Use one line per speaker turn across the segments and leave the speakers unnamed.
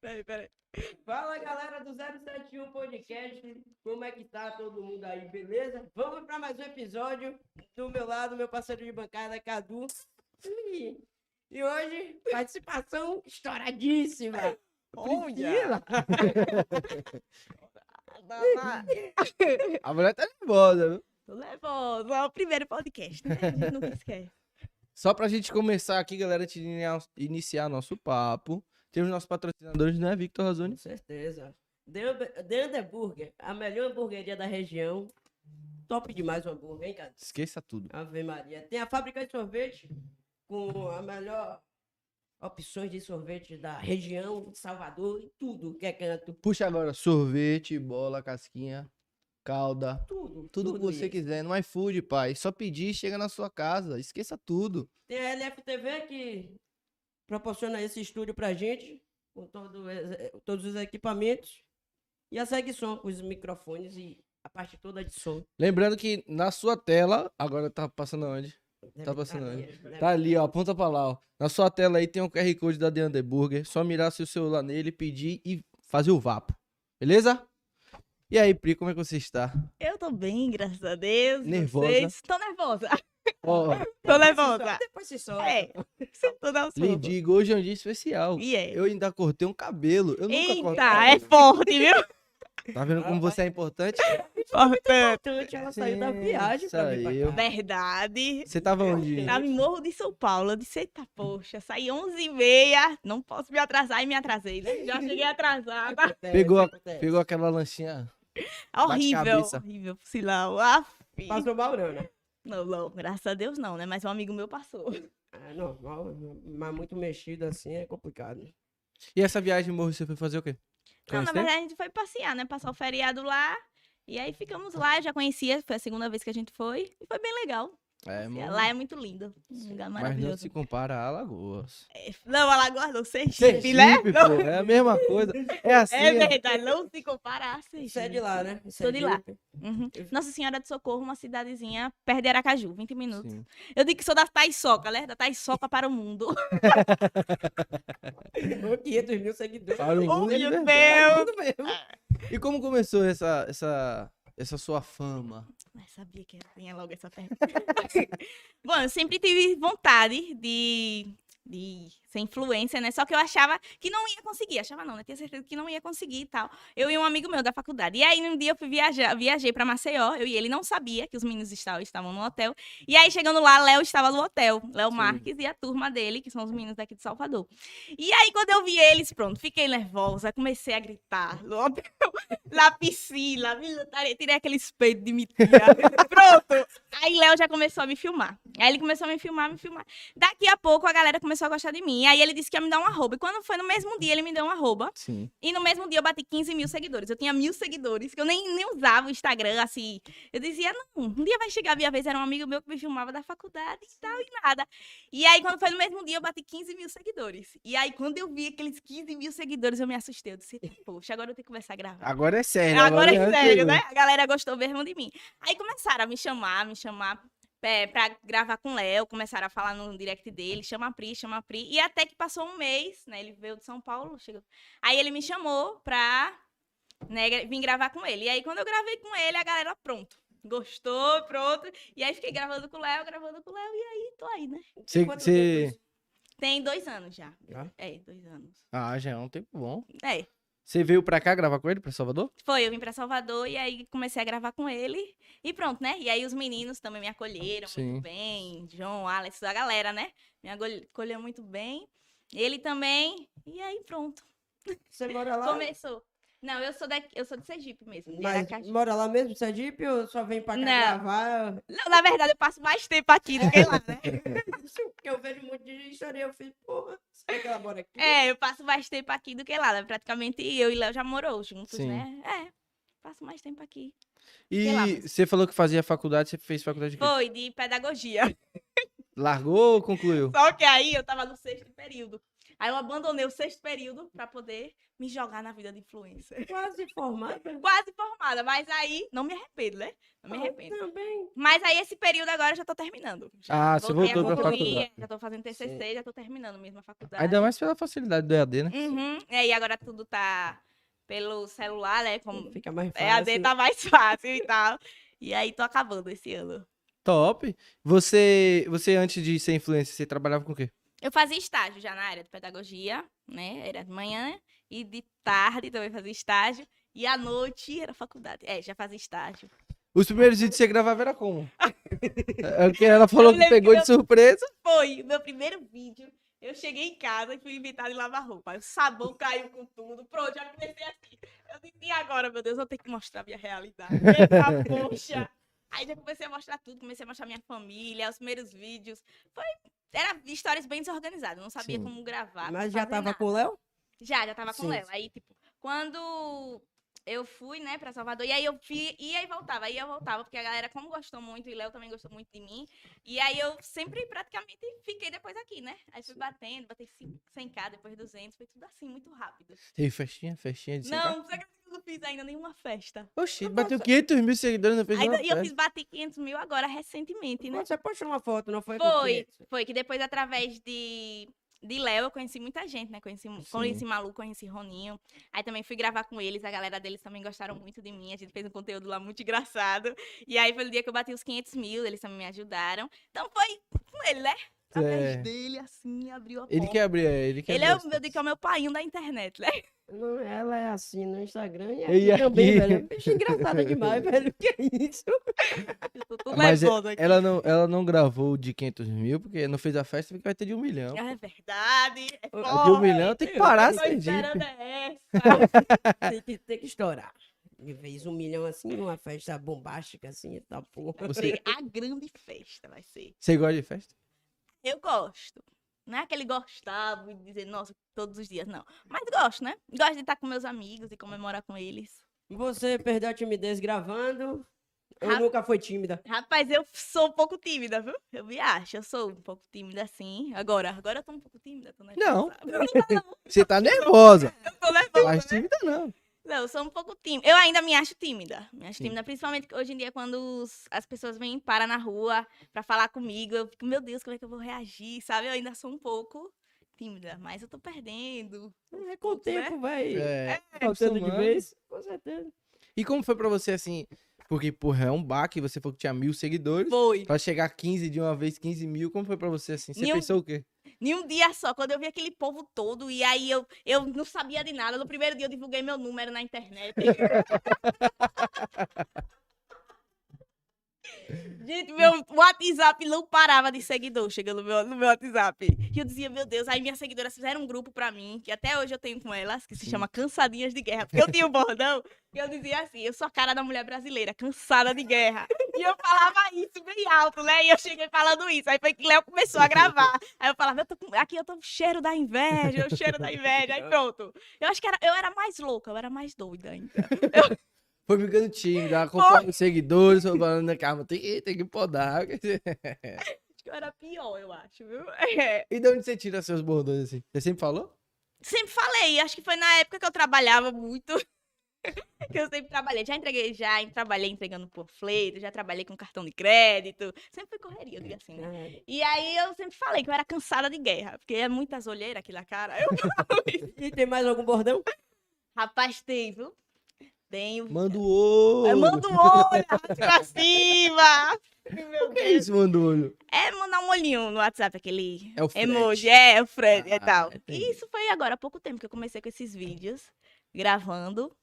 Peraí, peraí.
Fala galera do 071 Podcast, como é que tá todo mundo aí, beleza? Vamos pra mais um episódio. Do meu lado, meu parceiro de bancada, Cadu. E, e hoje, participação estouradíssima.
Olha!
A mulher tá nervosa, viu?
Tô nervosa. É o primeiro podcast, né? A gente nunca esquece.
Só pra gente começar aqui, galera, antes de inia- iniciar nosso papo, temos nossos patrocinadores, né, Victor
Com
Razoni?
certeza. Danda Burger, a melhor hamburgueria da região. Top demais o hambúrguer, hein, Cadu?
Esqueça tudo.
Ave Maria. Tem a fábrica de sorvete com a melhor opções de sorvete da região, de Salvador, em tudo que é canto.
Puxa agora, sorvete, bola, casquinha, calda,
Tudo.
tudo que você
isso.
quiser. No iFood, pai. Só pedir, chega na sua casa. Esqueça tudo.
Tem a LFTV que proporciona esse estúdio pra gente, com todo ex- todos os equipamentos. E a segue som, com os microfones e a parte toda de som.
Lembrando que na sua tela, agora tá passando onde?
Deve
Tá passando
ali, né?
aí.
É
deve-
Tá ali, ó, aponta pra lá, ó. Na sua tela aí tem um QR Code da Deander Burger. Só mirar seu celular nele, pedir e fazer o vapo. Beleza? E aí, Pri, como é que você está?
Eu tô bem, graças a Deus.
Nervosa.
Vocês? Tô nervosa.
Ó,
Tô
Depois se
nervosa.
solta, Depois se solta.
É. Se eu tô na
lhe digo, hoje é um dia especial.
E é.
Eu ainda cortei um cabelo. Eu nunca
Eita,
cortei.
é forte, viu?
Tá vendo como você é importante?
Importante.
É Importante, ela saiu da
Sim,
viagem pra vir
saiu.
pra cá.
Verdade.
Você tava onde?
Tava em Morro de São Paulo. Eu disse, eita, poxa, saí 11h30. Não posso me atrasar e me atrasei, né? Já cheguei atrasada.
Acontece,
Pegou a-
acontece.
Pegou aquela lanchinha.
Horrível,
cabeça.
horrível, por sinal. Aff.
Passou né? Baurana.
Não, não, graças a Deus não, né? Mas um amigo meu passou.
É normal, mas muito mexido assim é complicado.
E essa viagem morro, você foi fazer o quê?
Não, Então, na
Conhecer?
verdade a gente foi passear, né? Passar o feriado lá. E aí ficamos lá, eu já conhecia, foi a segunda vez que a gente foi. E foi bem legal.
É, mano.
Lá é muito lindo. Um lugar
Mas não
maravilhoso.
se compara a Alagoas.
É, Não, Alagoas não, Sergipe,
Sergipe,
né? Não,
pô, é a mesma coisa. É assim.
é
né?
verdade, não se compara a Sergipe.
Isso é de lá, né? Isso é
Tô de lá.
Sergipe.
Uhum. Nossa Senhora do Socorro, uma cidadezinha perto de Aracaju, 20 minutos.
Sim.
Eu digo que sou da Taisoca, né? Da Taisoca para o mundo.
Com 500 um- mil seguidores.
Para o mundo é de
meu
verdade. E como começou essa, essa, essa sua fama?
Mas sabia que vinha logo essa pergunta. Bom, eu sempre tive vontade de, de ser influencer, né? Só que eu achava que não ia conseguir. Achava não, né? Tinha certeza que não ia conseguir e tal. Eu e um amigo meu da faculdade. E aí, um dia eu fui viajar, viajei pra Maceió. Eu e ele não sabia que os meninos estavam, estavam no hotel. E aí, chegando lá, Léo estava no hotel. Léo
Sim.
Marques e a turma dele, que são os meninos daqui de Salvador. E aí, quando eu vi eles, pronto, fiquei nervosa. Comecei a gritar no hotel na piscina, me lutarei, tirei aquele espelho de mentira. Pronto. Aí Léo já começou a me filmar. Aí ele começou a me filmar, me filmar. Daqui a pouco a galera começou a gostar de mim. Aí ele disse que ia me dar um arroba. E quando foi no mesmo dia, ele me deu um arroba.
Sim.
E no mesmo dia eu bati 15 mil seguidores. Eu tinha mil seguidores, que eu nem, nem usava o Instagram, assim. Eu dizia, não, um dia vai chegar a minha vez. Era um amigo meu que me filmava da faculdade e tal, e nada. E aí, quando foi no mesmo dia, eu bati 15 mil seguidores. E aí, quando eu vi aqueles 15 mil seguidores, eu me assustei. Eu disse, poxa, agora eu tenho que começar a gravar.
Agora é sério.
Agora é
é
sério, né? A galera gostou mesmo de mim. Aí começaram a me chamar, me chamar é, pra gravar com o Léo, começaram a falar no direct dele, chama a Pri, chama a Pri. E até que passou um mês, né? Ele veio de São Paulo, chegou. Aí ele me chamou pra né, gra- vir gravar com ele. E aí, quando eu gravei com ele, a galera, pronto. Gostou, pronto. E aí fiquei gravando com o Léo, gravando com o Léo, e aí tô aí, né?
Você-
Quanto
você-
tempo isso?
Tem dois anos já.
Já?
É, dois anos.
Ah, já é um tempo bom.
É,
Você veio pra cá gravar com ele, pra Salvador?
Foi, eu vim pra Salvador e aí comecei a gravar com ele e pronto, né? E aí os meninos também me acolheram
Sim.
muito bem, João, Alex, a galera, né? Me agol- acolheu muito bem. Ele também. E aí pronto,
Você mora lá?
começou. Não, eu sou daqui, eu sou de Sergipe mesmo, de
Mas
Aracaju.
mora lá mesmo, Sergipe, ou só vem pra cá
É, Não.
gravar?
Não, na verdade eu passo mais tempo aqui do que lá, né?
Porque eu vejo muito de história, eu fiz, porra, será que ela mora aqui?
É, eu passo mais tempo aqui do que lá, né? Praticamente eu e Léo já morou juntos,
Sim.
né? É. Passo mais tempo aqui.
E
Sei lá, mas-
você falou que fazia faculdade, você fez faculdade de quê?
Foi de pedagogia.
Largou ou concluiu?
Só que aí eu tava no sexto período. Aí eu abandonei o sexto período pra poder me jogar na vida de influencer.
Quase formada.
Quase formada, mas aí não me arrependo, né? Não me
Ah,
arrependo.
Também.
Mas aí esse período agora eu já tô terminando. Já
Ah, você
voltei a
voltou pra
concluir,
faculdade.
Já tô fazendo TCC, já tô terminando mesmo a faculdade.
Ainda mais pela facilidade do EAD, né?
Uhum. E aí agora tudo tá pelo celular, né? Como
Hum, Fica mais fácil.
é, a D tá mais fácil e tal. E aí tô acabando esse ano.
Top. Você, você antes de ser influencer, você trabalhava com o quê?
Eu fazia estágio já na área de pedagogia, né? Era de manhã e de tarde também fazia estágio. E à noite era faculdade. É, já fazia estágio.
Os primeiros vídeos que você gravava era como? é o que ela falou
Eu
que pegou de surpresa.
Foi o meu primeiro vídeo. Eu cheguei em casa e fui invitada em lavar roupa. O sabão caiu com tudo. Pronto, já comecei assim. Eu disse, e agora, meu Deus, eu tenho que mostrar minha realidade. Eita, poxa. Aí já comecei a mostrar tudo, comecei a mostrar minha família, os primeiros vídeos. Foi... Era histórias bem desorganizadas, não sabia
Sim.
como gravar.
Mas já
fazer
tava
nada.
com o Léo?
Já, já tava com
Sim.
o Léo. Aí, tipo, quando eu fui, né, pra Salvador, e aí eu vi, ia e voltava, ia e voltava, porque a galera, como gostou muito, e Léo também gostou muito de mim, e aí eu sempre, praticamente, fiquei depois aqui, né? Aí fui batendo, batei 100k, depois 200, foi tudo assim, muito rápido.
Teve festinha, festinha de 100K?
Não, você acredita que eu não fiz ainda nenhuma festa?
Oxi, bateu 500 mil seguidores no
Ainda, e eu
Facebook.
fiz bater 500 mil agora, recentemente, né?
Você postou uma foto, não foi? com
Foi,
cliente?
foi que depois, através de, de Léo, eu conheci muita gente, né? Conheci, mu-
Sim.
conheci Malu, conheci Roninho. Aí também fui gravar com eles, a galera deles também gostaram muito de mim. A gente fez um conteúdo lá muito engraçado. E aí foi o dia que eu bati os 500 mil, eles também me ajudaram. Então foi com ele, né? Através
É.
dele, assim, abriu a porta.
Ele quer abrir, é, ele quer
Ele é,
abrir.
o, eu digo que é o meu paiinho da internet, né?
Não, ela é assim no Instagram e
E
aqui também,
aqui?
velho. É um Bicho engraçada demais, velho. Que é isso?
Eu tô tudo
Mas é-
nervosa aqui.
ela não, ela não gravou o de 500 mil, porque não fez a festa, porque vai ter de um milhão.
É verdade. É
A de um
forte.
milhão tem que
eu
parar,
Tô
sem jeito.
esperando é essa.
Tem que, tem que estourar. E fez um milhão assim, numa festa bombástica assim, tá porra.
Você,
A grande festa vai ser.
você gosta de festa?
Eu gosto. Não é aquele gostar e dizer, nossa, todos os dias, não. Mas gosto, né? Gosto de estar com meus amigos e comemorar com eles.
Você perdeu a timidez gravando ou
Ra-
nunca foi tímida?
Rapaz, eu sou um pouco tímida, viu? Eu me acho, eu sou um pouco tímida assim. Agora, agora eu tô um pouco tímida, tô nervosa.
Não.
Tímida não,
Você tá nervosa.
eu tô nervosa,
Mas
né?
tímida não.
Não, eu sou um pouco tímida. Eu ainda me acho tímida. Me acho
Sim.
tímida, principalmente hoje em dia, quando os- as pessoas vêm parar na rua pra falar comigo, eu fico, meu Deus, como é que eu vou reagir, sabe? Eu ainda sou um pouco tímida, mas eu tô perdendo.
É, com o
né?
tempo, vai.
É,
Faltando de
acostumando.
vez? Com certeza.
E como foi pra você, assim? Porque, porra, é um baque, você falou que tinha mil seguidores.
Foi.
Pra chegar a 15 de uma vez, 15 mil, como foi pra você, assim? Você
Mil-
pensou o quê?
Em um dia só, quando eu vi aquele povo todo, e aí eu, eu não sabia de nada. No primeiro dia eu divulguei meu número na internet. Gente, meu WhatsApp não parava de seguidor chegando no meu, no meu WhatsApp. E eu dizia, meu Deus, aí minhas seguidoras fizeram um grupo pra mim, que até hoje eu tenho com elas, que se
Sim.
chama Cansadinhas de Guerra. Porque eu tinha um bordão, e eu dizia assim, eu sou a cara da mulher brasileira, cansada de guerra. E eu falava isso bem alto, né? E eu cheguei falando isso. Aí foi que Léo começou a gravar. Aí eu falava, eu tô com- aqui eu tô com o cheiro da inveja, o cheiro da inveja. Aí pronto. Eu acho que era, eu era mais louca, eu era mais doida ainda.
Foi ficando tímida, conforme os seguidores, foi falando, calma, tem, tem que podar.
Acho que eu era pior, eu acho, viu? É.
E de onde você tira seus bordões, assim? Você sempre falou?
Sempre falei, acho que foi na época que eu trabalhava muito. que eu sempre trabalhei. Já entreguei, já en- trabalhei entregando panfleto, já trabalhei com cartão de crédito. Sempre foi correria, eu digo assim, né?
É.
E aí eu sempre falei que eu era cansada de guerra, porque é muitas olheiras aqui na cara. Eu,
E tem mais algum bordão?
rapaz, tem, viu? Tenho.
Manda o olho.
É, manda o olho, arrasta pra cima! Meu
O que é isso, manda o olho?
É mandar um olhinho no WhatsApp, aquele
É o frete.
emoji, é, o Fred
Ah,
e tal.
entendi.
E isso foi agora há pouco tempo que eu comecei com esses vídeos, gravando.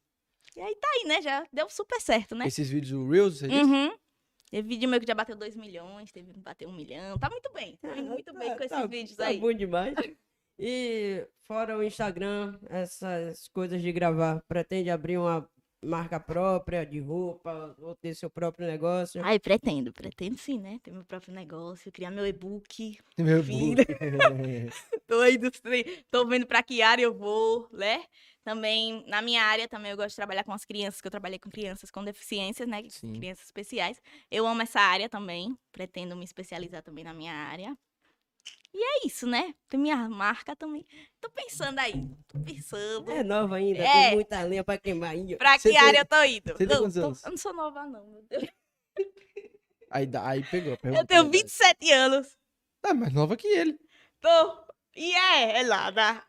E aí tá aí, né? Já deu super certo, né?
Esses vídeos, o Reels, você disse?
Uhum. Teve vídeo meu que já bateu 2 milhões, teve um que bateu 1 um milhão. Tá muito bem, tá indo muito bem com esses
Tá-
vídeos
tá
aí.
bom demais. E fora o Instagram, essas coisas de gravar, pretende abrir uma marca própria de roupa ou ter seu próprio negócio?
Ai, pretendo, pretendo sim, né? Ter meu próprio negócio, criar meu e-book.
Meu
Filha.
burro.
Tô aí dos tre- tô vendo pra que área eu vou, né? Também, na minha área, também eu gosto de trabalhar com as crianças, que eu trabalhei com crianças com deficiências, né?
Sim.
Crianças especiais. Eu amo essa área também, pretendo me especializar também na minha área. É isso, né? Tem minha marca também. Tô pensando aí. Tô pensando.
É nova ainda,
É.
tem muita lenha pra queimar ainda.
Pra
Você
que
tem-
área eu tô indo?
você tem
Não,
quantos
tô-
anos?
Eu não sou nova, não, meu Deus.
Aí, dá- aí pegou.
Eu
pergunta,
tenho
né?
27 anos.
Ah, mais nova que ele.
Tô. E é, é lá, dá.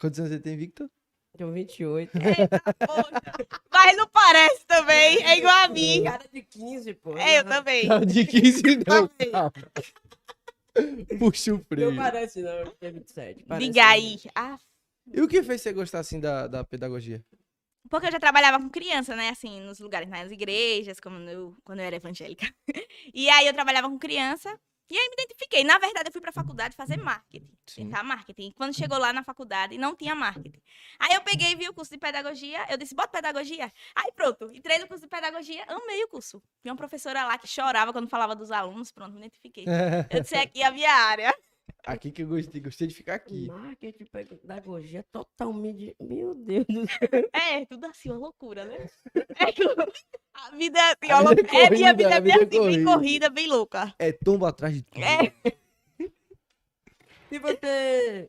Quantos anos você tem, Victor?
Tenho 28.
Eita, poxa. Mas não parece também. É igual a mim.
Cara de 15, pô.
É, eu também.
De 15 não.
Também.
calma. Puxa o freio.
Não parece, não. Eu tenho 27. parece
Diga
não.
aí. Ah,
E o que fez você gostar assim da, da pedagogia?
Porque eu já trabalhava com criança, né? Assim, nos lugares, nas igrejas, quando eu, quando eu era evangélica. E aí eu trabalhava com criança. E aí me identifiquei. Na verdade, eu fui pra faculdade fazer marketing.
Sim.
Tentar marketing. E quando chegou lá na faculdade, não tinha marketing. Aí eu peguei, vi o curso de pedagogia. Eu disse, bota pedagogia. Aí pronto. Entrei no curso de pedagogia, amei o curso. Tinha uma professora lá que chorava quando falava dos alunos. Pronto, me identifiquei. Eu disse, aqui é a minha área.
Aqui que eu gostei, gostei de ficar aqui.
Marketing, pedagogia, totalmente... Meu Deus do céu.
É, tudo assim, uma loucura, né? É que eu- a vida é assim,
A
uma
vida é
loucura. É, minha
corrida,
vida
a
é bem
vida é
assim, bem
corrida. Uhum.
corrida, bem louca.
É tomba atrás de tudo.
É.
E você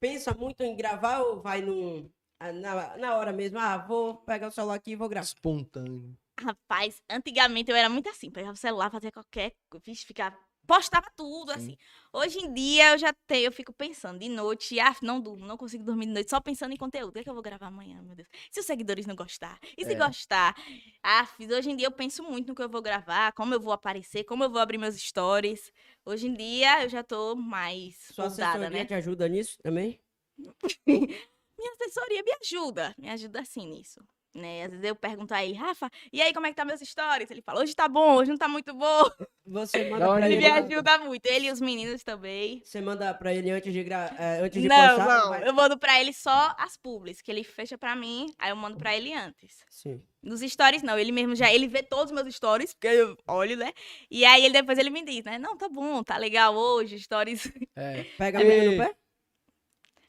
pensa muito em gravar ou vai num... ah, Na, na hora mesmo, ah, vou pegar o celular aqui e vou gravar.
Espontâneo.
Rapaz, antigamente eu era muito assim, pegava o celular, fazia qualquer coisa, vixe, ficava, postava tudo,
Sim.
assim. Hoje em dia eu já tenho, eu fico pensando de noite, ah, não durmo, não consigo dormir de noite, só pensando em conteúdo. O que, é que eu vou gravar amanhã, meu Deus? Se os seguidores não gostar, e se
É.
gostar? Ah, fiz- hoje em dia eu penso muito no que eu vou gravar, como eu vou aparecer, como eu vou abrir meus stories. Hoje em dia eu já tô mais
Sua
ousada,
assessoria
né?
te ajuda nisso também?
minha assessoria me ajuda, me ajuda assim nisso. Né? Às vezes eu pergunto a ele, Rafa, e aí como é que tá meus stories? Ele fala, hoje tá bom, hoje não tá muito bom.
Você
Dá
manda
uma
pra
Ele
ele...
me
Legal.
ajuda muito, ele e os meninos também.
Você manda pra ele antes de, gra... eh, antes de
Não,
postar?
não,
Vai-
eu mando pra ele só as publis, que ele fecha pra mim, aí eu mando pra ele antes.
Sim.
Nos stories não, ele mesmo já, ele vê todos os meus stories, porque eu olho, né? E aí ele depois ele me diz, né? Não, tá bom, tá legal hoje, stories.
É.
Pega
Ei.
meio no pé?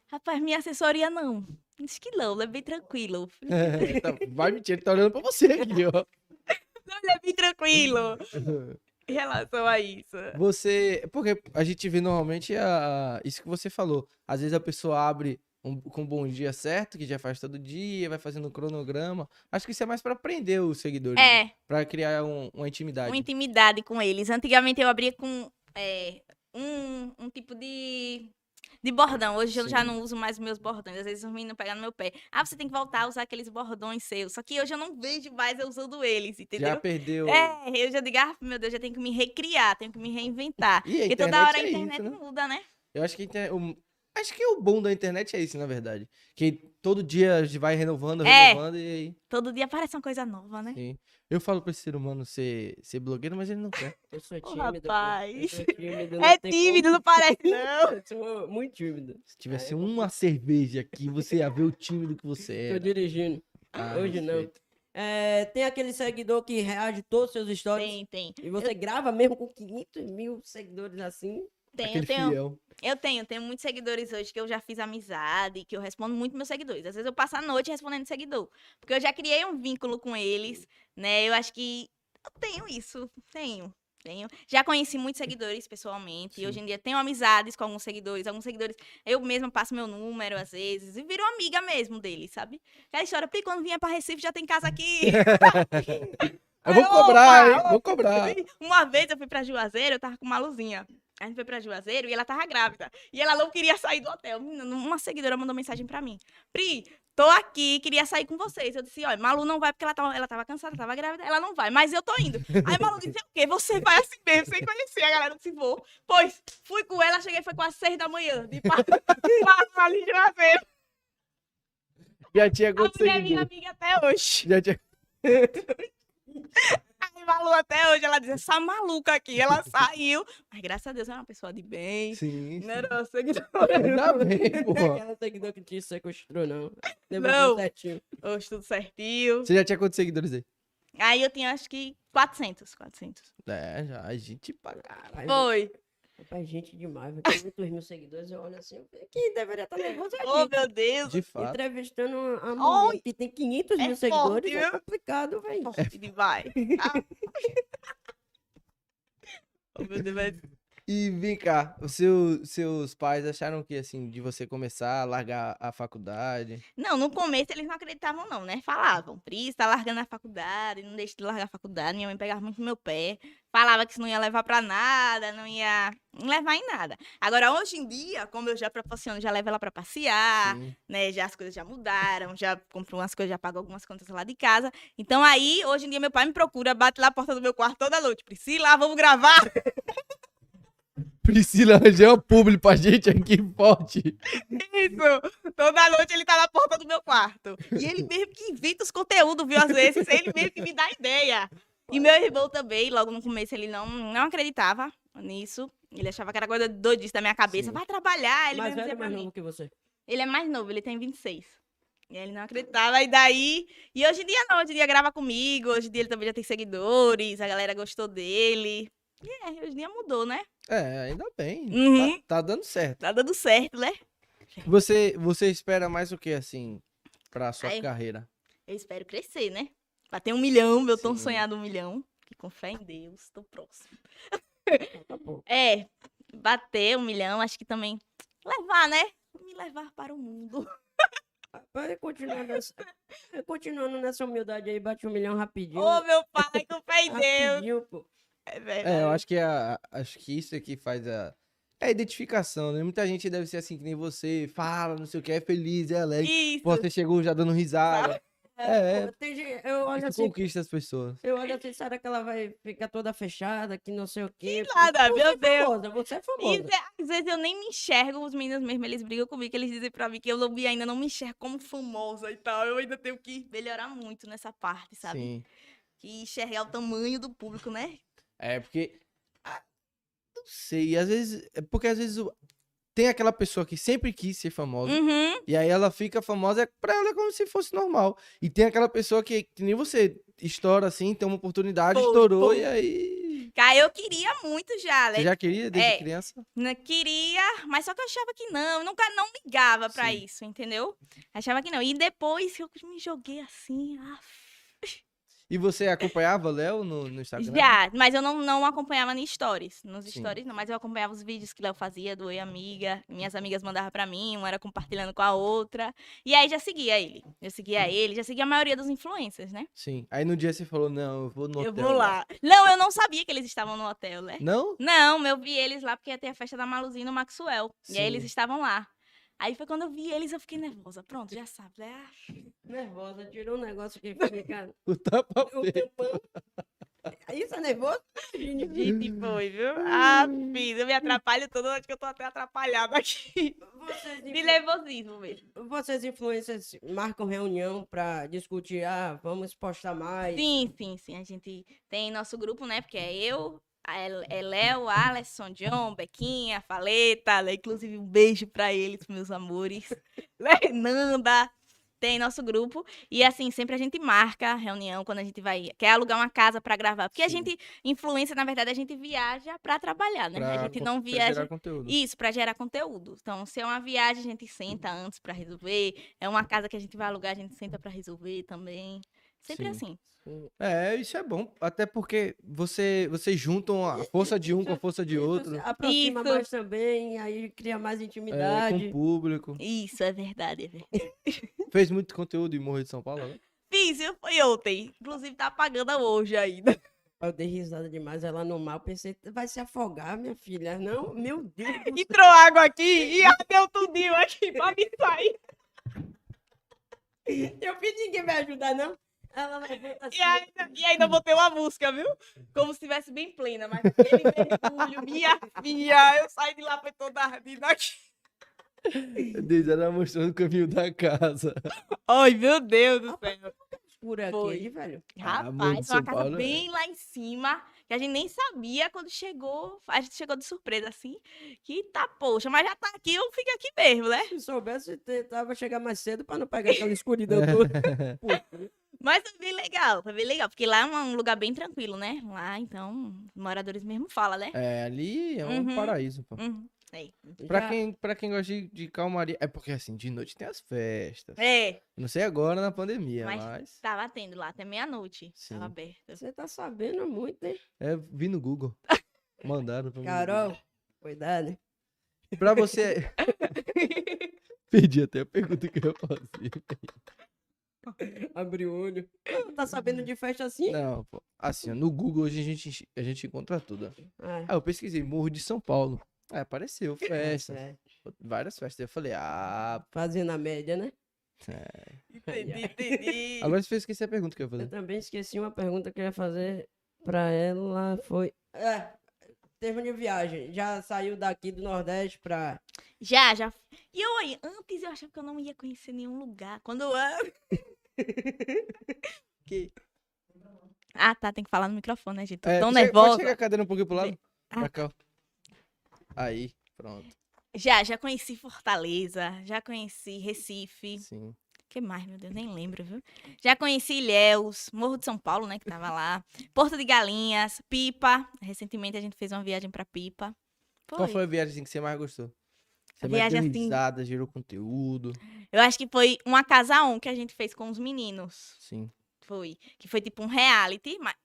Rapaz, minha assessoria não. Diz que não, ele é bem tranquilo.
É, tá- vai mentir, ele tá olhando pra você aqui, ó.
Não, ele é bem tranquilo em relação a isso.
Você. Porque a gente vê normalmente a... isso que você falou. Às vezes a pessoa abre um- com um bom dia certo, que já faz todo dia, vai fazendo um cronograma. Acho que isso é mais pra prender os seguidores. né?
É,
Pra criar um- uma intimidade.
uma intimidade com eles. Antigamente eu abria com é, um, um tipo de, de bordão. Hoje eu já
Sim.
não uso mais meus bordões. Às vezes os meninos pegam no meu pé. Ah, você tem que voltar a usar aqueles bordões seus. Só que hoje eu não vejo mais eu usando eles,
já
entendeu?
perdeu.
É, eu já digo, ah, meu Deus, já tenho que me recriar, tenho que me reinventar.
E a
Porque
internet
toda hora a
é
internet
isso, né?
muda, né?
Eu acho que inter- o... acho que o bom da internet é isso, na verdade. Que todo dia a gente vai renovando,
É.
renovando e aí.
Todo dia aparece uma coisa nova, né?
Sim. Eu falo pra esse ser humano ser, ser blogueiro, mas ele não quer.
Eu sou
Ô,
tímido. pô. Eu
rapaz.
sou tímido, não
É
tem
tímido, não parece, não.
como. Eu sou muito tímido.
Se tivesse
eu
uma cerveja aqui, você ia ver o tímido que você
Tô
era.
dirigindo.
Ah,
Hoje não.
perfeito.
É, tem aquele seguidor que reage todos os seus stories.
Tem, tem,
E você grava mesmo com 500 mil seguidores assim.
tem. Eu
Aquele
tenho,
fiel.
Eu tenho, tenho muitos seguidores hoje que eu já fiz amizade, que eu respondo muito meus seguidores. Às vezes eu passo a noite respondendo seguidor, porque eu já criei um vínculo com eles, né? Eu acho que eu tenho isso, tenho. Tenho. Já conheci muitos seguidores pessoalmente. E hoje em dia tenho amizades com alguns seguidores. Alguns seguidores, eu mesma passo meu número às vezes. E viro amiga mesmo deles, sabe? Aquela história, porque quando vinha pra Recife já tem casa aqui.
Eu vou
Opa,
cobrar, hein?
opa.
Vou cobrar.
Uma vez eu fui pra Juazeiro, eu tava com uma luzinha. A gente foi pra Juazeiro e ela tava grávida. E ela não queria sair do hotel. Menina, Uma seguidora mandou mensagem pra mim. Pri, tô aqui, queria sair com vocês. Eu disse, olha, Malu não vai porque ela tava, ela tava cansada, tava grávida. Ela não vai, mas eu tô indo. Aí Malu disse, o quê? Você vai assim mesmo, sem conhecer. A galera disse, vou. Pois, fui com ela, cheguei, foi quase seis da manhã. De passo ali de Juazeiro.
Já tinha
A mulher é
conseguido.
minha amiga até hoje.
Já tinha...
Aí Malu até hoje, ela diz, essa maluca aqui, ela saiu. Mas graças a Deus, ela é uma pessoa de bem.
Sim. sim.
Não era seguidor.
Ainda bem,
Não é
pô.
aquela seguidor que te sequestrou, não.
Não.
Lembra certinho.
Hoje tudo certinho.
Você já tinha quantos seguidores aí?
Aí eu tinha acho que 400, 400.
É, já. A gente paga.
Caralho,
Foi.
rapaz, gente demais. velho. 500 mil seguidores, eu olho assim. eu falei, Quem deveria estar nervoso é
Oh,
aqui.
meu Deus.
De fato.
Entrevistando uma
Oi.
uma mulher que tem 500
É
mil
forte,
seguidores. É
viu?
complicado, velho.
Forte demais. Ah. oh, meu Deus. mas-
E vem cá, os seu- seus pais acharam que, assim, de você começar a largar a faculdade?
Não, no começo eles não acreditavam, não, né? Falavam, Pri, você tá largando a faculdade, não deixa de largar a faculdade. Minha mãe pegava muito no meu pé, falava que isso não ia levar pra nada, não ia não levar em nada. Agora, hoje em dia, como eu já proporciono, já levo ela pra passear,
Sim.
né? Já as coisas já mudaram, já compro umas coisas, já pago algumas contas lá de casa. Então aí, hoje em dia, meu pai me procura, bate lá na porta do meu quarto toda noite. Priscila, vamos gravar?
Priscila, já é o público pra gente aqui forte.
Isso! Toda noite ele tá na porta do meu quarto. E ele mesmo que invita os conteúdos, viu? Às vezes, ele mesmo que me dá ideia. E meu irmão também, logo no começo, ele não, não acreditava nisso. Ele achava que era coisa doidice da minha cabeça.
Sim.
Vai trabalhar, ele
mais velho
mesmo dizia
ou
pra
mais
mim.
novo que você?
Ele é mais novo, ele tem 26. E ele não acreditava, e daí. E hoje em dia não, hoje em dia grava comigo, hoje em dia ele também já tem seguidores, a galera gostou dele. E é, hoje em dia mudou, né?
É, ainda bem.
Uhum.
Tá, tá dando certo.
Tá dando certo, né?
Você, você espera mais o que, assim, pra sua
Ai.
carreira?
Eu espero crescer, né? Pra ter um milhão, meu tão
Sim.
sonhado um milhão. Que com fé em Deus, tô próximo.
Tá bom.
É, bater um milhão, acho que também. Levar, né? Me levar para o mundo.
Mas continuando nessa, continuando nessa humildade aí, bate um milhão rapidinho.
Ô, meu pai, com fé em Deus.
rapidinho, pô.
É, velho.
É, eu acho que, a, acho que isso é que faz a... É a identificação, né? Muita gente deve ser assim, que nem você, fala, não sei o que, é feliz, é alegre.
Isso.
Você chegou já dando risada. É, é.
Pô, tem gente- eu olho
Isso
assim,
conquista as pessoas.
eu olho assim, será que ela vai ficar toda fechada, que não sei o quê?
nada,
Você
meu
é
Deus.
famosa, você é famosa.
Isso é- às vezes eu nem me enxergo, os meninos mesmo, eles brigam comigo, que eles dizem pra mim que eu não me- ainda não me enxergo como famosa e tal. Eu ainda tenho que melhorar muito nessa parte, sabe?
Sim.
Que enxergar o tamanho do público, né?
É, porque. ah, Não sei, às vezes. É porque às vezes o- tem aquela pessoa que sempre quis ser famosa.
Uhum.
E aí ela fica famosa, é- pra ela é como se fosse normal. E tem aquela pessoa que, que nem você estoura assim, tem uma oportunidade,
Foi,
estourou,
foi.
e aí.
Cara, eu queria muito já, né?
Você já queria desde
É.
criança?
Né, Queria, mas só que eu achava que não, eu nunca não ligava pra
Sim.
isso, entendeu? Achava que não. E depois eu me joguei assim, ah,
E você acompanhava o Léo no, no Instagram? né?
Já, mas eu não, não acompanhava nem stories. Nos
Sim.
stories não, mas eu acompanhava os vídeos que Léo fazia do Oi Amiga. Minhas amigas mandavam pra mim, uma era compartilhando com a outra. E aí já seguia ele. Eu seguia
Uhum.
ele, já seguia a maioria dos influencers, né?
Sim. Aí no dia você falou: não, eu vou no
eu
hotel. né?
vou lá. Não, eu não sabia que eles estavam no hotel, né?
Não?
Não, eu vi eles lá porque ia ter a festa da Maluzinha no Maxwell. E aí eles
Sim.
estavam lá. Aí foi quando eu vi eles, eu fiquei nervosa. Pronto, já sabe. né? Ah,
Nervosa, tirou um negócio que fica...
O tapa
Eu tenho pano. Isso é nervoso?
Gente, foi, viu? Ah, fiz. Eu me atrapalho toda, acho que eu tô até atrapalhada aqui.
Vocês,
De nervosismo mesmo.
vocês influencers marcam reunião pra discutir, ah, vamos postar
É
mais.
Sim, sim, sim. A gente tem nosso grupo, né? Porque é eu, a El- é Léo, Alisson, John, Bequinha, Faleta, né? Inclusive, um beijo pra eles, meus amores. Né? Nanda. Tem nosso grupo. E assim, sempre a gente marca a reunião quando a gente vai. Quer alugar uma casa pra gravar. Porque a
Sim.
gente, influência, na verdade, a gente viaja pra trabalhar, né?
pra
a gente
con-
não
pra
viaja.
gerar conteúdo.
Isso, pra gerar conteúdo. Então, se é uma viagem, a gente senta antes pra resolver. É uma casa que a gente vai alugar, a gente senta pra resolver também. Sempre
Sim.
assim.
É, isso é bom, até porque você, vocês juntam a força de um com a força de outro,
Você aproxima
Isso.
mais também, aí cria mais
é, com
intimidade.
o público.
Isso, é verdade, é verdade.
Fez muito conteúdo em Morro de São Paulo, né?
Fiz, viu? foi ontem. Inclusive, tá pagando hoje ainda.
Eu dei risada demais, ela no mal, pensei, vai se afogar, minha filha. Não, meu Deus do
Entrou água aqui e ardeu tudinho aqui pra me sair.
céu. Eu fiz, ninguém vai ajudar, não. Ela levanta assim.
E ainda, e ainda botei uma música, viu? Como se estivesse bem plena, mas aquele mergulho, minha filha, eu saí de lá, foi toda ardida aqui.
Deus era mostrando o caminho da casa.
Ai, meu Deus do céu.
Por
Foi.
aqui, velho.
Ah,
Rapaz,
muito
foi
São
uma casa
Paulo, é.
bem lá em cima, que a gente nem sabia quando chegou. A gente chegou de surpresa, assim. Que tá, poxa, mas já tá aqui, eu fico aqui mesmo, né?
Se soubesse, tentava chegar mais cedo pra não pegar aquela escuridão
É.
toda. Pô,
Mas foi bem legal, foi bem legal, porque lá é um- um lugar bem tranquilo, né? Lá, então, os moradores mesmo falam, né?
É, ali é um
Uhum.
paraíso, pô.
Uhum, sei.
Pra
já-
quem, pra quem gosta de, de calmaria, é porque assim, de noite tem as festas.
É,
Não sei agora na pandemia, mas,
Mas- tava tendo lá até meia-noite,
é Sim.
tava aberto.
Você tá sabendo muito, hein?
é, vi no Google. Mandaram pra mim. no
Carol, Cuidado.
Pra você. Perdi até a pergunta que eu ia fazer.
Abre o olho. Ah, Não tá sabendo de festa assim?
Não, pô. Assim, ó, no Google hoje a gente, a gente encontra tudo. ó.
Ah,
Ah, eu pesquisei Morro de São Paulo. Aí apareceu festa,
é.
várias festas. Eu falei, ah.
Fazendo a média, né?
Entendi, entendi.
Agora você esqueci a pergunta que eu ia
Eu
fazer.
também esqueci uma pergunta que eu ia fazer pra ela. Foi. É, termo de viagem. Já saiu daqui do Nordeste pra.
Já, já. E eu aí, antes eu achava que eu não ia conhecer nenhum lugar. Quando eu.
Que?
Ah, tá, tem que falar no microfone, né, gente? Tô
É,
tão
chega- Pode
nervosa.
chegar a cadeira um pouquinho pro lado?
Ah.
Pra cá. ó. Aí, pronto.
Já, já conheci Fortaleza, já conheci Recife.
Sim.
que mais, meu Deus, nem lembro, viu? Já conheci Ilhéus, Morro de São Paulo, né, que tava lá. Porto de Galinhas, Pipa. Recentemente a gente fez uma viagem pra Pipa. Foi.
Qual foi a viagem assim, que você mais gostou? Você
A
mais deu
viagem, assim-
risada, gerou conteúdo.
Eu acho que foi uma casa um que a gente fez com os meninos.
Sim.
Foi. Que foi tipo um reality, mas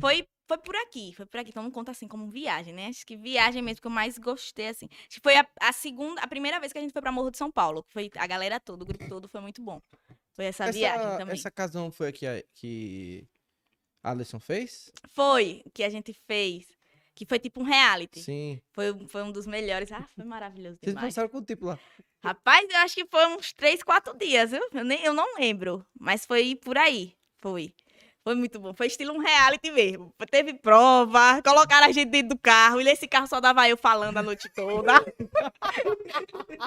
foi, foi por aqui, foi por aqui. Então não conta assim como viagem, né? Acho que viagem mesmo que eu mais gostei, assim. Acho que foi a, a segunda, a primeira vez que a gente foi pra Morro de São Paulo. que Foi a galera toda, o grupo todo, foi muito bom. Foi essa, Tá, viagem
Essa,
também.
essa casão foi a que, a que Alisson fez?
Foi que a gente fez. Que foi tipo um reality.
Sim.
Foi, um- foi um dos melhores. Ah, foi maravilhoso
Vocês
demais.
passaram quanto tempo tipo lá?
Rapaz, eu acho que foi uns três, quatro dias, viu? Eu, nem, eu não lembro. Mas foi por aí. Foi. Foi muito bom. Foi estilo um reality mesmo. Teve prova, colocaram a gente dentro do carro. E nesse carro só dava eu falando a noite toda.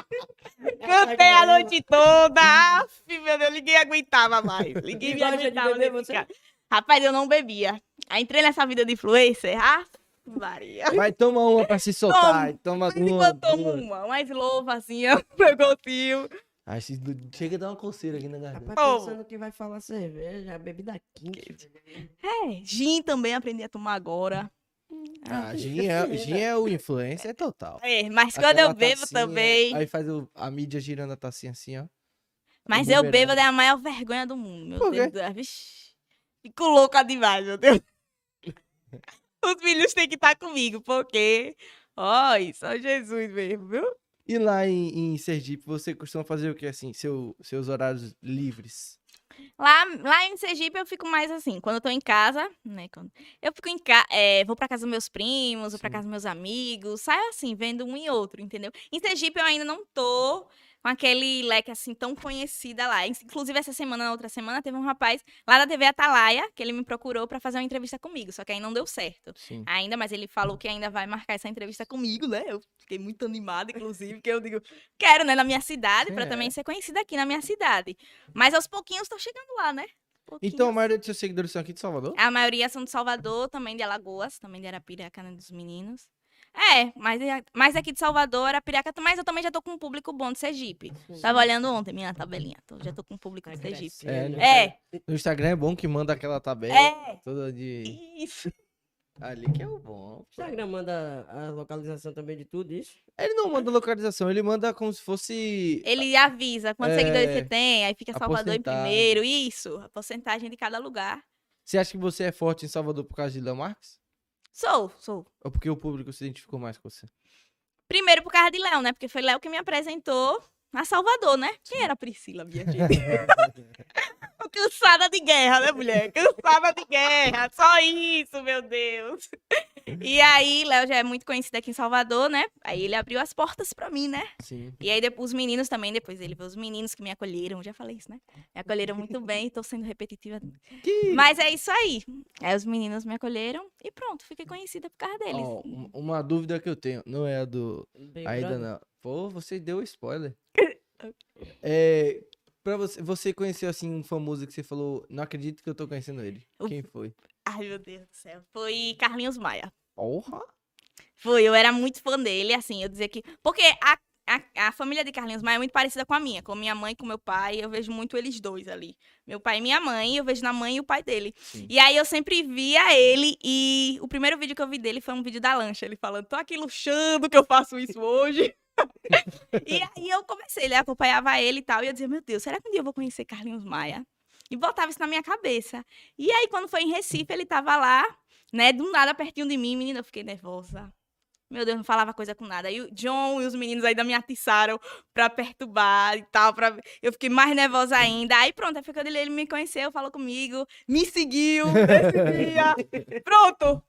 Cantei a noite toda. Aff, meu Deus, ninguém aguentava mais. Ninguém
E
me
gosta Então, de
aguentava
beber,
nesse
você?
carro. Rapaz, eu não bebia. Aí entrei nessa vida de influencer. Ah, Maria.
Vai, toma uma pra se soltar. e Toma
Mas
uma.
enquanto tomo
duas.
uma, uma eslovazinha, um negocinho.
Ai, se- chega a dar uma coceira aqui na garganta.
Rapaz,
Ô.
pensando que vai falar cerveja, bebida quente.
É, gin também aprendi a tomar agora. tá
Ah, Gin é, Gin é o influencer total.
É, mas quando
Aquela
eu bebo
tacinha,
também.
Aí faz o- a mídia girando a tacinha assim, ó.
mas eu
bumerangue.
bebo é a maior vergonha do mundo, meu
Por quê?
Deus. do céu, Vixe, fico louca demais, meu Deus. Os filhos têm que estar comigo, porque. Ó, só Jesus mesmo, viu?
E lá em, em Sergipe, você costuma fazer o que assim? Seu, seus horários livres?
Lá, lá em Sergipe eu fico mais assim, quando eu tô em casa, né? quando- eu fico em casa, vou pra casa dos meus primos, vou pra
Sim.
casa dos meus amigos, saio assim, vendo um e outro, entendeu? Em Sergipe eu ainda não tô com aquele leque assim tão conhecida lá. Ins- Inclusive essa semana, na outra semana, teve um rapaz lá da TV Atalaia, que ele me procurou pra fazer uma entrevista comigo, só que aí não deu certo.
Sim.
Ainda, mas ele falou que ainda vai marcar essa entrevista comigo, né? Eu fiquei muito animada, inclusive, porque eu digo, quero, né, na minha cidade, pra
É.
também ser conhecida aqui na minha cidade. Mas aos pouquinhos tô chegando lá, né? Pouquinhos.
Então a maioria dos seus seguidores são aqui de Salvador?
A maioria são de Salvador, também de Alagoas, também de Arapiraca, né, dos meninos. É, mas, é- mas aqui de Salvador, Arapiraca, mas eu também já tô com um público bom de Sergipe. Tava olhando ontem minha tabelinha, tô- já tô com um público de Sergipe.
É,
né?
É,
No Instagram é bom que manda aquela tabela
é,
toda de.
isso.
Ali que é o bom. pô.
Instagram manda Tá a localização também de tudo isso.
Ele não manda localização, ele manda como se fosse.
Ele avisa quantos seguidores
É,
você tem, aí fica
a
Salvador em
porcentagem.
primeiro, isso, a porcentagem de cada lugar.
Você acha que você é forte em Salvador por causa de Léo Marques?
Sou, sou.
Ou porque o público se identificou mais com você?
Primeiro por causa de Léo, né? Porque foi Léo que me apresentou a Salvador, né? Quem era a Priscila, minha gente? Tô Cansada de guerra, né, mulher? Cansada de guerra, só isso, meu Deus. E aí, Léo já é muito conhecido aqui em Salvador, né? Aí ele abriu as portas pra mim, né?
Sim.
E aí depo- os meninos também, depois ele foi os meninos que me acolheram, já falei isso, né? Me acolheram muito bem, tô sendo repetitiva. Mas é isso aí. Aí os meninos me acolheram e pronto, fiquei conhecida por causa deles.
Ó, um- uma dúvida que eu tenho, não é a do.
Big
Ainda
Brother.
não. Pô, você deu spoiler. é. Pra você, você conheceu assim um famoso que você falou, não acredito que eu tô conhecendo ele.
O-
Quem foi?
Ai, meu Deus do céu. Foi Carlinhos Maia.
Porra!
Foi, eu era muito fã dele, assim, eu dizia que. Porque a, a, a família de Carlinhos Maia é muito parecida com a minha, com minha mãe e com meu pai. Eu vejo muito eles dois ali. Meu pai e minha mãe, eu vejo na mãe e o pai dele.
Sim.
E aí eu sempre via ele, e o primeiro vídeo que eu vi dele foi um vídeo da lancha, ele falando, tô aqui luxando que eu faço isso hoje. e aí eu comecei, né? Acompanhava ele e tal, e eu dizia, meu Deus, será que um dia eu vou conhecer Carlinhos Maia? E botava isso na minha cabeça. E aí, quando foi em Recife, ele tava lá, né? Do nada pertinho de mim, menina, eu fiquei nervosa. Meu Deus, não falava coisa com nada. E o John e os meninos ainda me atiçaram pra perturbar e tal. Pra... Eu fiquei mais nervosa ainda. Aí pronto, aí foi quando ele, ele me conheceu, falou comigo, me seguiu nesse dia. Pronto,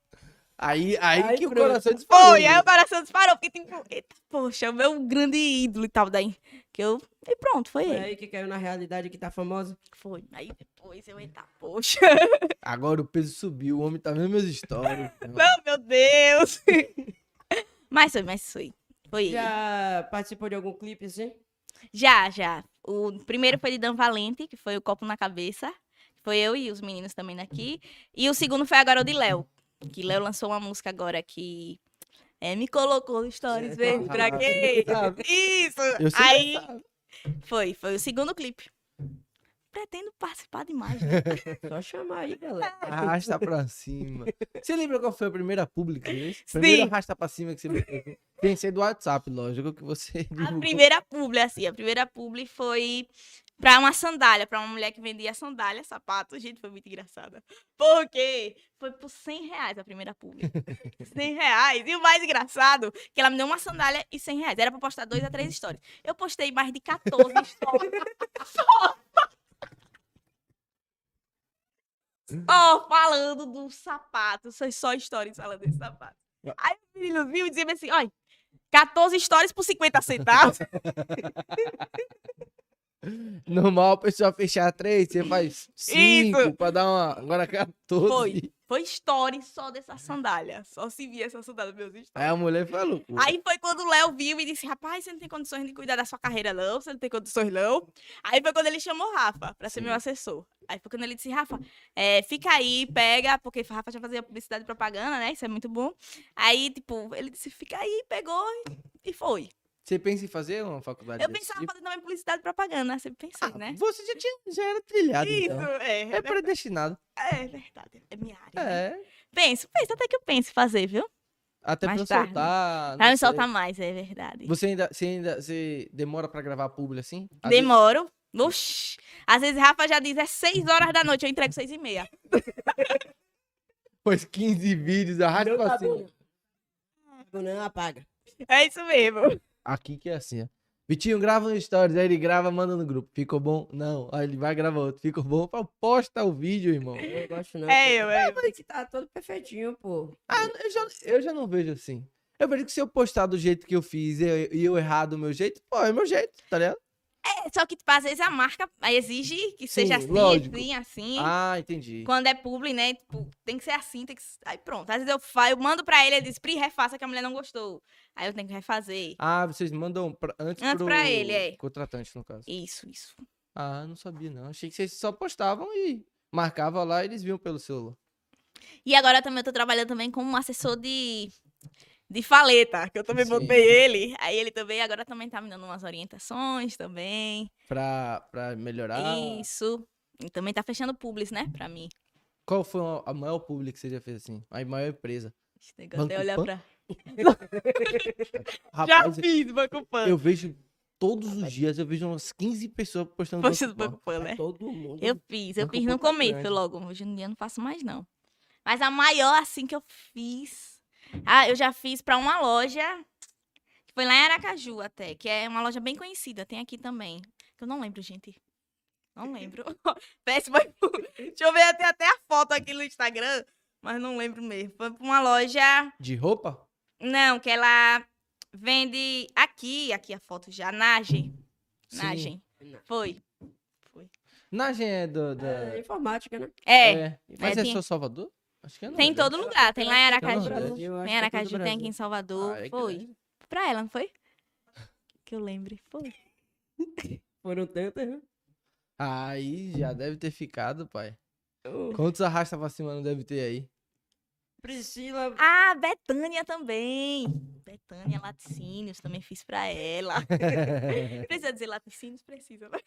Aí, aí,
Aí
que o
pronto.
coração né? disparou.
Foi, é. aí o coração disparou, porque tipo, eita, poxa, o meu grande ídolo e tal daí. Que eu, e pronto, foi
Foi
ele.
aí que caiu na realidade que tá famosa.
Foi. Aí depois eu, eita, poxa.
Agora o peso subiu, o homem tá vendo meus stories.
Não, meu Deus. Mas foi, mas foi. Foi ele.
Já participou de algum clipe, assim? sim?
Já, já. O primeiro foi de Dan Valente, que foi o copo na cabeça. Foi eu e os meninos também daqui. E o segundo foi agora o de Léo. Que Léo lançou uma música agora que. é, me colocou no stories verde pra quê?
Tá,
Sabe?
Isso!
É, tá. Eu sei
Aí foi, foi o segundo clipe. Pretendo participar de mais. né?
Só chamar aí, galera.
Arrasta pra cima. Você lembra qual foi a primeira pública? Primeiro arrasta pra cima que você meteu. Pensei do WhatsApp, lógico, que você
A
divulgou.
primeira publi, assim, a primeira publi foi pra uma sandália, pra uma mulher que vendia sandália, sapato. Gente, foi muito engraçada. Por quê? Foi por 100 reais a primeira publi. 100 reais. E o mais engraçado, que ela me deu uma sandália e 100 reais. Era pra postar dois a três stories. Eu postei mais de 14 stories. Só falando do sapato. Só- Só stories falando desse sapato. Aí o menino viu e dizia assim, olha, 14 stories por 50 centavos.
Normal a pessoa fechar três, você faz cinco
Isso.
pra dar uma. Agora é 14.
Foi. Foi story só
Uhum.
dessa sandália. Só se via essa sandália meus stories.
Aí a mulher falou. pô,
Aí foi quando o Léo viu e disse: Rapaz, você não tem condições de cuidar da sua carreira, não. Você não tem condições, não. Aí foi quando ele chamou o Rafa pra ser meu assessor. Aí foi quando ele disse: Rafa, é, fica aí, pega, porque o Rafa já fazia publicidade e propaganda, né? Isso é muito bom. Aí, tipo, ele disse: Fica aí, pegou e foi.
Você pensa em fazer uma faculdade?
Eu
desse
pensava
tipo?
fazer também publicidade e propaganda, sempre pensei,
Ah,
né?
Você já, tinha, já era trilhado.
Isso,
então.
é,
É predestinado.
é verdade. É minha área. né?
É.
Penso, penso, até que eu penso em fazer, viu?
Até
Mais
pra
tarde. né?
soltar.
Pra
não
me
sei.
soltar mais, é verdade.
Você ainda, você ainda você demora pra gravar público assim? Às vezes-
Demoro. Oxi. Às vezes Rafa já diz, é 6 horas da noite, eu entrego 6 e meia.
Faz 15 vídeos, arrasta
Não
pra
tá
cima.
bom, não. Tá bom, Não, apaga.
É isso mesmo.
Aqui que é assim, ó. Vitinho, grava um stories, aí ele grava, manda no grupo. Ficou bom? Não. Aí ele vai gravar outro. Ficou bom? Pô, Posta o vídeo, irmão.
Eu não gosto,
Então,
não.
É
porque-
eu, é
Ah, mas que tá todo perfeitinho, pô.
Ah, eu já, eu já não vejo assim. Eu vejo que se eu postar do jeito que eu fiz e eu, e eu errar do meu jeito, pô, é meu jeito, tá ligado?
É, só que, tipo, às vezes a marca aí exige que
Sim,
seja assim,
lógico.
assim, assim.
Ah, entendi.
Quando é publi, né? Tipo, tem que ser assim, tem que. s- Aí pronto. Às vezes eu, fa... eu mando pra ele, ele diz, Pri, refaça que a mulher não gostou. Aí eu tenho que refazer.
Ah, vocês mandam pra, antes,
Antes
pro
pra ele, é.
contratante, no caso.
Isso, isso.
Ah, não sabia, não. Achei que vocês só postavam e marcavam lá e eles vinham pelo celular.
E agora também eu tô trabalhando também como assessor de. De faleta, que eu também
Sim.
botei ele. Aí ele também, agora também tá me dando umas orientações também.
Pra, pra melhorar.
Isso. E também tá fechando publis, né? Pra mim.
Qual foi a maior pública que você já fez assim? A maior empresa.
Esse negócio de
Banco
olhar
Pan?
pra.
Rapaz,
Já fiz Banco Pan.
eu vejo todos os dias, eu vejo umas 15 pessoas postando.
Poxa do
Banco Pan.
Banco Pan, né?
Todo mundo.
Eu fiz, eu
Banco
fiz
Pan
no
tá
começo
grande.
logo. Hoje em dia eu não faço mais, não. Mas a maior, assim, que eu fiz. Ah, eu já fiz pra uma loja. Que foi lá em Aracaju até, que é uma loja bem conhecida, tem aqui também. Que eu não lembro, gente. Não lembro. Péssima. Deixa eu ver até, até a foto aqui no Instagram, mas não lembro mesmo. Foi pra uma loja.
De roupa?
Não, que ela vende aqui, aqui a foto já, Nagem.
Sim.
Nagem. Foi. Foi.
Nagem é do. da-
É, informática, né?
É,
é. Mas
É,
é,
tem-
só Salvador? Acho que é.
tem em
não, né?
todo lugar, tem lá em Aracaju.
Brasil,
Tem em Aracaju, tem aqui em Salvador.
Ah, é
foi.
grande.
Pra ela, não foi? Que eu lembre. Foi.
Foram tantas, né?
Aí já deve ter ficado, pai.
Ô,
Quantos arrasta pra cima não deve ter aí?
Priscila,
Ah, Betânia também. Betânia Laticínios, também fiz pra ela. Precisa dizer Laticínios? Precisa. né?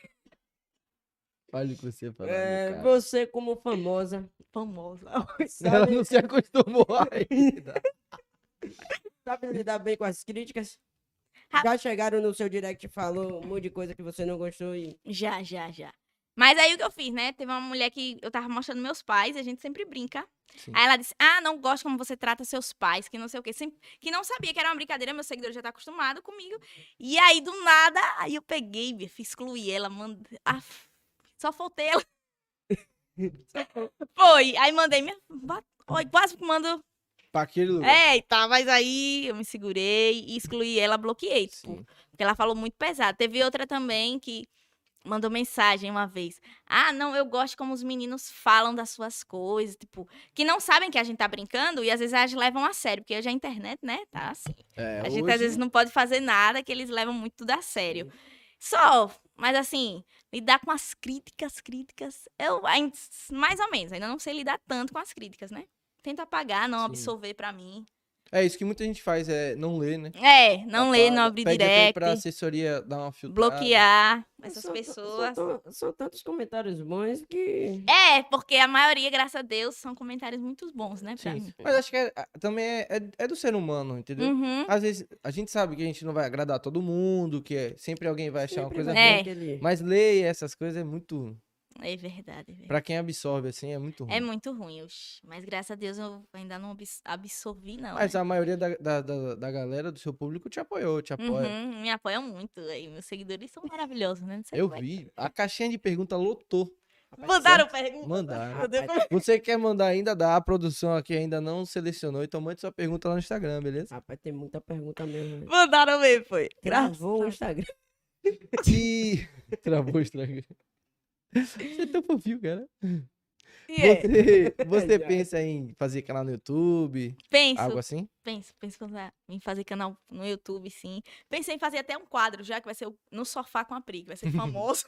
Olha o que você falou.
é,
cara.
você como famosa,
Famosa.
Ela
sabe,
não se acostumou ainda.
sabe lidar bem com as críticas?
Ra- Ah.
Já chegaram no seu direct e falou um monte de coisa que você não gostou e
Já, já, já. Mas aí o que eu fiz, né? Teve uma mulher que eu tava mostrando meus pais, a gente sempre brinca.
Sim.
Aí ela disse: Ah, não gosto como você trata seus pais, que não sei o quê. Sem- que não sabia que era uma brincadeira, meu seguidor já tá acostumado comigo. E aí, do nada, aí eu peguei, minha filha, excluí ela, mandei. Ah, só faltei ela. Foi. Aí mandei minha. ba- Oi, quase que mando.
Pra
É,
aquele lugar.
Eita, mas aí eu me segurei e excluí ela, bloqueei. Tipo,
Sim.
porque ela falou muito pesado. Teve outra também que mandou mensagem uma vez. Ah, não, eu gosto como os meninos falam das suas coisas, tipo, que não sabem que a gente tá brincando e às vezes elas levam a sério, porque hoje a internet, né, tá assim.
É,
a gente
hoje-
às vezes não pode fazer nada que eles levam muito tudo a sério. Só, mas assim, lidar com as críticas, críticas, eu ainda, mais ou menos, ainda não sei lidar tanto com as críticas, né? Tento apagar, não
Sim.
absorver pra mim.
É isso que muita gente faz, é não ler, né?
É, não ler, não
Apaga,
abrir
pede até
direct,
pra assessoria dar uma filtrada.
bloquear essas
São t- são
pessoas.
tão- São tantos comentários bons que.
É, porque a maioria, graças a Deus, são comentários muito bons, né, pra mim.
Sim. Mas acho que é- também é, é- é do ser humano, entendeu?
Uhum.
Às vezes a gente sabe que a gente não vai agradar todo mundo, que é- sempre alguém vai achar uma
Sempre
coisa
vai ter
É.
ruim.
aquele-
Mas ler essas coisas é muito.
É verdade, é verdade.
Pra quem absorve, assim, é muito ruim.
É muito ruim, oxi. mas graças a Deus eu ainda não abs- absorvi, não.
Mas
né?
a maioria da, da, da, da galera do seu público te apoiou, te apoia.
Uhum, me apoiam muito. Aí. Meus seguidores são maravilhosos, né? Não sei
Eu
como é.
vi. A caixinha de pergunta lotou.
Mandaram pergunta.
Mandaram.
Meu Deus, como-
Você quer mandar ainda? Dá. A produção aqui ainda não selecionou, então mande sua pergunta lá no Instagram, beleza?
Rapaz, tem muita pergunta mesmo. né?
Mandaram mesmo, foi.
Travou o
Graças a-
Instagram.
E... Travou o Instagram. Você é tão fofinho, cara.
E é,
Você, você
Já.
pensa em fazer canal no YouTube,
Penso,
algo assim?
penso, penso em- em fazer canal no YouTube, sim. Pensei em fazer até um quadro, já que vai ser o- no sofá com a Pri, que vai ser famoso.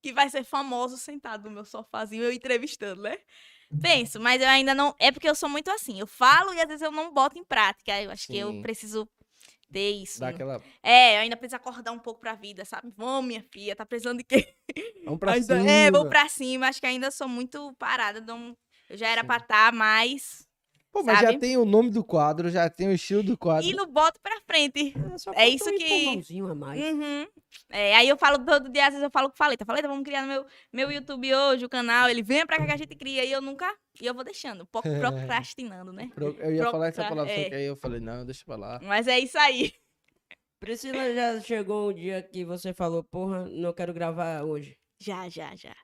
que vai ser famoso sentado no meu sofazinho, eu entrevistando, né? Penso, mas eu ainda não. É porque eu sou muito assim. Eu falo e às vezes eu não boto em prática. Eu acho que eu
Sim.
preciso ter isso.
Dá
no-
aquela...
É, eu ainda preciso acordar um pouco pra vida, sabe? Vamos, minha filha, tá precisando de quê?
Vamos um pra
Ainda-
cima.
É, vou pra cima. Acho que ainda sou muito parada. não- Eu já era
Sim.
pra tá, estar mais.
Pô, mas já
sabe?
tem o nome do quadro, já tem o estilo do quadro.
E não boto pra frente.
É, só
É
faltou
isso
um
que-
empurrãozinho a mais.
Uhum. É, aí eu falo todo dia, às vezes eu falo com o Faleta. Faleta, vamos criar no meu, meu YouTube hoje, o canal. Ele vem pra cá que a gente cria. E eu nunca. E eu vou deixando, po- procrastinando, né?
Pro- Eu ia falar essa
Procra-
palavra, só
é.
que aí eu falei, não, deixa pra lá.
Mas é isso aí.
Priscila já chegou um dia que você falou, porra, não quero gravar hoje.
Já, já, já.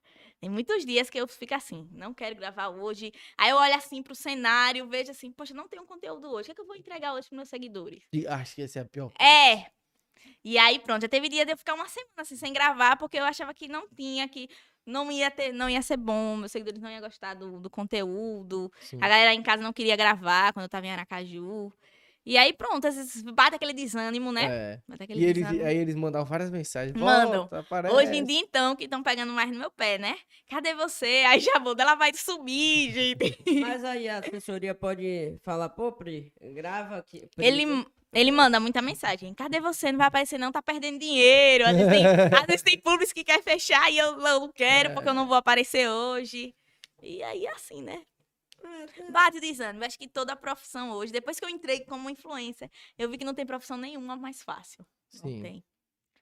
Tem muitos dias que eu fico assim, não quero gravar hoje. Aí eu olho assim pro cenário, vejo assim, poxa, não tenho conteúdo hoje. O que, é que eu vou entregar hoje pros meus seguidores?
E acho que essa é a pior.
É. E aí, pronto, já teve dia de eu ficar uma semana assim, sem gravar, porque eu achava que não tinha, que não ia ter, não ia ser bom, meus seguidores não iam gostar do, do conteúdo,
Sim.
a galera em casa não queria gravar quando eu tava em Aracaju. E aí, pronto, às vezes bate aquele desânimo, né?
É.
Bate aquele
E eles,
desânimo.
aí é eles mandaram várias mensagens.
Mandam.
Volta, aparece.
Hoje em dia, então, que estão pegando mais no meu pé, né? Cadê você? Aí já vou, ela vai subir,
Tá
gente.
Mas aí a assessoria pode falar, pô, Pri, grava aqui. Pri,
Ele, ele manda muita mensagem. Cadê você? Não vai aparecer, não, tá perdendo dinheiro. Às vezes tem, às vezes tem público que quer fechar e eu não quero,
É.
porque eu não vou aparecer hoje. E aí, assim, né?
Uhum.
Bate o desânimo. Acho que toda a profissão hoje, depois que eu entrei como influencer, eu vi que não tem profissão nenhuma mais fácil. Não
Sim.
tem.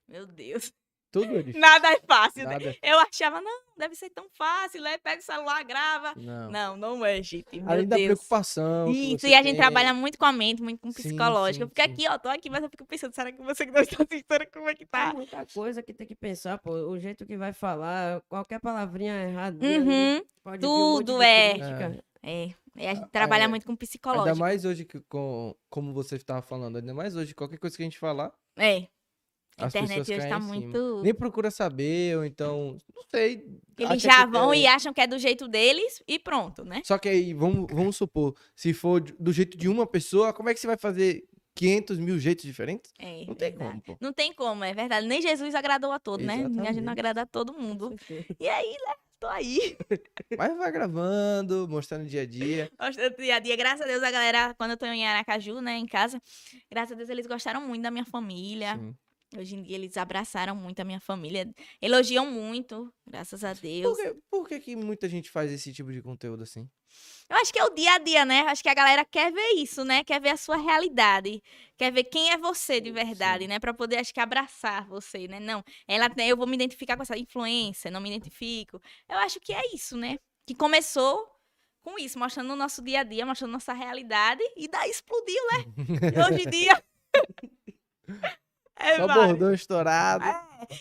Meu Deus.
Tudo é difícil.
Nada é fácil. né?
Nada.
Eu achava, não, deve ser tão fácil, né? Pega o celular, grava.
Não. tá
Não, não é, gente. Meu
Além da
Deus.
preocupação. que
Isso,
você
e a gente
tem.
trabalha muito com a mente, muito com o
Sim,
psicológico. eu
sim,
fico
sim.
aqui, ó, tô aqui, mas eu fico pensando, será que você que não está assistindo, como é que
Tem
tá?
muita coisa que tem que pensar, pô. O jeito que vai falar, qualquer palavrinha errada.
Uhum.
pode
tudo
vir um monte de
é.
crítica.
É, é, a gente trabalha
é.
muito com o
Ainda
psicológico.
mais hoje, que, com, como você estava falando, ainda mais hoje, qualquer coisa que a gente falar,
É, a
as pessoas
internet hoje
caem
tá
em cima.
muito.
Nem procura saber, ou então, não sei.
Eles
acha
já
que
vão
é.
e acham que é do jeito deles e pronto, né?
Só que aí, vamos, vamos supor, se for de- do jeito de uma pessoa, como é que você vai fazer 500 mil jeitos diferentes?
É,
Não tem
verdade.
como, pô.
Não tem como, é verdade. Nem Jesus agradou a todos, né? A gente
Exatamente.
não agrada a todo mundo. E aí, né? Tô aí.
Mas vai gravando, mostrando dia a dia.
Gosto do dia a dia. Graças a Deus, a galera, quando eu tô em Aracaju, né, em casa, graças a Deus eles gostaram muito da minha família.
Sim.
Hoje em dia eles abraçaram muito a minha família, elogiam muito, graças a Deus.
Por, que, por que, que muita gente faz esse tipo de conteúdo assim?
Eu acho que é o dia a dia, né? Acho que a galera quer ver isso, né? Quer ver a sua realidade, quer ver quem é você de verdade, né? Pra poder, acho que, abraçar você, né? Não, ela, tem- eu vou me identificar com essa influência, não me identifico. Eu acho que é isso, né? Que começou com isso, mostrando o nosso dia a dia, mostrando nossa realidade, e daí explodiu, né? E hoje em dia... É,
Só
válido.
bordão estourado.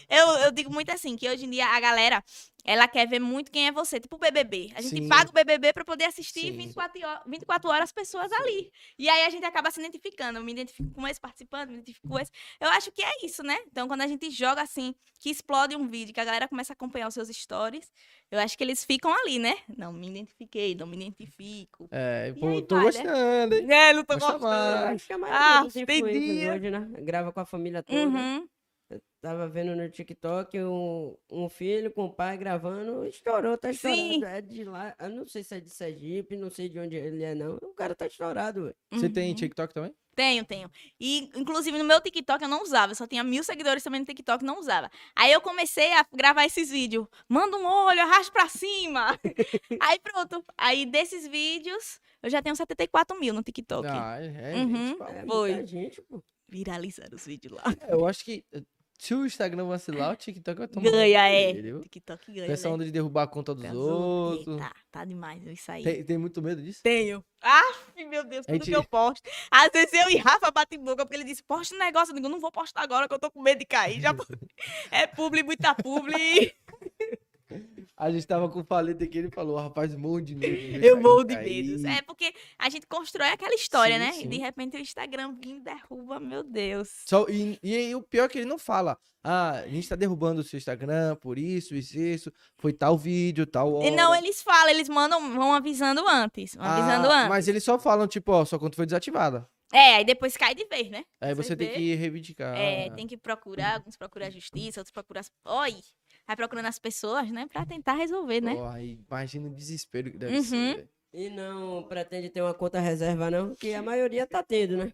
Eu, eu digo muito assim, que hoje em dia a galera, ela quer ver muito quem é você. Tipo o BBB. A gente
Sim.
paga o BBB pra poder assistir
Sim.
24, ho- 24 horas as pessoas ali. E aí a gente acaba se identificando. Eu me identifico com esse participante, me identifico com esse. Eu acho que é isso, né? Então, quando a gente joga assim, que explode um vídeo, que a galera começa a acompanhar os seus stories, eu acho que eles ficam ali, né? Não me identifiquei, não me identifico.
É, tá
E
pô,
aí, né?
tô
olha.
gostando, hein?
É, não
Gosta mais.
Acho que a
Ah,
maioria dos
tem
influencers
dia.
hoje, né? Grava com a família toda.
Uhum.
Tava vendo no TikTok um, um filho com o pai gravando, estourou, tá estourado.
Sim.
É de lá, eu não sei se é de Sergipe, não sei de onde ele é, não. O cara tá estourado, velho.
Você tem
uhum.
TikTok também?
Tenho, tenho. E, inclusive, no meu TikTok eu não usava. Eu só tinha mil seguidores também no TikTok, não usava. Aí eu comecei a gravar esses vídeos. Manda um olho, arrasta pra cima. Aí pronto. Aí desses vídeos, eu já tenho 74 mil no TikTok.
Ah, é, é,
Uhum.
gente, pá.
É
Foi.
muita gente, pô.
Viralizaram os vídeos lá.
É, Eu acho que eh, se o Instagram vacilar, o TikTok vai tomar.
Ganha,
conta
é.
dele, viu?
TikTok ganha.
Nessa
né?
onda de derrubar a conta dos
Fica azul.
outros.
Eita, tá demais isso aí.
Tem, tem muito medo disso?
Tenho. Aff, meu Deus,
A
tudo
gente-
que eu posto. Às vezes eu e Rafa batem boca, porque ele disse, posta um negócio. Eu digo, não vou postar agora, que eu tô com medo de cair. Já... po- é publi, muita publi.
A gente tava com o paleta aqui, ele falou, rapaz, morro de medo. tá de
Eu
sair,
morro de
cair."
medo. É porque a gente constrói aquela história,
Sim,
né? E
sim.
de repente o Instagram vem e derruba, meu Deus.
Só, e, e aí, o pior é que ele não fala. Ah, a gente tá derrubando o seu Instagram por isso, isso, isso. Foi tal vídeo, tal hora.
E não, eles falam, eles mandam, vão avisando antes. Vão avisando
Ah,
antes.
Mas eles só falam, tipo, ó, sua conta foi desativada.
É, aí depois cai de vez, né?
Aí
Vocês
você tem
vê?
que reivindicar.
É, tem que procurar, alguns procuram a justiça, outros procuram as. Oi! Vai procurando as pessoas, né? Pra tentar resolver, né?
Porra, aí imagina o desespero que deve
Uhum.
ser. velho.
E não pretende ter uma conta reserva, não, que a maioria tá tendo, né?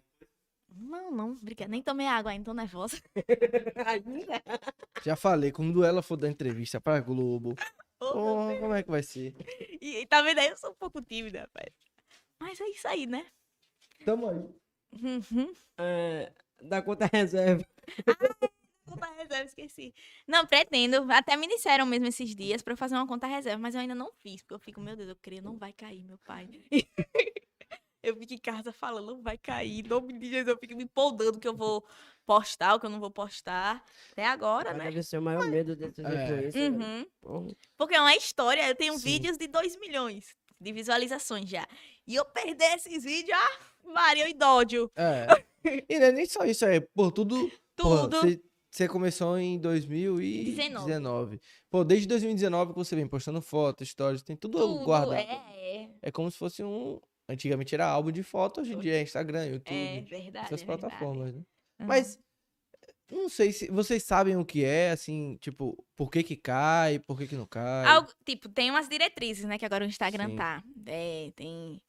Não, não, obrigada. Nem tomei água ainda, tô nervosa.
Já falei, quando ela for dar entrevista pra Globo,
Oh,
porra, como é que vai ser?
E, e tá vendo aí? Eu sou um pouco tímida, rapaz. Mas é isso aí, né?
Tamo aí.
Uhum.
É, da conta reserva.
conta reserva, esqueci. Não, pretendo. Até me disseram mesmo esses dias pra eu fazer uma conta reserva, mas eu ainda não fiz, porque eu fico, meu Deus, eu creio, não vai cair, meu pai. eu fico em casa falando, não vai cair, em nome de Jesus, eu fico me podando que eu vou postar, o que eu não vou postar. Até agora, né?
Deve ser o maior medo desses
É.
influencers. velho.
Uhum.
Porra.
Porque é uma história, eu tenho
Sim.
vídeos de 2 milhões de visualizações já. E eu perder esses vídeos, ah, Maria, eu idódio.
É. E não é nem só isso, é por tudo.
Tudo.
Você começou em 2019.
19.
Pô, desde 2019 que você vem postando fotos, stories, tem tudo,
tudo,
guardado.
é, é,
É como se fosse um. Antigamente era álbum de foto, hoje em dia é Instagram, YouTube,
é verdade.
essas
é verdade.
plataformas, né?
Uhum.
Mas eh, não sei se vocês sabem o que é, assim, tipo, por que que cai, por que que não cai.
Algo- tipo, tem umas diretrizes, né? Que agora o Instagram
Sim.
tá. É, tem.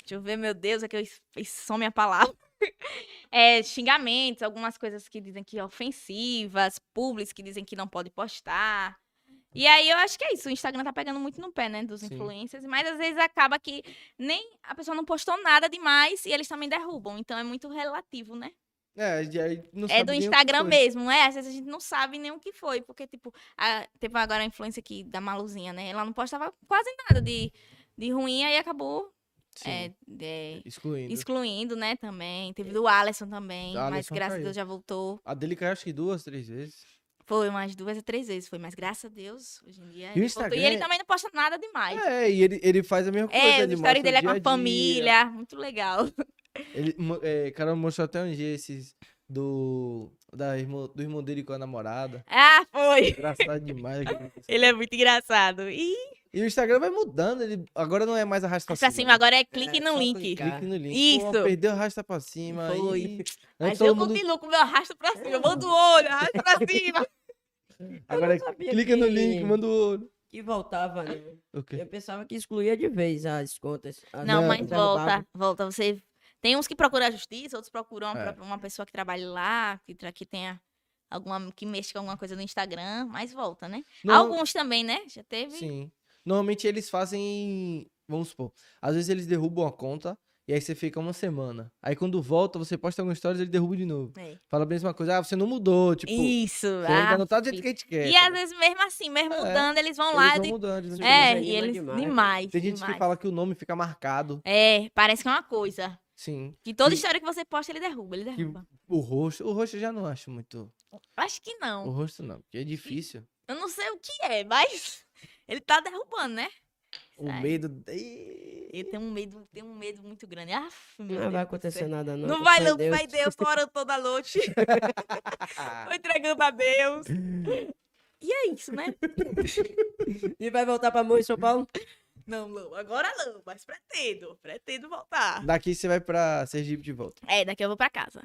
Deixa eu ver, meu Deus, é que eu es- es- some a palavra. É, xingamentos, algumas coisas que dizem que é ofensivas, públicos que dizem que não pode postar. E aí eu acho que é isso. O Instagram tá pegando muito no pé, né? Dos
Sim.
influencers. Mas às vezes acaba que nem a pessoa não postou nada demais e eles também derrubam. Então é muito relativo, né?
É, e aí não
É
sabe
do
nem o que
Instagram
foi.
mesmo, é. Às vezes a gente não sabe nem o que foi, porque, tipo, a, teve agora a influência aqui da Maluzinha, né? Ela não postava quase nada de, de ruim, aí acabou
Sim,
é, de-
excluindo. É.
excluindo, né? Também. Teve do Alisson também,
Do
mas
Alisson tá
graças a
caiu.
Deus já voltou.
A dele caiu acho que duas, três vezes.
Foi umas duas a três vezes, foi, mas graças a Deus, hoje em
E o
dia. ele voltou.
Instagram
e ele
é-
também não posta nada demais.
É, e ele, ele faz a mesma coisa.
É, a
ele
história
mostra o
dele é com
dia
a
dia,
família, muito legal.
Ele, mo- é, cara, mostrou até um dia esses do, da irmã, do irmão dele com a namorada.
Ah, foi!
Engraçado demais. aquele-
Ele é muito engraçado. E
E o Instagram vai mudando, ele agora não é mais arrasta
pra
pra
cima, agora é clique
É,
no
só
link.
clicar.
Clique no link. Pô,
Isso.
perdeu, arrasta pra cima.
Foi.
aí- Antes
Mas
todo
Então eu
mundo...
continuo com o meu arrasto pra cima. Eu mando o olho, arrasto pra cima.
Agora
não sabia
clica no link,
que-
manda o olho.
Que voltava, né?
O quê?
Eu pensava que excluía de vez as contas. as-
Não,
Não, então, tá.
mas
derrubava.
volta, volta. Você. Tem uns que procuram a justiça, outros procuram uma
É.
própria- uma pessoa que trabalhe lá, que, tra- que tenha alguma que mexe com alguma coisa no Instagram, mas volta, né?
Norma-
Alguns também, né? Já teve.
Sim. Normalmente eles fazem. Vamos supor. Às vezes eles derrubam a conta e aí você fica uma semana. Aí quando volta, você posta algumas histórias e ele derruba de novo.
É.
Fala a mesma coisa. Ah, você não mudou. Tipo,
Isso.
você ainda
ah,
não tá do jeito que a gente quer.
E
tá
às
ligado?
vezes, mesmo assim, mesmo
É.
mudando, eles vão
Eles
lá.
vão
de-
mudando, eles vão
É,
mudando.
e
Desanima
eles.
demais.
Demais.
Tem gente que
demais.
fala que o nome fica marcado.
É, parece que é uma coisa.
Sim.
Que toda
Que-
história que você posta, ele derruba, ele derruba.
O rosto. O rosto eu já não acho muito.
Acho que
O
não.
rosto não, porque é difícil.
Eu não sei o que é, mas ele tá derrubando, né?
Um
O
Ai.
medo. Ih.
Eu tenho um medo, tenho um medo muito grande. Aff,
Não
meu
vai
Deus do céu.
acontecer nada, não.
Não vai,
confia em
não vai, Deus, tô orando toda noite.
ah.
tô entregando a Deus. E é isso, né?
E vai voltar pra mão em São Paulo?
Não, não, agora não, mas pretendo, pretendo voltar.
Daqui você vai pra Sergipe de volta.
É, daqui eu vou pra casa.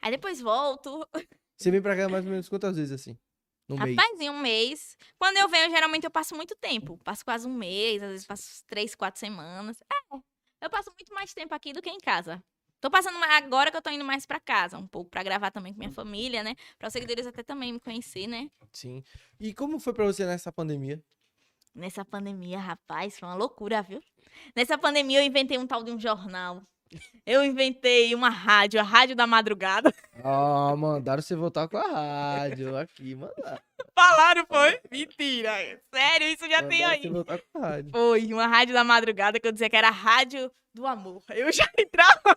Aí depois volto,
Você vem pra cá mais ou menos quantas vezes assim? No mês.
rapaz, em um mês. Quando eu venho, geralmente eu passo muito tempo. Passo quase um mês, às vezes passo três, quatro semanas. É, eu passo muito mais tempo aqui do que em casa. Tô passando ma- agora que eu tô indo mais pra casa, um pouco pra gravar também com minha família, né? Pra os seguidores até também me conhecer, né?
Sim. E como foi pra você nessa pandemia?
Nessa pandemia, rapaz, foi uma loucura, viu? Nessa pandemia eu inventei um tal de um jornal. Eu inventei uma rádio, a rádio da madrugada.
Ah, mandaram você voltar com a rádio aqui, mandaram.
Falaram, foi? Mentira. Sério, isso já tem
Mandaram você
aí.
voltar com a rádio.
Foi uma rádio da madrugada que eu dizia que era a rádio do amor. Eu já entrava.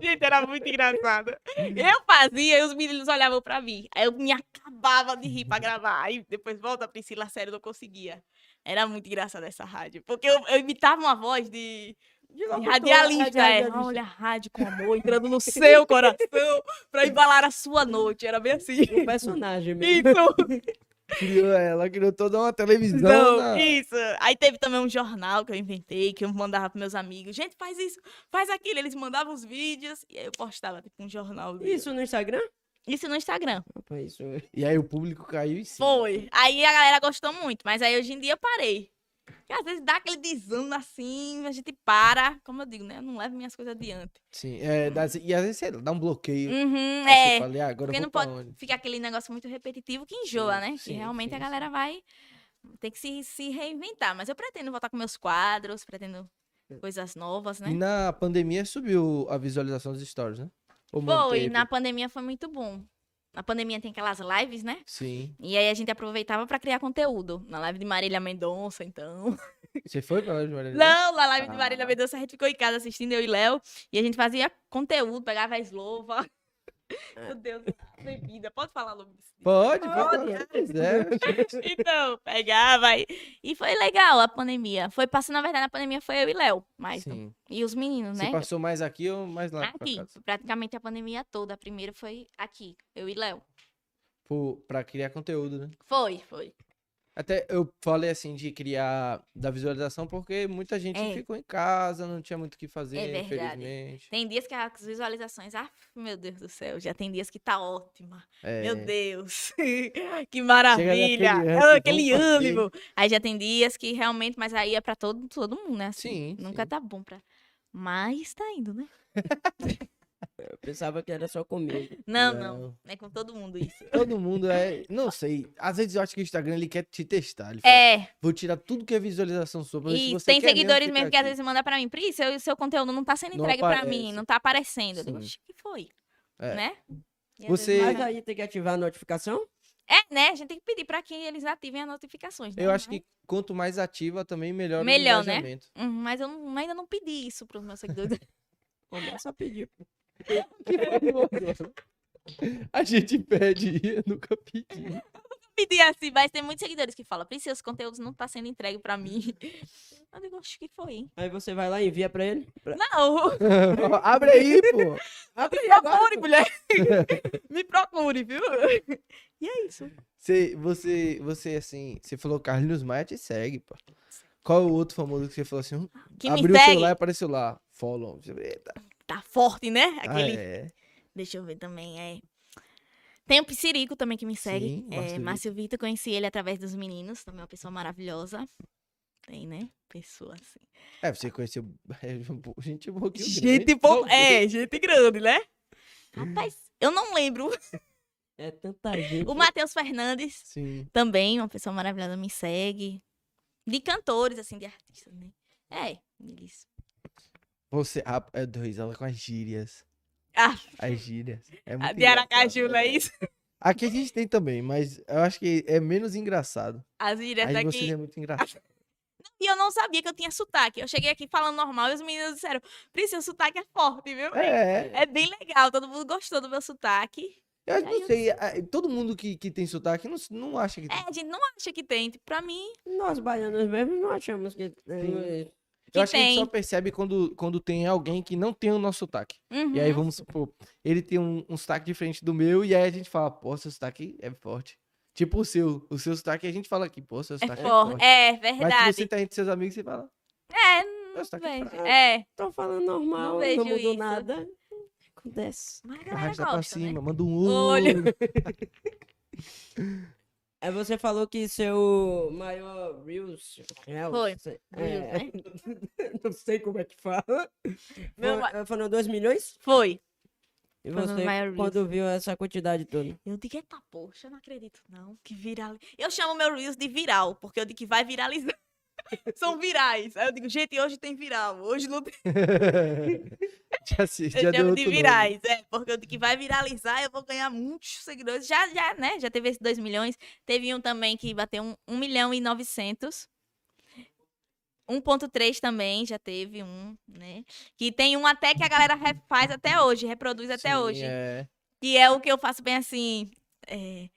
Gente, era muito engraçado. Eu fazia e os meninos olhavam pra mim. Aí eu me acabava de rir pra gravar. Aí depois volta a Priscila, sério, eu não conseguia. Era muito engraçada essa rádio. Porque eu, eu imitava uma voz de,
De
de
locutor,
radialista. É.
um radialista.
Olha, a rádio com amor entrando no seu coração pra embalar a sua noite. Era bem assim.
Um personagem mesmo.
Isso.
Criou ela, criou toda uma televisão.
Não,
na-
Então, isso. Aí teve também um jornal que eu inventei, que eu mandava pros meus amigos. Gente, faz isso, faz aquilo. Eles mandavam os vídeos e aí eu postava, tipo, um jornal. dele.
Isso no Instagram?
Isso no Instagram.
Opa, isso.
E aí o público caiu em cima.
Foi. Aí a galera gostou muito, mas aí hoje em dia eu parei. Porque às vezes dá aquele desânimo assim, a gente para. Como eu digo, né? Eu não levo minhas coisas adiante.
Sim. é, dá- e às vezes você dá um bloqueio. Aí
Uhum,
Você
é.
fala, "E agora eu
Porque
vou
não
pra
pode
onde?
ficar aquele negócio muito repetitivo que enjoa,
Sim,
né?
sim,
que realmente
sim,
a galera vai ter que se, se reinventar. Mas eu pretendo voltar com meus quadros, pretendo
É.
coisas novas, né?
E na pandemia subiu a visualização dos stories, né? Ou
Foi,
manteve?
na pandemia foi muito bom. Na pandemia tem aquelas lives, né?
Sim.
E aí a gente aproveitava pra criar conteúdo. Na live de Marília Mendonça, então.
Você foi pra lá de Marília?
Não, na live de Marília
É. Ah.
Mendonça a gente ficou em casa assistindo, eu e Léo. E a gente fazia conteúdo, pegava a eslova.
É.
Meu Deus, bebida. Pode falar o nome disso?
Pode, é. pode.
é.
se quiser.
Então, pegava e... e foi legal a pandemia. Foi passando, na verdade, a pandemia foi eu e Léo, mais.
Sim.
E os meninos,
Você
né?
passou mais aqui ou mais lá? pra
Aqui,
casa?
praticamente a pandemia toda. A primeira foi aqui, eu e Léo.
Pô, Pra criar conteúdo, né?
Foi, foi.
Até eu falei assim de criar da visualização porque muita gente
É.
ficou em casa, não tinha muito o que fazer,
verdade.
infelizmente.
Tem dias que as visualizações, ah, meu Deus do céu, já tem dias que tá ótima.
É,
Meu Deus, que maravilha,
ânimo,
ah, aquele
vamos fazer.
ânimo. Aí já tem dias que realmente, mas aí é pra todo, todo mundo, né?
Sim,
Nunca
sim.
tá bom pra... Mas tá indo, né?
Eu pensava que era só comigo.
Não, não,
Não.
é com todo mundo isso.
Todo mundo é. Não sei. Às vezes eu acho que o Instagram ele quer te testar. Ele fala,
É,
Vou tirar tudo que é visualização sua. pra ver se
e
você
tem
quer
seguidores mesmo
ficar
que às
aqui."
vezes mandam pra mim, Pri, seu, seu conteúdo não tá sendo
Não
entregue pra
aparece.
mim, não tá aparecendo. Eu digo,
Sim.
"Oxe, o que foi?
É.
Né? E às
Você-
vezes
Mas
não é.
aí tem que ativar a notificação?
É, né? A gente tem que pedir pra que eles ativem as notificações. né?
Eu acho
Mas-
que quanto mais ativa também, melhor o
Melhor, né?
engajamento.
Hum, mas eu não- ainda não pedi isso pros meus seguidores.
Começa a pedir.
A gente pede, eu nunca pedi.
pedi assim, mas tem muitos seguidores que falam, Priscila, os conteúdos não tá sendo entregue pra mim. Eu digo, acho que foi, hein?
Aí você vai lá e envia pra ele.
Não,
Abre aí, pô.
Abre
me
aí agora,
procure, mulher. me procure, viu? E é isso.
Você, você, você, assim, você falou Carlinhos Maia te segue, pô. Qual é o outro famoso que você falou assim? hum,
Quem
abriu
me
o
segue
celular e apareceu lá. Follow. Você vê, Eita,
tá forte, né?
ah,
Aquele.
é.
Deixa eu ver também, é. Tem o Psirico também que me segue.
Sim,
é,
Márcio Vitor.
Márcio Vitor, conheci ele através dos meninos, também é uma pessoa maravilhosa. Tem, né? Pessoa assim.
É, você conheceu é, gente boa que o grande.
é. Gente, bom, é, gente grande, né? Rapaz, eu não lembro.
É tanta gente.
O Matheus Fernandes
Sim.
também, uma pessoa maravilhosa, me segue. De cantores, assim, de artistas, né? É, Melissa.
Você. Ah, é dois, ela com as gírias.
Ah,
As gírias. É
a
muito
Ah, de Aracaju,
engraçado. né?
não é isso?
Aqui a gente tem também, mas eu acho que é menos engraçado.
As
Aí
diretas
vocês
aqui.
é muito engraçado.
E eu não sabia que eu tinha sotaque. Eu cheguei aqui falando normal e os meninos disseram, Pri, seu sotaque é forte, viu?
É,
É bem legal, todo mundo gostou do meu sotaque.
eu
Aí
não
eu-
sei. ah, Todo mundo que, que tem sotaque não, não acha que
É,
tem.
a gente não acha que tem. Tipo, Pra mim,
Nós baianos mesmo não achamos que eh, tem.
que
eu Então acho que a
tem.
gente só percebe quando, quando tem alguém que não tem o nosso sotaque.
Uhum.
E aí, vamos supor, ele tem um, um sotaque diferente do meu, e aí a gente fala, pô, seu sotaque é forte. Tipo o seu. O seu sotaque a gente fala aqui, pô, seu
é
sotaque é
forte.
forte.
É,
Mas se
verdade.
você tá entre seus amigos, você fala,
É,
meu sotaque é
velho.
fraco.
É.
Tô falando normal,
Não
não,
vejo
mudou
isso.
nada. Acontece.
Mas a galera
Arrasta pra
gosta, né?
cima, manda um
Olho.
olho.
Aí você falou que seu maior Reels. Reels,
Foi,
sei-
Reels,
é, não sei como é que fala.
Meu ma-
Foi- Foram 2 milhões?
Foi.
E
Foi meu
você,
maior Reels.
quando viu essa quantidade toda?
Eu digo, eita, poxa, eu não acredito, não. Que viral. Eu chamo meu Reels de viral, porque eu digo que vai viralizar. São virais. Aí eu digo, gente, hoje tem viral. Hoje não tem.
já se, já
Eu
deu
chamo
outro
de
nome.
virais. É, porque eu digo que vai viralizar, eu vou ganhar muitos seguidores. Já, já, né? Já teve esses 2 milhões. Teve um também que bateu um, 1 milhão e 900. 1.3 também, já teve um, né? Que tem um até que a galera faz até hoje, reproduz até
Sim,
hoje.
É.
Que é o que eu faço bem assim. é,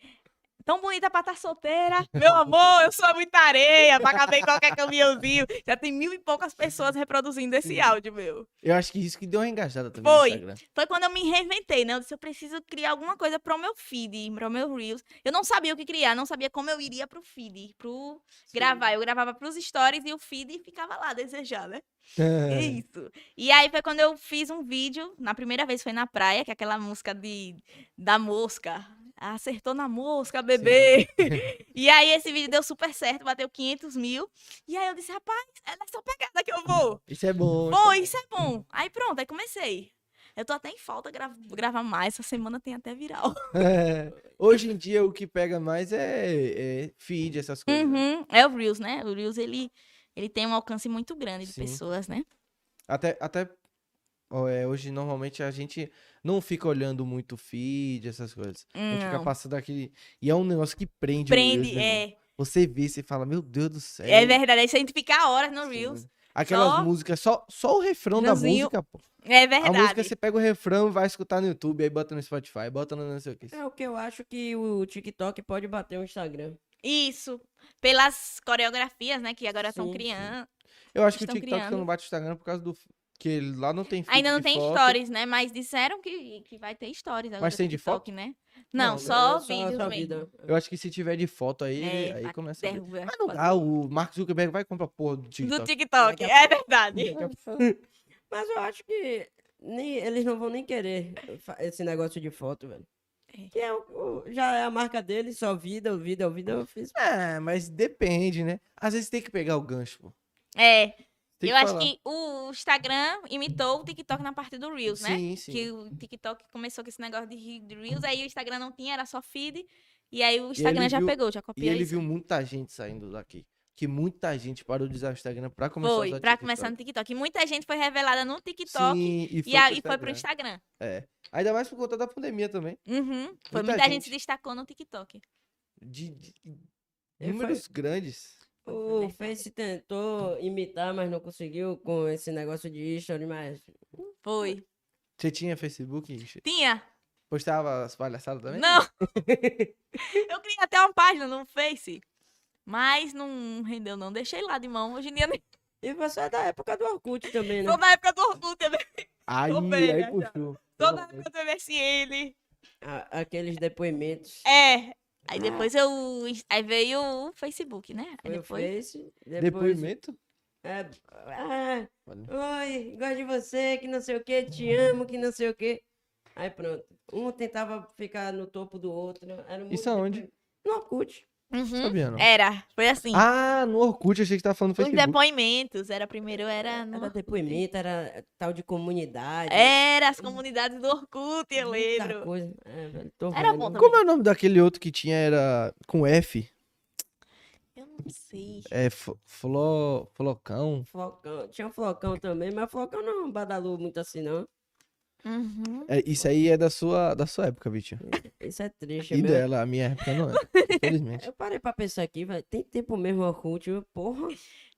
Tão bonita pra estar solteira. Meu amor, eu sou muita areia pra caber em qualquer caminhãozinho. Já tem mil e poucas pessoas reproduzindo esse áudio meu.
Eu acho que isso que deu uma engajada também no
Foi.
Instagram.
Foi quando eu me reinventei, né? Eu disse, eu preciso criar alguma coisa pro meu feed, pro meu Reels. Eu não sabia o que criar, não sabia como eu iria pro feed, pro gravar. Eu gravava pros stories e o feed ficava lá, desejar, né? É Isso. E aí foi quando eu fiz um vídeo, na primeira vez foi na praia, que é aquela música de da mosca. Acertou na mosca, bebê. e aí esse vídeo deu super certo, bateu 500 mil. E aí eu disse, rapaz, é nessa pegada que eu vou.
Isso é bom.
Pô, isso é bom. Aí pronto, aí comecei. Eu tô até em falta gra gravar mais, essa semana tem até viral.
É. Hoje em dia o que pega mais é, é feed, essas coisas. né?
Uhum, É o Reels, né? O Reels, ele, ele tem um alcance muito grande de
Sim.
pessoas, né?
Até, até ó, é, hoje, normalmente, a gente não fica olhando muito o feed, essas coisas. A gente fica
Não.
passando aquele. E é um negócio que prende. o Reels,
Hum. Prende,
né, mano?
é.
Você vê e você fala, meu Deus do céu.
É verdade, aí você fica horas no
Sim.
Reels.
Aquelas
Só-
músicas, só, só o refrão da
Refrãozinho.
música, pô.
É
A música
verdade.
você pega o refrão, vai escutar no YouTube, aí bota no Spotify, bota no não sei o que.
É o que eu acho que o TikTok pode bater o Instagram.
Isso. Pelas coreografias, né? Que agora são
Sim, sim.
crianças.
Eu acho que o
Estão
TikTok só
criando.
não bate o Instagram por causa do. Que lá não tem feed
Ainda não
de
tem
foto.
stories, né? Mas disseram que, que vai ter stories agora.
tem
no
de
TikTok, né? Não,
Não,
só
é
vídeos
só
mesmo.
vida.
Eu acho que se tiver de foto aí,
É,
aí
vai
começa. a ver.
Derruba.
Mas Ah, não dá, o Mark Zuckerberg vai comprar porra do TikTok.
Do TikTok, é verdade.
Mas eu acho que nem, eles não vão nem querer fa- esse negócio de foto, velho.
É.
Que é o- o- já é a marca dele, só vida, o vida, o vida, eu fiz.
É, mas depende, né? Às vezes tem que pegar o gancho, pô.
É,
Tem
eu acho
falar.
que o Instagram imitou o TikTok na parte do Reels, né?
Sim, sim.
Que o TikTok começou com esse negócio de re- de Reels, aí o Instagram não tinha, era só feed. E aí o Instagram já
viu-
pegou, já
E
copiou
ele
isso.
viu muita gente saindo daqui. Que muita gente parou de usar o Instagram pra começar a
Foi,
usar
pra
TikTok.
começar no TikTok. E muita gente foi revelada no TikTok
Sim, e
e, a- e foi
pro
pro
Instagram.
Instagram.
Ainda mais por conta da pandemia também.
Uhum. Foi
Muita
muita gente.
gente.
se destacou no TikTok.
De, de- de
Ele
números grandes.
Foi
O
verdade.
Face tentou imitar, mas não conseguiu com esse negócio de history, mas
Foi.
Você tinha Facebook? Ixi?
Tinha?
Postava as palhaçadas também?
Não. eu criei até uma página no Face. Mas não rendeu, não. Deixei lá de mão. Hoje em dia nem
E você é da época do Orkut também, né?
tô na época do Orkut, eu
Aí,
Tô bem,
aí
né,
puxou.
tô na época do MSN.
A- aqueles depoimentos.
É. Aí depois eu. Aí veio o Facebook, né?
Foi
Aí
o
depois.
Face. Depois.
Depoimento?
É, ah,
Olha.
oi, gosto de você, que não sei o que, te amo, que não sei o que. Aí pronto. Um tentava ficar no topo do outro. Era muito
Isso aonde?
No Orkut.
Uhum.
Sabia, não?
Era, foi assim.
Ah, no Orkut, achei que tava falando no
Os
Facebook.
depoimentos. Era primeiro, era. no-
Era depoimento, era tal de comunidade.
Era as comunidades do Orkut, eu
muita
lembro.
coisa. É, velho, tô
Era
vendo.
bom também.
Como é o nome daquele outro que tinha, era com F?
Eu não sei.
É, flo, flo, flocão.
Flocão. Tinha o Flocão também, mas o Flocão não badalou muito assim, não.
Uhum.
É, isso aí é da sua, da sua época, Vitinho.
Isso é triste,
E
mesmo.
dela, a minha época não é. Infelizmente.
Eu parei pra pensar aqui, velho. Tem tempo mesmo o Orkut, viu? porra.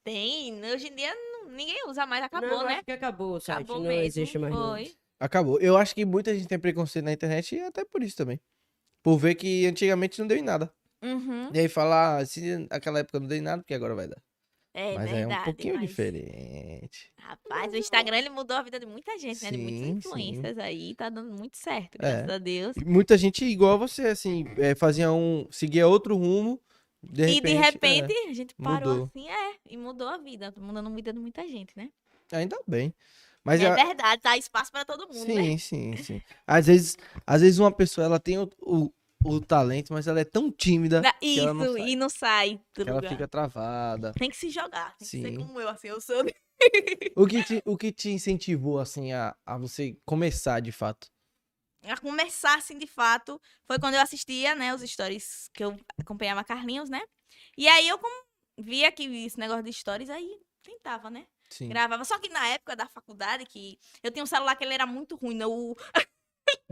Tem. né, Hoje em dia não- ninguém usa mais, acabou,
não, eu
né?
Acho que acabou o site,
Acabou
não
mesmo.
existe mais não.
Foi.
Acabou. Eu acho que muita gente tem preconceito na internet e até por isso também. Por ver que antigamente não deu em nada.
Uhum.
E aí falar, ah, se naquela época não deu em nada, porque agora vai dar.
É
mas
verdade.
é um pouquinho
mas-
diferente.
Rapaz, o Instagram ele mudou a vida de muita gente, né? De muitas
Sim, É.
influências aí. Tá dando muito certo, graças a Deus.
E Muita gente igual você, assim, é, fazia um. seguia outro rumo. De é.
e de repente, a gente parou
mudou.
assim, é, e mudou a vida. tá Mudando a vida de muita gente, né?
é, ainda bem. Mas
é
a-
verdade, dá espaço pra todo mundo, né?
Sim, sim, sim. Às vezes, às vezes uma pessoa ela tem o, o, o talento, mas ela é tão tímida
Dá-
que ela não
Isso,
sai.
e não sai do
que ela
lugar.
fica travada.
Tem que se jogar. Tem que ser
Sim.
como eu, assim, eu sou.
O que te, o que te incentivou assim a, a você começar de fato?
a começar, assim, de fato, foi quando eu assistia, né, os stories que eu acompanhava Carlinhos, né? E aí eu com- via que esse negócio de stories, aí tentava, né?
Sim.
Gravava. Só que na época da faculdade, que eu tinha um celular que ele era muito ruim, né? O...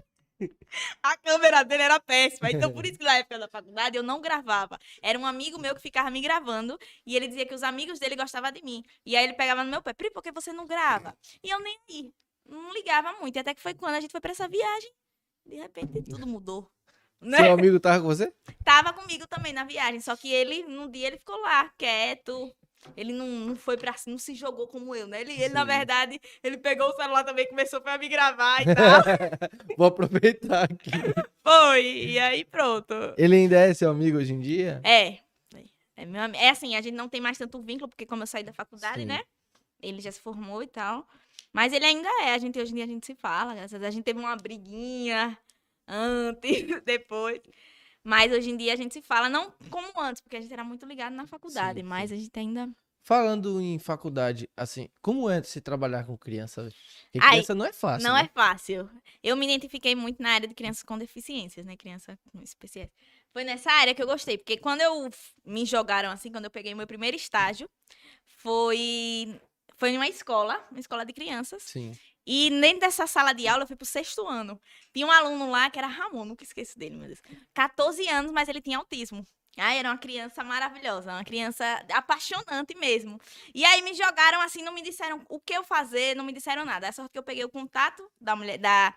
A câmera dele era péssima, então por isso que na época da faculdade eu não gravava. Era um amigo meu que ficava me gravando e ele dizia que os amigos dele gostavam de mim. E aí ele pegava no meu pé, Pri, por que você não grava? E eu nem aí, não ligava muito. E até que foi quando a gente foi pra essa viagem, de repente tudo mudou. Né?
Seu amigo tava com você?
Tava comigo também na viagem, só que ele, num dia, ele ficou lá, quieto. Ele não, não foi pra cima, não se jogou como eu, né? Ele, ele, na
Sim.
verdade, ele pegou o celular também e começou pra me gravar e tal.
Vou aproveitar aqui.
foi, e aí pronto.
Ele ainda é seu amigo hoje em dia?
É, é, meu ami- é assim, a gente não tem mais tanto vínculo, porque como eu saí da faculdade,
Sim.
né? Ele já se formou e tal. Mas ele ainda é, a gente, hoje em dia a gente se fala, graças a Deus. A gente teve uma briguinha antes, depois. Mas hoje em dia a gente se fala, não como antes, porque a gente era muito ligado na faculdade,
Sim,
mas a gente ainda
Falando em faculdade, assim, como é se trabalhar com criança? velho? Porque
Ai,
criança não é fácil.
Não
né?
é fácil. Eu me identifiquei muito na área de crianças com deficiências, né? Criança com especiais. Foi nessa área que eu gostei, porque quando eu f- me jogaram assim, quando eu peguei meu primeiro estágio, foi foi em uma escola, uma escola de crianças.
Sim.
E dentro dessa sala de aula, eu fui pro sexto ano. Tinha um aluno lá que era Ramon, nunca esqueço dele, meu Deus. 14 anos, mas ele tinha autismo. Ah, era uma criança maravilhosa, uma criança apaixonante mesmo. E aí me jogaram assim, não me disseram o que eu fazer, não me disseram nada. É só que eu peguei o contato da mulher, da,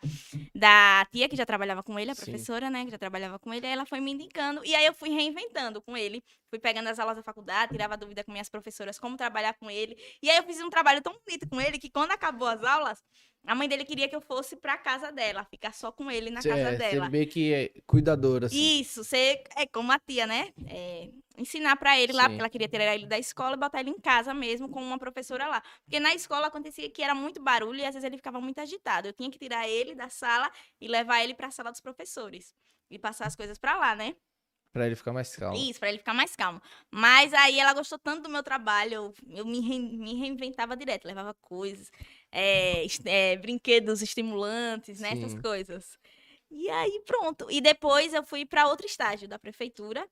da tia que já trabalhava com ele, a
Sim.
professora, né, que já trabalhava com ele, aí ela foi me indicando. E aí eu fui reinventando com ele. Fui pegando as aulas da faculdade, tirava dúvida com minhas professoras como trabalhar com ele. E aí eu fiz um trabalho tão bonito com ele que quando acabou as aulas, a mãe dele queria que eu fosse pra casa dela, ficar só com ele na casa
é,
dela.
Você vê que é cuidadora, assim.
Isso, você é como a tia, né? É, ensinar pra ele lá,
Sim.
porque ela queria tirar ele da escola e botar ele em casa mesmo com uma professora lá. Porque na escola acontecia que era muito barulho e às vezes ele ficava muito agitado. Eu tinha que tirar ele da sala e levar ele pra sala dos professores e passar as coisas pra lá, né?
Pra ele ficar mais calmo.
Isso, pra ele ficar mais calmo. Mas aí ela gostou tanto do meu trabalho, eu, eu me, rein- me reinventava direto, levava coisas, é, es- é, brinquedos estimulantes, né? Essas
Sim.
coisas. E aí pronto. E depois eu fui pra outro estágio da prefeitura,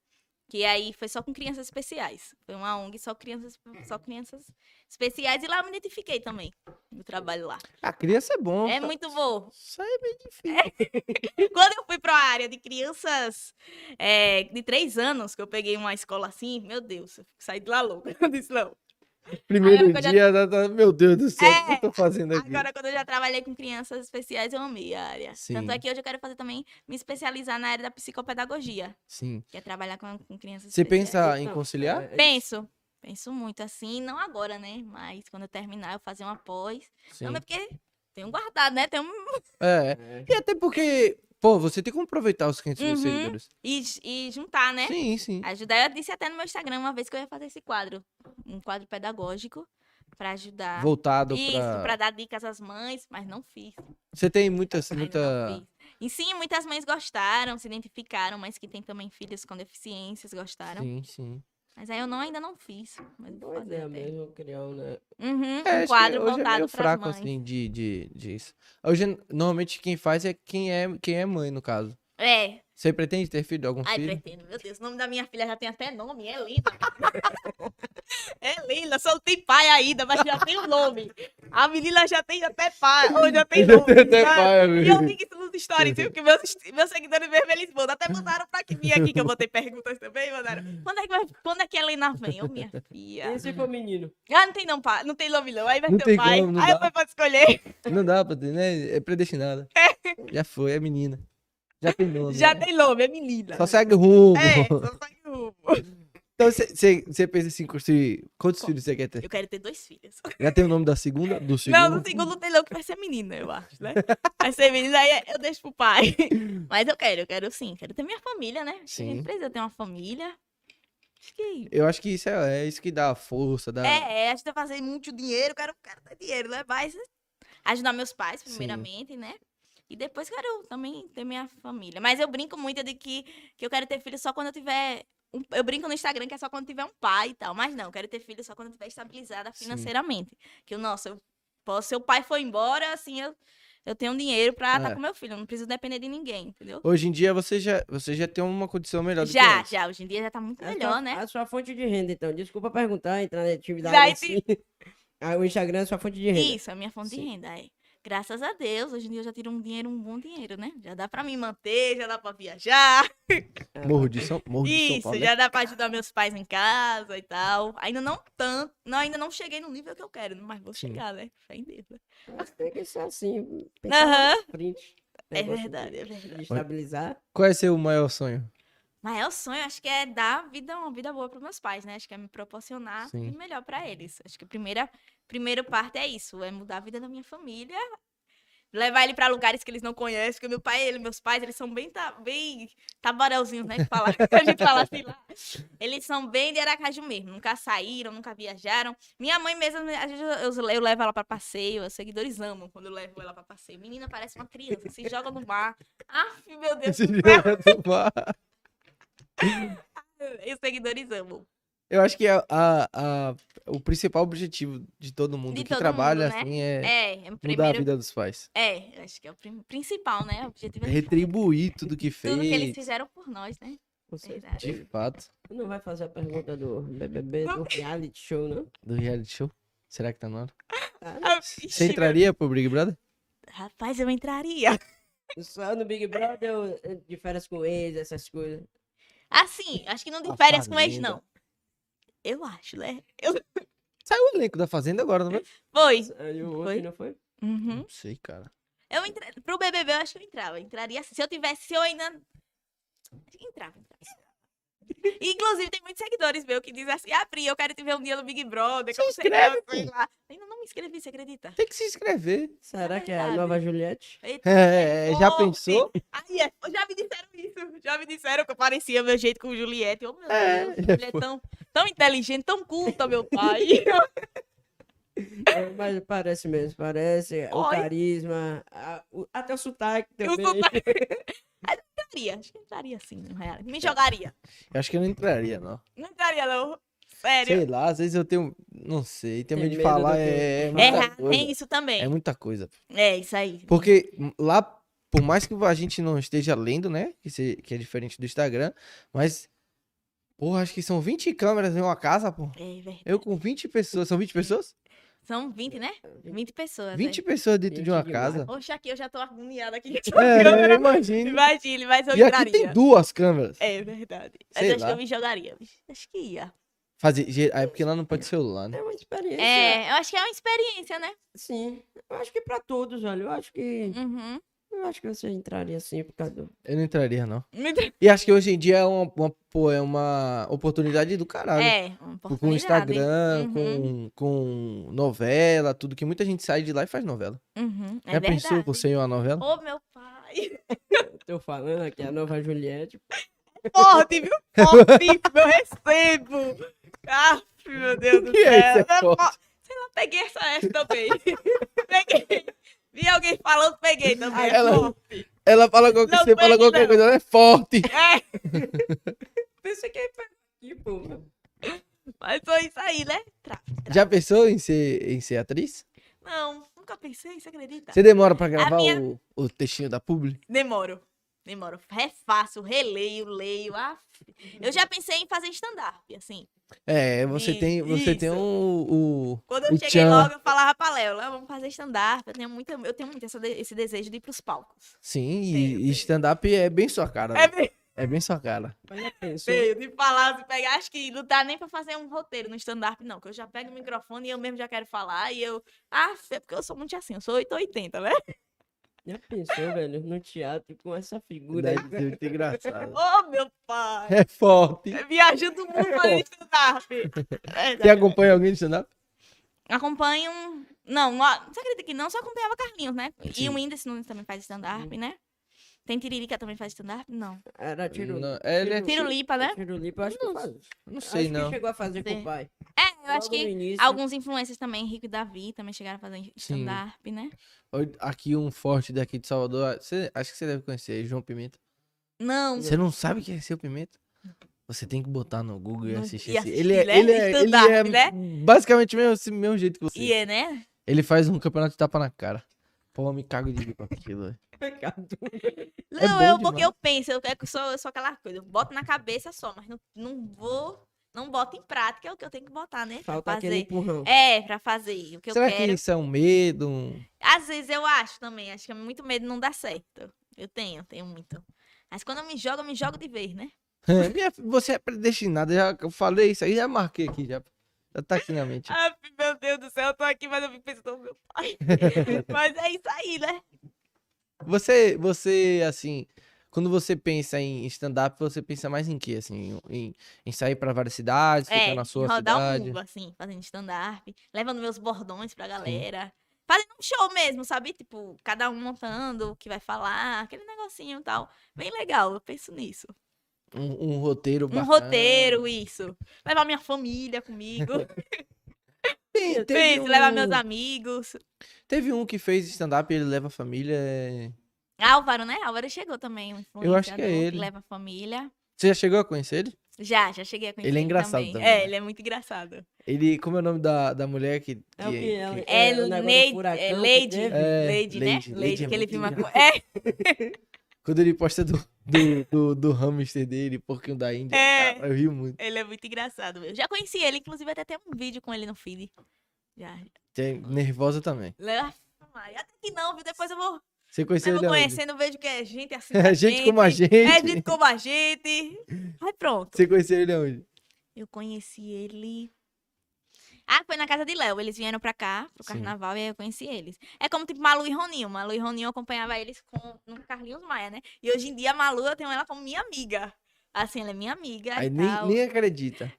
que aí foi só com crianças especiais. Foi uma ONG só crianças, só crianças especiais. E lá eu me identifiquei também no trabalho lá.
A criança é bom.
É
tá?
muito bom.
Isso aí é bem difícil.
Quando eu fui pra área de crianças é, de três anos, que eu peguei uma escola assim, meu Deus, eu saí de lá louca. Eu disse, não.
Primeiro
Agora que eu já-
dia, da- da- meu Deus do céu, o que eu tô fazendo aqui?
Agora, quando eu já trabalhei com crianças especiais, eu amei a área. Tanto é
Sim.
que hoje eu quero fazer também, me especializar na área da psicopedagogia,
Sim.
que é trabalhar com, com crianças
Você
especiais.
pensa Tá, em
Então,
conciliar?
é- é-
Penso. Penso muito assim, não agora, né? Mas quando eu terminar, eu fazer uma pós.
Sim.
Não, mas porque tenho guardado, né? Tenho...
É.
é.
E até porque, pô, você tem como aproveitar os 500 mil
Uhum.
seguidores.
E, e juntar, né?
Sim, sim.
Ajudar, eu disse até no meu Instagram uma vez que eu ia fazer esse quadro, um quadro pedagógico pra ajudar.
Voltado
Ah, Isso, pra
pra...
dar dicas às mães, mas não fiz.
Você tem muitas,
ainda
muita...
não fiz. E sim, muitas mães gostaram, se identificaram, mas que tem também filhos com deficiências gostaram.
Sim, sim.
Mas aí eu não, ainda não fiz. Mas vou
Pois
fazer
é,
até.
mesmo criar um, né?
Uhum,
É, acho
um
que
quadro
hoje é
voltado
meio
para
fraco,
mães.
assim, de, de, disso. Hoje, normalmente, quem faz é quem é, quem é mãe, no caso.
É.
Você pretende ter filho, algum
Ai,
filho?
pretendo. Meu Deus, o nome da minha filha já tem até nome, é linda. é linda, só não tem pai ainda, mas já tem o nome. A menina já tem até pai, ou já tem nome.
Até
já-
pai,
E
amigo.
eu vi que isso nos stories, viu? Que meus, meus seguidores mesmo, eles mandam. Até mandaram pra que vir aqui, que eu botei perguntas também, mandaram. Quando é que, vai, quando é que a Helena vem? Ô, minha filha.
E se for menino?
Ah, não tem não, pai. Não tem nome não. Aí vai
Não
ter
tem
o pai.
como, não
Aí
dá.
o pai pode escolher.
Não dá pra ter, né? É predestinada. Já foi, é menina. Já tem nome.
Já
né?
tem nome, é menina.
Só segue o rumo.
É, só sai um.
Então você- você você pensa assim, construir. Quantos filhos você quer ter?
Eu quero ter dois filhos.
Já tem o nome da segunda? Do segundo?
Não, no segundo tem não, que vai ser menina, eu acho, né? Vai ser menina, aí eu deixo pro pai. Mas eu quero, eu quero sim. Quero ter minha família, né?
Sim.
Sim. Precisa ter uma família. Acho que...
Eu acho que isso é, é isso que dá a força, dá.
É, é, acho que eu fazer muito dinheiro, quero, quero ter dinheiro, né? Mas ajudar meus pais, primeiramente, né? E depois quero também ter minha família. Mas eu brinco muito de que, que eu quero ter filho só quando eu tiver. um- eu brinco no Instagram que é só quando tiver um pai e tal. Mas não, eu quero ter filho só quando eu tiver estabilizada
Sim.
financeiramente. Que eu, nossa, eu posso, se o pai for embora, assim, eu, eu tenho dinheiro pra estar
É.
com meu filho. Eu não preciso depender de ninguém, entendeu?
Hoje em dia você já, você já tem uma condição melhor do que
Já,
antes.
já. Hoje em dia já tá muito
É a
melhor,
sua-
né?
A sua fonte de renda, então. Desculpa perguntar, entrar na atividade
Vai,
assim. Ah, o Instagram é sua fonte de renda.
Isso, é a minha fonte de
Sim.
renda. É. Graças a Deus, hoje em dia eu já tiro um dinheiro, um bom dinheiro, né? Já dá pra me manter, já dá pra viajar.
Morro de São, Morro de São
Isso,
Paulo. né?
já dá pra ajudar meus pais em casa e tal. Ainda não tanto, não, ainda não cheguei no nível que eu quero, mas vou
Sim.
chegar, né? Fé em Deus. né?
Mas Tem que ser assim.
Aham.
Print.
É verdade, é verdade.
Estabilizar.
Qual é seu maior sonho?
Mas é o sonho, acho que é dar vida, uma vida boa para meus pais, né? Acho que é me proporcionar
Sim.
o melhor para eles. Acho que a primeira, primeira parte é isso, é mudar a vida da minha família, levar ele para lugares que eles não conhecem, porque meu pai, ele, meus pais, eles são bem, ta- bem tabarelzinhos, né? Que fala, que a gente fala assim lá. Eles são bem de Aracaju mesmo, nunca saíram, nunca viajaram. Minha mãe mesmo, às vezes eu, eu- eu levo ela para passeio, os seguidores amam quando eu levo ela para passeio. Menina parece uma criança, se joga no mar. Aff, meu Deus
Esse
do
dia
céu.
do mar.
E os seguidores amam.
Eu acho que a, a- a- o principal objetivo de todo mundo
De
que
todo mundo,
trabalha
né?
assim é,
É, é o
mudar a
primeiro.
vida dos pais.
É, acho que é o prim- principal, né? O objetivo é
Retribuir tudo que fez.
tudo que eles fizeram por nós, né?
Você
Verdade.
De fato.
não vai fazer a pergunta do BBB, do reality show, não?
Do reality show. Será que tá na hora?
Tá?
Você entraria pro Big Brother?
Rapaz, eu entraria.
Só no Big Brother, eu- eu de férias com ex, essas coisas.
Assim, acho que não de
A
férias com ex,
Fazenda.
não. Eu acho, né?
Saiu o elenco da Fazenda agora, não é?
Foi.
Aí o
Foi?
outro não foi?
Uhum.
Não sei, cara.
Eu entra... Pro BBB, eu acho que eu entrava. Entraria assim. se eu tivesse, se eu ainda. Acho que entrava. entrava. Inclusive, tem muitos seguidores meus que dizem assim: Abri, eu quero te ver um dia no Big Brother.
Se
como você
inscreve,
tá, sei lá. Ainda não me inscrevi, você acredita?
Tem que se inscrever.
Será
É
que é a
verdade.
nova Juliette?
Eita,
É, já
Pô,
pensou?
Aí, é, já me disseram isso. Já me disseram que eu parecia meu jeito com Juliette. Oh, meu
É,
Deus,
já
mulher
foi.
tão, tão inteligente, tão culta, meu pai.
É, Mas parece mesmo, parece. O
Oi.
carisma, a- o- até o sotaque
Eu
também.
entraria, acho que entraria assim, no real. Me jogaria.
Eu acho que eu não entraria, não.
Não entraria, não. Sério.
Sei lá, às vezes eu tenho. Não sei, tenho
Tem
medo de
medo do
falar.
que-
É, é muita
É,
coisa.
tem isso também.
É muita coisa.
É, isso aí.
Porque lá, por mais que a gente não esteja lendo, né? Que, se- que é diferente do Instagram, mas. Porra, acho que são 20 câmeras em uma casa, pô.
É verdade.
Eu com 20 pessoas. São 20 pessoas?
São 20, né? 20 pessoas.
20 pessoas dentro de uma
20 demais.
casa.
É. Oxe, aqui eu já tô agoniada aqui.
É, imagina.
Imagine, mas eu
E aqui tem
entraria.
duas câmeras.
É verdade.
Sei
mas acho
lá.
que eu me jogaria. bicho. Acho que ia.
Fazer. ge- Ah, é porque lá não pode celular, né?
É uma experiência.
É, eu acho que é uma experiência, né?
Sim. Eu acho que pra todos, olha. Eu acho que.
Uhum.
Eu acho que você entraria assim por causa do.
Eu não entraria, não.
Me
E acho que hoje em dia é uma, uma- pô, é uma oportunidade do caralho.
É, uma oportunidade. Uhum,
Com o Instagram,
hein?
com, com novela, tudo, que muita gente sai de lá e faz novela.
Uhum, é
Já
verdade.
pensou você em uma novela?
Ô, meu pai.
Eu tô falando aqui, a nova Juliette.
Forte, viu? Forte, eu recebo. Ah, meu Deus do
Que é
céu.
isso, é
É
forte?
fo- Sei lá, peguei essa F também. peguei. Vi alguém falando, peguei também.
Ah, Ela, ela fala qualquer,
Não
você fala
pegue,
qualquer
não.
coisa, ela é forte.
Pensa que é aqui, pô.
Mas foi isso aí, né? Tra-
Já pensou em ser, em ser atriz?
Não, nunca pensei, você acredita?
Você demora pra gravar
Tá. minha-
o, o textinho da publi?
Demoro. Demoro. Refaço, releio, leio. af. Eu já pensei em fazer stand-up, assim.
É, você
Sim,
tem, você tem
isso.
um, o...
Quando eu
O
cheguei
tchan.
logo, eu falava pra Léo, Léo, vamos fazer stand-up. Eu tenho, muita, eu tenho muito essa de- esse desejo de ir pros palcos.
Sim,
Tem,
e,
tem.
e stand-up é bem sua cara. né?
É bem
É, bem sua cara.
Mas já pensou?
feio de falar, de pegar. Acho que não dá nem pra fazer um roteiro no stand-up, não. Que eu já pego o microfone e eu mesmo já quero falar. E eu. Ah, é porque eu sou muito assim, eu sou 880, né?
Já pensou, velho, no teatro com essa figura
Deve
aí?
ser muito engraçado.
Ô, Oh, meu
Ah.
pai!
É forte.
Me ajuda muito a fazer stand-up.
Você acompanha alguém de stand-up?
acompanho. um, Não, não- você acredita que não? Só acompanhava Carlinhos, né?
Sim. Uhum.
E o Whindersson Nunes também faz stand-up, né? Tem Tiririca também faz stand-up? Não.
Era tiro.
Não, é, ele é-
Tiro-
Tirulipa, né?
Tirulipa, acho que
Não
faz.
não sei,
acho
não.
que chegou a fazer com
Sim.
o pai.
É, eu acho
Logo no
que
início.
alguns influencers também, Rico e Davi, também chegaram a fazer stand-up, né?
Olha, Aqui um forte daqui de Salvador. ah, Você, acho que você deve conhecer, João Pimenta.
Não.
Você não sabe quem é seu Pimenta? Você tem que botar no Google e
Não-
assistir.
e
esse- Ele é,
assistir, né?
ele é, ele
Stand-up,
é basicamente mesmo, esse mesmo jeito que você.
E é, né?
Ele faz um campeonato de tapa na cara. Pô, eu me cago de rir com aquilo. velho. É
Não,
bom
eu, porque
demais.
eu penso, eu, eu, sou, eu sou aquela coisa, eu boto na cabeça só, mas não, não vou, não boto em prática, é o que eu tenho que botar, né? Pra
Falta aquele
fazer.
empurrão.
É, pra fazer o que
Será
eu quero.
que isso é um medo? um-
Às vezes eu acho também, acho que é muito medo de não dar certo. Eu tenho, tenho muito. Mas quando eu me jogo, eu me jogo de vez, né?
Minha- Você é predestinado, já eu falei isso aí, já marquei aqui, já, já tá aqui na mente.
Ah, meu Deus do céu, eu tô aqui, mas eu fico pensando, meu pai. mas é isso aí, né?
Você, você, assim, quando você pensa em stand-up, você pensa mais em quê? Assim, em, em sair pra várias cidades,
é,
ficar na sua
rodar
cidade?
um mundo, assim, fazendo stand-up, levando meus bordões pra galera. Fazendo um show mesmo, sabe? Tipo, cada um montando o que vai falar, aquele negocinho e tal. Bem legal, eu penso nisso.
Um, um roteiro
Um
bacana.
roteiro, isso. Levar minha família comigo.
Tem, teve,
Penso,
um,
levar meus amigos.
teve um que fez stand-up, ele leva a família. é-
Álvaro, né? Álvaro chegou também, um
Eu acho que é
influenciador
ele.
leva a família.
Você já chegou a conhecer ele?
Já, já cheguei a conhecer
Ele é engraçado também, né?
É, ele é muito engraçado.
Ele, como é o nome da, da mulher que.
É o que é,
que-
É,
o negócio do
Neide-
furacão
é
que
Lady,
teve.
É,
Lady, né?
Lady,
Lady,
Lady é
que ele
muito
filma com... É,
Quando ele posta do, do, do, do hamster dele, porquinho da Índia,
É.
cara, eu rio muito.
ele é muito engraçado. Eu já conheci ele, inclusive até tem um vídeo com ele no feed. Já.
Tem é nervosa também.
Le- Aff, Maria, Até que não, viu? Depois eu vou,
Você
eu
conheceu
vou
ele aonde?
conhecendo, vejo que é gente assim.
É
da
gente como a gente.
É gente como a gente. Aí pronto.
Você conheceu ele aonde?
Eu conheci ele. Ah, foi na casa de Léo. Eles vieram pra cá, pro
Sim.
carnaval, e aí eu conheci eles. É como tipo Malu e Roninho. Malu e Roninho eu acompanhava eles com no Carlinhos Maia, né? E hoje em dia a Malu eu tenho ela como minha amiga. Assim, ela é minha amiga.
Aí
e
nem,
tal.
nem acredita.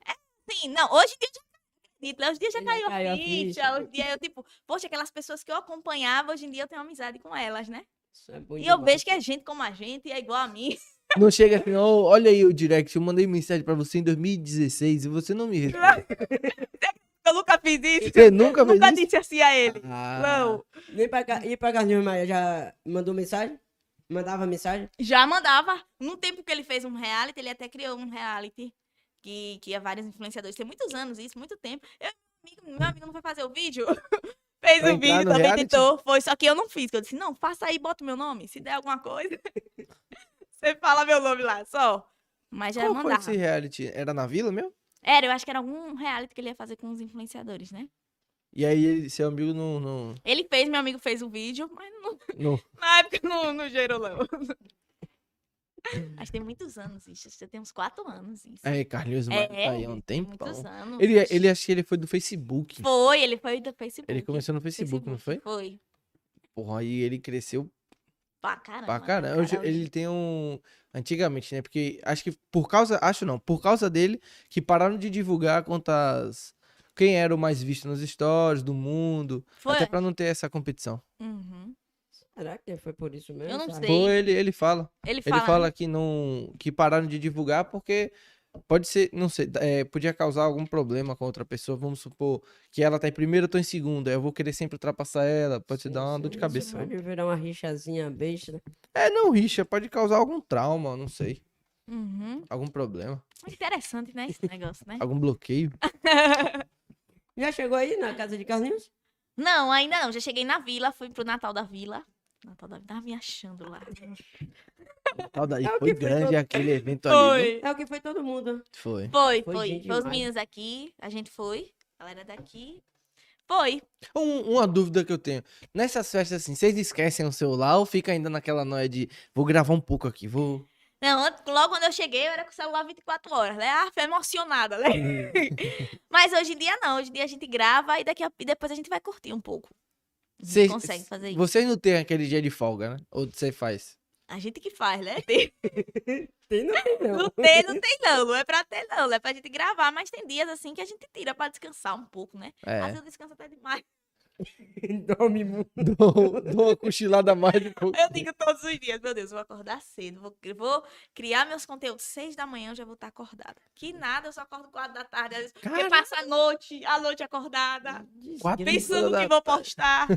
Sim, não, hoje em dia eu já acredito. né? Hoje em dia já
Já
caiu,
caiu
a
a
ficha.
ficha.
Hoje em dia eu, tipo, poxa, aquelas pessoas que eu acompanhava, hoje em dia eu tenho amizade com elas, né?
Isso é bom
E eu
demais.
vejo que é gente como a gente e é igual a mim.
Não chega assim, "Ô, olha aí o direct, eu mandei mensagem pra você em 2016 e você não me respondeu.
Eu nunca fiz isso. é
Você nunca fez
Nunca
isso?
disse assim a ele.
Ah,
Não.
Nem pra, Ca- e pra Carlinhos Maia já mandou mensagem? Mandava mensagem?
Já mandava. No tempo que ele fez um reality, ele até criou um reality que, que ia vários influenciadores. Tem muitos anos isso, muito tempo. Eu, amigo- meu amigo não foi fazer o vídeo. Fez
Pra entrar
o vídeo,
no
também
reality?
tentou. Foi, só que eu não fiz. porque Eu disse, não, faça aí, bota o meu nome. Se der alguma coisa, você fala meu nome lá, só. Mas já
Qual foi
mandava.
esse reality? Era na vila mesmo?
Era, eu acho que era algum reality que ele ia fazer com os influenciadores, né?
E aí ele- seu amigo não, não,
Ele fez, meu amigo fez o vídeo, mas não-
não-
na época não, não gerou, não. Acho que tem muitos anos isso. Acho que tem uns quatro anos isso.
É, Carlinhos Maia tá aí há um
ele
tempo.
Muitos anos.
Ele, é, ele acho que ele foi do Facebook.
Foi, ele foi do Facebook.
Ele começou no Facebook, não foi?
Foi.
Porra, aí ele cresceu
Pra caramba.
pra
né,
caramba. Hoje
cara?
Ele tem um. Antigamente, né? Porque acho que por causa. Acho não, por causa dele que pararam de divulgar quantas. Quem era o mais visto nos stories do mundo.
Foi.
Até pra não ter essa competição.
Uhum.
Será que foi por isso mesmo?
Eu não
sabe?
sei.
Foi, ele, ele fala.
né?
Ele
Ele
fala.
fala que não. que pararam de divulgar porque pode ser, não sei, é, podia causar algum problema com outra pessoa. Vamos supor que ela tá em primeiro, eu tô em segundo. aí Eu vou querer sempre ultrapassar ela. Pode te
Sim,
dar uma
sim,
dor de
isso
cabeça. né?
Pode virar uma rixazinha besta.
É, não, Richa, pode causar algum trauma, não sei.
Uhum.
Algum problema,
Interessante, né? Esse negócio,
É.
né?
algum bloqueio.
Já chegou aí na casa de Carlinhos?
Não, ainda não. Já cheguei na vila, fui pro Natal da Vila. Natal da Vila, tava me achando lá.
Tal daí
É o
foi
que foi
grande
todo-
aquele evento Tá ali. viu?
Foi.
É o que foi todo mundo.
Foi.
Foi,
Foi
foi.
gente
Foi os
demais.
meninos aqui, a gente foi. A galera daqui. Foi.
Um- uma dúvida que eu tenho. Nessas festas assim, vocês esquecem o celular ou fica ainda naquela noia de vou gravar um pouco aqui, vou.
Não, an- logo quando eu cheguei, eu era com o celular 24 horas, né? Ah, fui emocionada, né? Mas hoje em dia não, hoje em dia a gente grava e, daqui a- e depois a gente vai curtir um pouco. A gente
Vocês-
consegue fazer isso.
Vocês não têm aquele dia de folga, né? Ou você faz?
A gente que faz, né? Tem-
Tem não tem, não.
Não tem, não tem não, não é pra ter não, é pra gente gravar, mas tem dias assim que a gente tira pra descansar um pouco, né? Às
É.
vezes eu descanso até demais.
Dorme muito.
dou, dou uma cochilada a mais de pouco.
Eu digo todos os dias, meu Deus, eu vou acordar cedo, vou, cri- vou criar meus conteúdos. Seis da manhã eu já vou estar acordada. Que nada, eu só acordo quatro da tarde. Às vezes, porque
Caramba.
passa a noite, a noite acordada.
Quatro
pensando
da
que vou postar.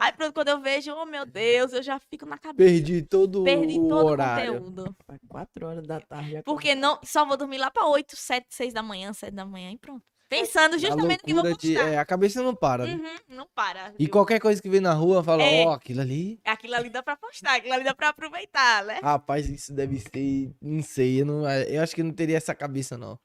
Aí pronto, quando eu vejo, oh meu Deus, eu já fico na cabeça.
Perdi todo
Perdi
o
todo
horário.
o conteúdo.
Às Quatro horas da tarde.
Porque não, só vou dormir lá pra 8, 7, 6 da manhã, 7 da manhã e pronto. Pensando
A
justamente no que vou
É, loucura
postar.
de. É, a cabeça não para. né?
Uhum, não para.
E
viu?
qualquer coisa que vem na rua, fala, ó,
É.
aquilo ali.
Aquilo ali dá pra postar, aquilo ali dá pra aproveitar, né?
Rapaz, isso deve ser. Não sei. Eu, não, é, eu acho que eu não teria essa cabeça, não.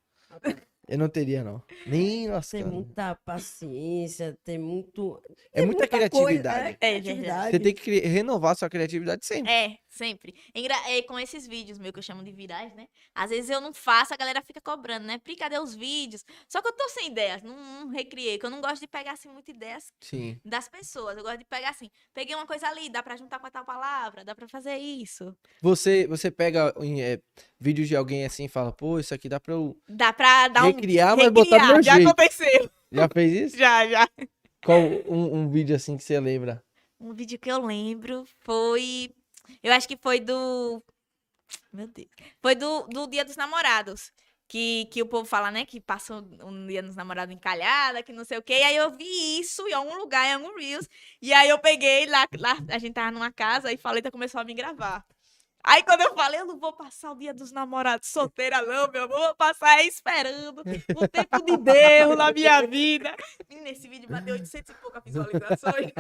Eu não teria, não. Nem
Tem
lascando.
muita paciência, tem muito.
É
tem
muita criatividade.
Coisa,
É
é,
verdade.
criatividade.
Você tem que cri- renovar sua criatividade sempre.
É, sempre. Engra- é, com esses vídeos meus que eu chamo de virais, né? Às vezes eu não faço, a galera fica cobrando, né? Pri, cadê os vídeos? Só que eu tô sem ideias, não, não recriei, que eu não gosto de pegar assim muitas ideias
Sim.
das pessoas. Eu gosto de pegar assim, peguei uma coisa ali, dá pra juntar com a tal palavra, dá pra fazer isso.
Você, você pega em, é, vídeos de alguém assim e fala, pô, isso aqui dá pra eu
Dá pra dar um
recriar, Ah, mas botar do meu
já
jeito.
aconteceu,
Já fez isso?
já, já.
Qual um, um vídeo assim que você lembra?
Um vídeo que eu lembro foi, eu acho que foi do Meu Deus. Foi do, do Dia dos Namorados. Que, que o povo fala, né? Que passou um dia nos namorados encalhada, que não sei o quê. E aí eu vi isso em algum lugar, em algum Reels. E aí eu peguei lá, lá a gente tava numa casa e falei, começou a me gravar. Aí quando eu falei, eu não vou passar o dia dos namorados solteira, não, meu amor, vou passar aí esperando o tempo de Deus na minha vida. E nesse vídeo bateu 800 e pouca visualizações.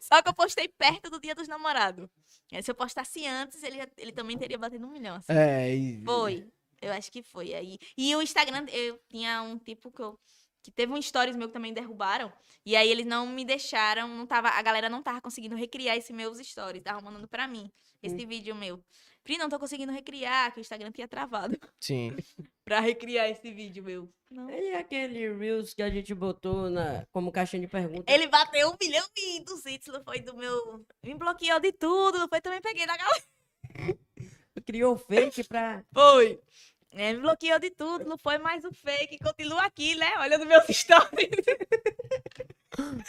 Só que eu postei perto do dia dos namorados. É, se eu postasse antes, ele, já- ele também teria batido um milhão. assim.
É, e...
Foi. Eu acho que foi. Aí. E o Instagram, eu tinha um tipo que eu. Que teve um stories meu que também derrubaram. E aí eles não me deixaram. Não tava, a galera não tava conseguindo recriar esses meus stories. Tava mandando pra mim. Esse vídeo meu. Pri, não tô conseguindo recriar, que o Instagram tinha travado.
Sim.
pra recriar esse vídeo meu. Não.
E é aquele Reels que a gente botou na, como caixinha de perguntas?
Ele bateu um milhão e duzentos, não foi do meu. Me bloqueou de tudo, não foi? Também peguei da galera.
criou fake pra.
Foi. É, me bloqueou de tudo, não foi mais o fake. Continua aqui, né? Olha nos meus stories.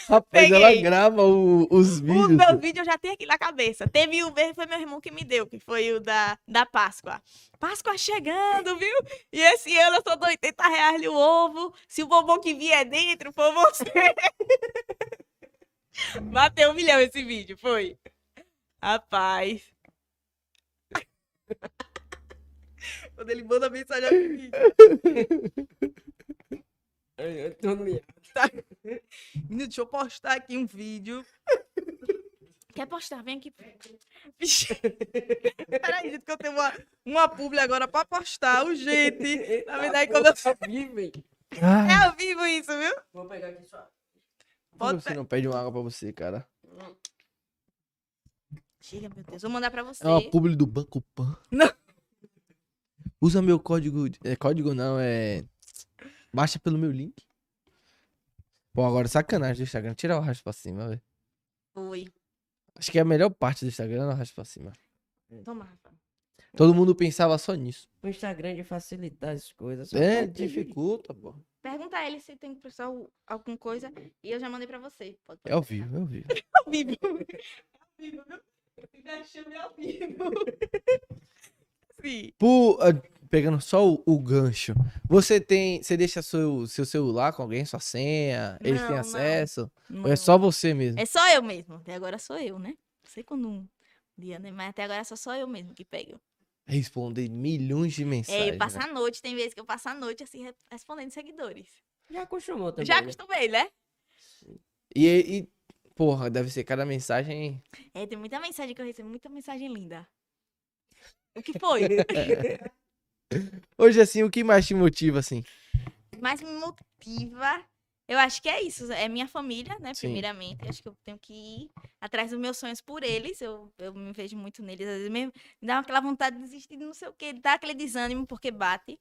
Rapaz, ela
Peguei.
grava o- os
Os
vídeos.
meus vídeos eu já tenho aqui na cabeça. Teve um mesmo, foi meu irmão que me deu, que foi o da, da Páscoa. Páscoa chegando, viu? E esse ano eu só dou 80 reais no ovo. Se o bombom que vier dentro for você. Bateu um milhão esse vídeo, foi. Rapaz. Quando ele manda mensagem a mim,
Eu tô no...
Menino, deixa eu postar aqui um vídeo. Quer postar? Vem aqui. Vixe. Peraí, gente, que eu tenho uma, uma publi agora pra postar, urgente. Na verdade, quando eu...
Vivem.
Ah,
É ao vivo isso, viu?
Vou pegar aqui só.
por que
Pode
você não pede uma água pra você, cara.
Chega, meu Deus. Vou mandar pra você.
É uma publi do Banco Pan.
Não.
Usa meu código. de- É código não, é. Baixa pelo meu link. Pô, agora sacanagem do Instagram. Tira o rastro pra cima, velho.
Foi.
Acho que é a melhor parte do Instagram é o rastro pra cima.
Toma, Rafa.
Todo mundo pensava só nisso.
O Instagram de facilitar as coisas. só
É,
falta isso.
dificulta, pô.
Pergunta a ele se tem que precisar o- alguma coisa e eu já mandei pra você. Pode
É ao vivo, é ao vivo.
ao vivo. É ao vivo, viu? Deixa eu ao vivo. é Sim.
Por, ah, pegando só o, o gancho. Você tem. Você deixa seu, seu celular com alguém, sua senha, eles
Não,
têm
não.
acesso? Ou
Não.
é só você mesmo?
É só eu mesmo. Até agora sou eu, né? Não sei quando um dia, né? Mas até agora sou só eu mesmo que pego.
Responder milhões de mensagens.
É, eu passo
né?
a noite, tem vezes que eu passo a noite assim, re- respondendo seguidores.
Já acostumou também.
Já
né?
acostumei, né?
E, e, porra, deve ser cada mensagem.
É, tem muita mensagem que eu recebo, muita mensagem linda. O que foi?
Hoje, assim, o que mais te motiva, assim?
Mas me motiva. Eu acho que é isso. É minha família, né?
Sim.
Primeiramente. Acho que eu tenho que ir atrás dos meus sonhos por eles. Eu, eu me vejo muito neles. Às vezes mesmo me dá aquela vontade de desistir de não sei o quê. Dá aquele desânimo porque bate.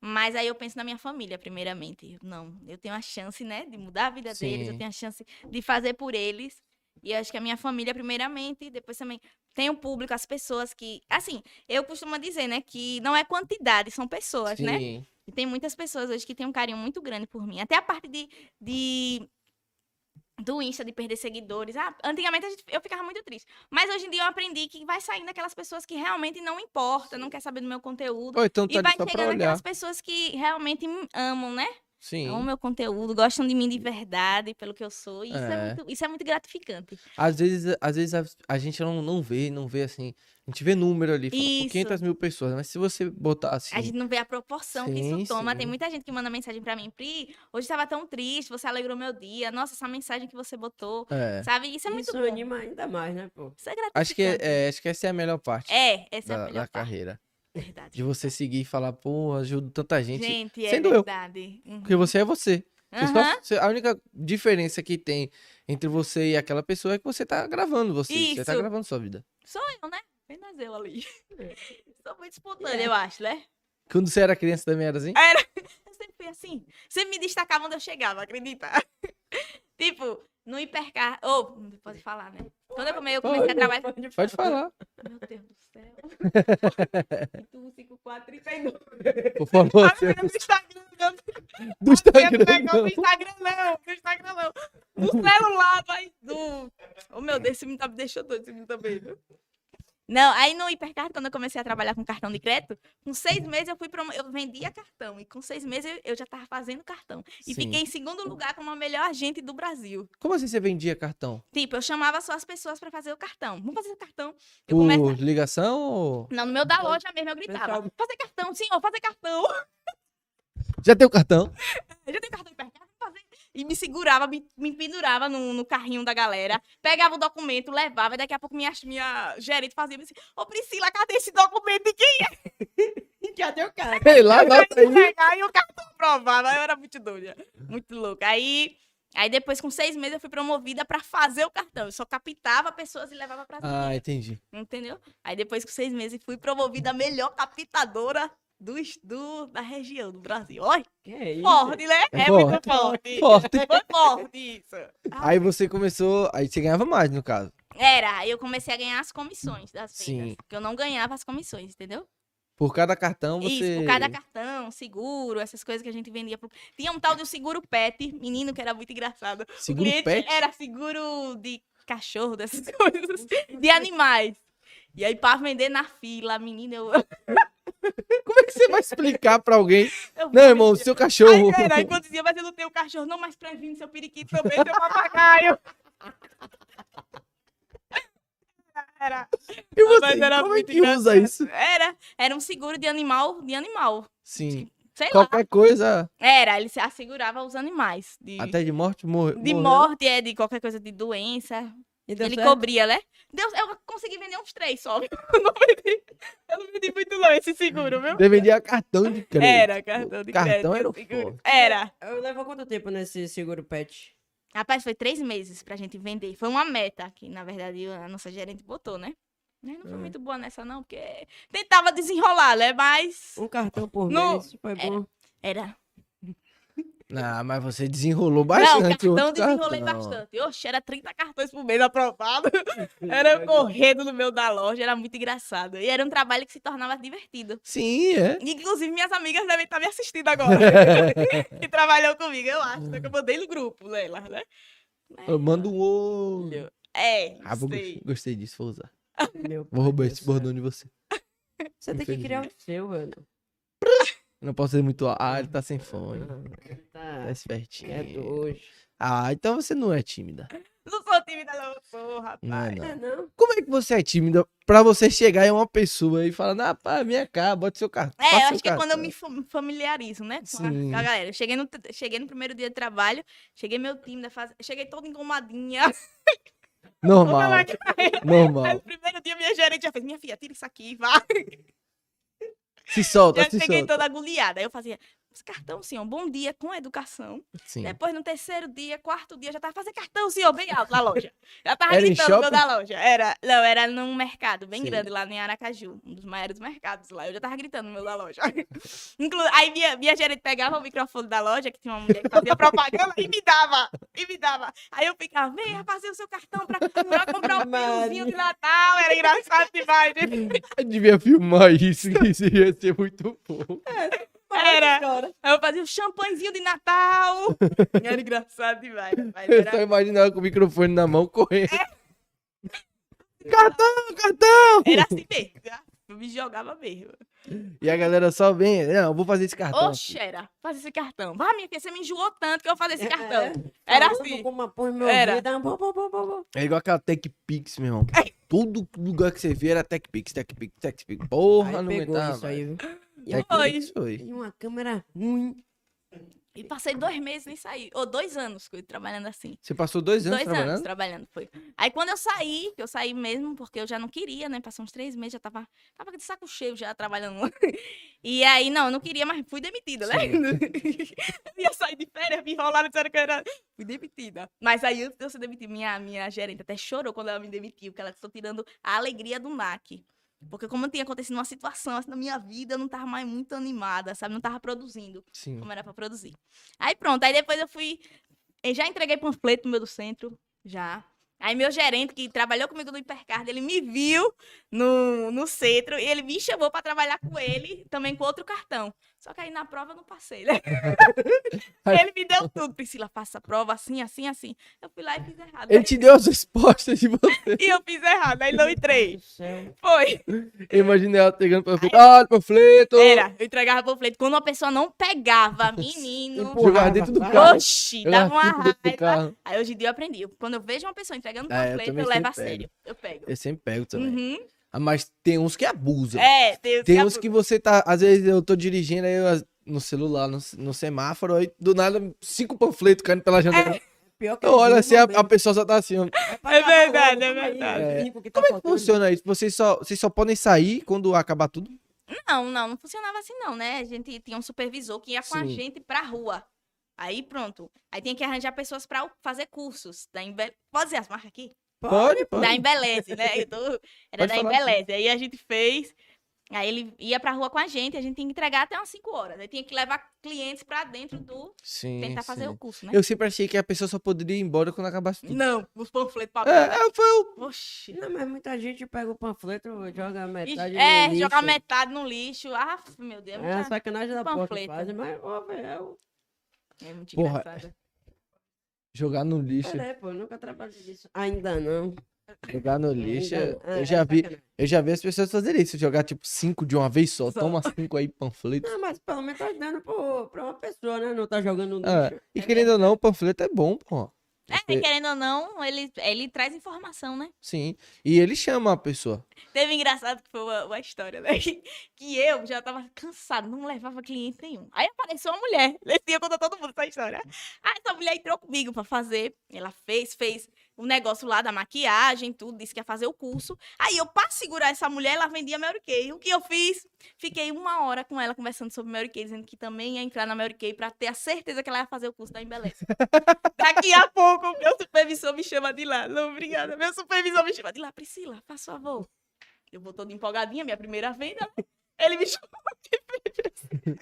Mas aí eu penso na minha família, primeiramente. Eu, Não, eu tenho a chance, né? De mudar a vida deles.
Sim.
Eu tenho a chance de fazer por eles. E eu acho que a minha família, primeiramente. Depois também tem o público, as pessoas que... Assim, eu costumo dizer, né? Que não é quantidade, são pessoas, né?
Sim.
E tem muitas pessoas hoje que têm um carinho muito grande por mim. Até a parte de. de- do Insta, de perder seguidores. Ah, antigamente a gente- eu ficava muito triste. Mas hoje em dia eu aprendi que vai saindo aquelas pessoas que realmente não importa, não quer saber do meu conteúdo.
Ou então tá
E
ali
vai
só pra
chegando
olhar.
aquelas pessoas que realmente me amam, né?
Sim.
Amam meu conteúdo, gostam de mim de verdade, pelo que eu sou. E isso é,
É.
muito, isso é muito gratificante.
Às vezes, às vezes a, a gente não, não vê, não vê assim. A gente vê número ali, fala, pô,
Isso.
500 mil pessoas, mas se você botar assim.
A gente não vê a proporção que
Sim,
isso toma. Tem
sim.
muita gente que manda mensagem pra mim, Pri, hoje estava tão triste, você alegrou meu dia. Nossa, essa mensagem que você botou.
É.
Sabe? Isso é muito
Isso
bom.
anima ainda mais, né, pô?
Isso é
Acho que, é,
gratificante.
é, acho que essa é a melhor parte
É, essa é a
da, da
melhor parte. é
carreira.
Verdade.
De você seguir e falar, pô, ajudo tanta gente.
Gente, é
sendo eu.
verdade. Uhum.
Porque você é você. Você só-
Aham,
você- a única diferença que tem entre você e aquela pessoa é que você tá gravando você. Você tá
Isso.
gravando sua vida.
Sou eu, né? Apenas eu ali.
É.
Sou muito espontânea, eu acho, né?
Quando você era criança também era assim?
É. Eu sempre fui assim. Sempre me destacava onde eu chegava, acredita? tipo, no hipercar... Ou, não pode falar, né? Quando eu comecei, eu comecei a trabalhar...
Pode,
Pode falar.
Meu Deus do céu.
É. Então, 5439.
Por favor.
Ah, menina, no Instagram, não.
Do
Tá
Instagram.
Não, no
não.
Instagram não, no Instagram não. No Um celular, mas do. Oh meu Deus, esse menino tá me deixando doido, esse menino também. viu? Não, aí no hipercartão, quando eu comecei a trabalhar com cartão de crédito, com seis meses eu fui promo... eu vendia cartão. E com seis meses eu- eu já tava fazendo cartão. E
Sim.
fiquei em segundo lugar como a melhor agente do Brasil.
Como assim você vendia cartão?
Tipo, eu chamava só as pessoas pra fazer o cartão. Vamos fazer o cartão. Eu
Por
começava.
ligação ou.
Não, no meu da loja mesmo eu gritava.
Pessoal-
Fazer cartão, senhor, fazer cartão.
Já tem o cartão?
Eu já tenho cartão de perto, vou fazer. E me segurava, me, me pendurava no, no carrinho da galera, pegava o documento, levava, e daqui a pouco minha, minha gerente fazia assim, ô Priscila, cadê esse documento de quem
Cadê o cara?
Sei lá,
vai
nota aí.
entregar? E o cartão aprovado. Aí eu era muito doida, muito louca. Aí, aí depois, com seis meses, eu fui promovida pra fazer o cartão. Eu só captava pessoas e levava pra
Ah, entendi.
Entendeu? Aí depois, com seis meses, fui promovida a melhor captadora do, es- do, da região do Brasil. Olha,
Que é isso?
forte, né?
É
É, muito
forte.
forte.
Forte.
Foi forte isso.
Aí você começou. Aí você ganhava mais, no caso.
Era, aí eu comecei a ganhar as comissões das vendas.
Sim.
Porque eu não ganhava as comissões, entendeu?
Por cada cartão Então você.
Isso, por cada cartão, seguro, essas coisas que a gente vendia. Pro... Tinha um tal de seguro pet, menino, que era muito engraçado. O
Seguro
cliente
pet?
Era seguro de cachorro, dessas coisas, de animais. E aí, pra vender na fila, menina, eu...
Como é que você vai explicar pra alguém?
eu
Não, irmão, seu cachorro.
Aí, era, aí quando dizia, mas eu não tenho cachorro, não, mas previne seu periquito também, seu papagaio. Era,
E você?
mas era
Como é
muito
que usa
engraçado.
isso?
era, era um seguro de animal, de animal.
Sim.
Sei lá.
Qualquer coisa,
Era, ele se assegurava os animais. De,
até de morte, morre.
de morte, é, de qualquer coisa, de doença.
E deu
ele
certo?
cobria, né? Deus, eu consegui vender uns três só. viu? Eu não vendi, eu não vendi muito não esse seguro, viu?
Dependia cartão de crédito.
Era, cartão de crédito.
Cartão era o
seguro.
forte.
Era.
Eu- Levou quanto tempo nesse seguro pet?
Rapaz, foi três meses pra gente vender. Foi uma meta que, na verdade, a nossa gerente botou, né? Mas não foi
É.
Hum.
muito boa nessa, não, porque tentava desenrolar, né? Mas
Um cartão por
No-
mês, foi bom.
era
Ah, mas você desenrolou
Não,
bastante. o
cartão
outro
desenrolei
cartão.
bastante. Oxe, era 30 cartões por mês aprovado. Era eu correndo no meu da loja, era muito engraçado. E era um trabalho que se tornava divertido.
Sim, é.
Inclusive, minhas amigas devem estar me assistindo agora. que trabalham comigo, eu acho. né, Que eu mandei no grupo delas, né?
Eu mando um olho.
É,
Ah, vou-
sei.
gostei disso, vou usar.
Meu
Vou
pai
roubar
do
esse
céu.
bordão de você.
Você tem que criar o seu, mano.
Eu Não posso dizer muito. alto.
Uhum.
Ah, ele tá sem fone.
Ele tá
Ah,
Tá espertinho.
é
quieto hoje.
Ah, então você não é tímida.
Não sou tímida, não. Sou, rapaz.
Não é,
Não
não.
é não?
Como é que você é tímida pra você chegar em uma pessoa e falar, ah, pá, minha cá, bota seu cartão.
É,
passa
eu
seu
acho que é
cartão."
quando eu me fa- familiarizo, né? Com a,
um Sim.
com a galera. Eu cheguei no, t- cheguei no primeiro dia de trabalho, cheguei meio tímida, faz... cheguei toda engomadinha.
Normal,
Aí, no
normal.
primeiro dia, minha gerente já fez: Minha filha, tira isso aqui, vá.
Se solta,
Já
se
cheguei
solta.
toda agulhada. Aí eu fazia. "Esse Cartão, senhor, bom dia com educação.
Sim.
Depois, no terceiro dia, quarto dia, já tava fazendo cartão, senhor, bem alto na loja. Já tava
Era em
gritando no
shopping?
meio da loja. Era, não, era num mercado bem
Sim.
grande lá em Aracaju, um dos maiores mercados lá. Eu já tava gritando no meio da loja. Inclu aí minha, minha gerente pegava o microfone da loja, que tinha uma mulher que fazia propaganda, e me dava, e me dava. Aí eu ficava, vem, fazer o seu cartão pra, pra comprar um pãozinho de Natal. Era engraçado demais. né? gente.
Eu devia filmar isso, que isso ia ser muito bom.
Era.
Chora.
Aí eu fazia o champanhezinho de Natal. Era engraçado demais. Mas
Eu
era
só imaginava com o microfone na mão correndo.
É.
Cartão, cartão!
Era assim mesmo. tá? Eu me jogava mesmo.
E a galera só vem, não, eu vou fazer esse cartão.
Oxe, era. Faz esse cartão. Vá, minha filha, você me enjoou tanto que eu vou fazer esse
É,
cartão.
é.
Era
Falando
assim.
Com uma porra no meu
Era.
ouvido, era bom, bom, bom, bom, bom.
É igual aquela Tech Pix, meu irmão. Todo lugar que você vê era Tech Pix, Tech Pix, Tech Pix. Porra,
Aí
não
pegou
aguentava.
isso aí, viu?
Tech
Foi.
Pix foi.
E uma câmera ruim.
E passei dois meses nem saí. Ou dois anos coi, trabalhando assim.
Você passou dois anos
dois
trabalhando?
anos trabalhando, foi. Aí quando eu saí, que eu saí mesmo, porque eu já não queria, né? Passou uns três meses, já tava, tava de saco cheio já trabalhando. lá. E aí, não, eu não queria, mas fui demitida, né? eu ia sair de férias, me enrolaram, disseram que eu era. Fui demitida. Mas aí, antes de eu ser demitida, minha, minha gerente até chorou quando ela me demitiu, porque ela estou tirando a alegria do NAC. Porque como tinha acontecido uma situação assim na minha vida, eu não tava mais muito animada, sabe? Não tava produzindo
Sim.
como era pra produzir. Aí pronto, aí depois eu fui. Eu já entreguei panfleto no meu do centro, já. Aí meu gerente, que trabalhou comigo no Hipercard, ele me viu no, no centro e ele me chamou pra trabalhar com ele, também com outro cartão. Só que aí na prova eu não passei, né? ele me deu tudo. Priscila, faça a prova assim, assim, assim. Eu fui lá e fiz errado. né?
Ele te deu as respostas de você.
E eu fiz errado, aí não entrei.
Do céu.
Foi.
Imagina ela pegando pra frente. Ah, panfleto!
Era, eu entregava panfleto. Quando uma pessoa não pegava, menino.
Empurrava,
Jogava dentro do
vai.
carro.
Oxi,
Eu
dava uma
arquivo dentro do
raiva.
carro.
Aí hoje em dia eu aprendi. Eu- Quando eu vejo uma pessoa entregando um
Ah, eu
panfleto, eu,
também
levo a
sempre
sério. Eu pego.
Eu sempre pego também.
Uhum.
Ah, mas tem uns que abusam.
É, tem,
Tem uns que você tá. Às vezes eu tô dirigindo aí eu- ah, no celular, no, no semáforo, aí do nada cinco panfletos caindo
É,
pela janela.
Pior
Eu olho
vi
assim,
uma
a,
vez.
a pessoa só tá assim. ó. Como
Vai pra
É
acabar
verdade,
logo,
é
calma aí,
verdade.
brinco que tá
é que
faltando.
funciona isso? Vocês só, vocês só podem sair quando acabar tudo?
Não, não, não funcionava assim não, né? A gente tinha um supervisor que ia com a
Sim.
gente pra rua. Aí pronto. Aí tinha que arranjar pessoas pra o- fazer cursos. Da Embe... Pode dizer as marcas aqui?
Pode,
Da
pode.
Embeleze, né? Eu tô- Era
Pode
da
falar,
Embeleze. Aí a gente fez. Aí ele ia pra rua com a gente, a gente tinha que entregar até umas 5 horas. Aí tinha que levar clientes pra dentro do.
Sim.
tentar
sim.
fazer o curso, né?
Eu sempre achei que a pessoa só poderia ir embora quando acabasse tudo.
Não, os panfletos
É,
papel. né?
é, foi o.
Oxi.
Não, mas muita gente pega o panfleto, joga a
Ixi,
metade
É,
no lixo.
jogar metade no lixo. Ah, meu Deus.
É a
muita-
sacanagem da porta que
panfleto.
faz, mas, ô, velho, é o-
É, muito
Porra.
engraçado.
Jogar no lixo.
é, pô, eu nunca trabalhei nisso. Ainda não.
Jogar no lixo.
Ainda não. É,
Eu
é
já vi.
sacanagem.
Eu já vi as pessoas fazerem isso. Jogar tipo cinco de uma vez só.
Só.
Toma cinco aí, panfleto.
Não, mas pelo menos tá dando pro, pra uma pessoa, né? Não tá jogando no
Ah,
lixo.
e querendo ou não, o panfleto é bom, pô.
É,
Você-
querendo ou não, ele, ele traz informação, né?
Sim. E ele chama a pessoa.
Teve engraçado que foi uma, uma história, né? Que eu já tava cansada, não levava cliente nenhum. Aí apareceu uma mulher. Nesse dia conta todo mundo essa história. Aí essa mulher entrou comigo pra fazer. Ela fez, fez o negócio lá da maquiagem, tudo, disse que ia fazer o curso. Aí eu, pra segurar essa mulher, ela vendia Mary Kay. O que eu fiz? Fiquei uma hora com ela conversando sobre Mary Kay, dizendo que também ia entrar na Mary Kay pra ter a certeza que ela ia fazer o curso da Embeleza. Daqui a pouco, meu supervisor me chama de lá. Não, obrigada. Meu supervisor me chama de lá. Priscila, faz favor. Eu vou toda empolgadinha, minha primeira venda. né? Ele me chamou de primeira.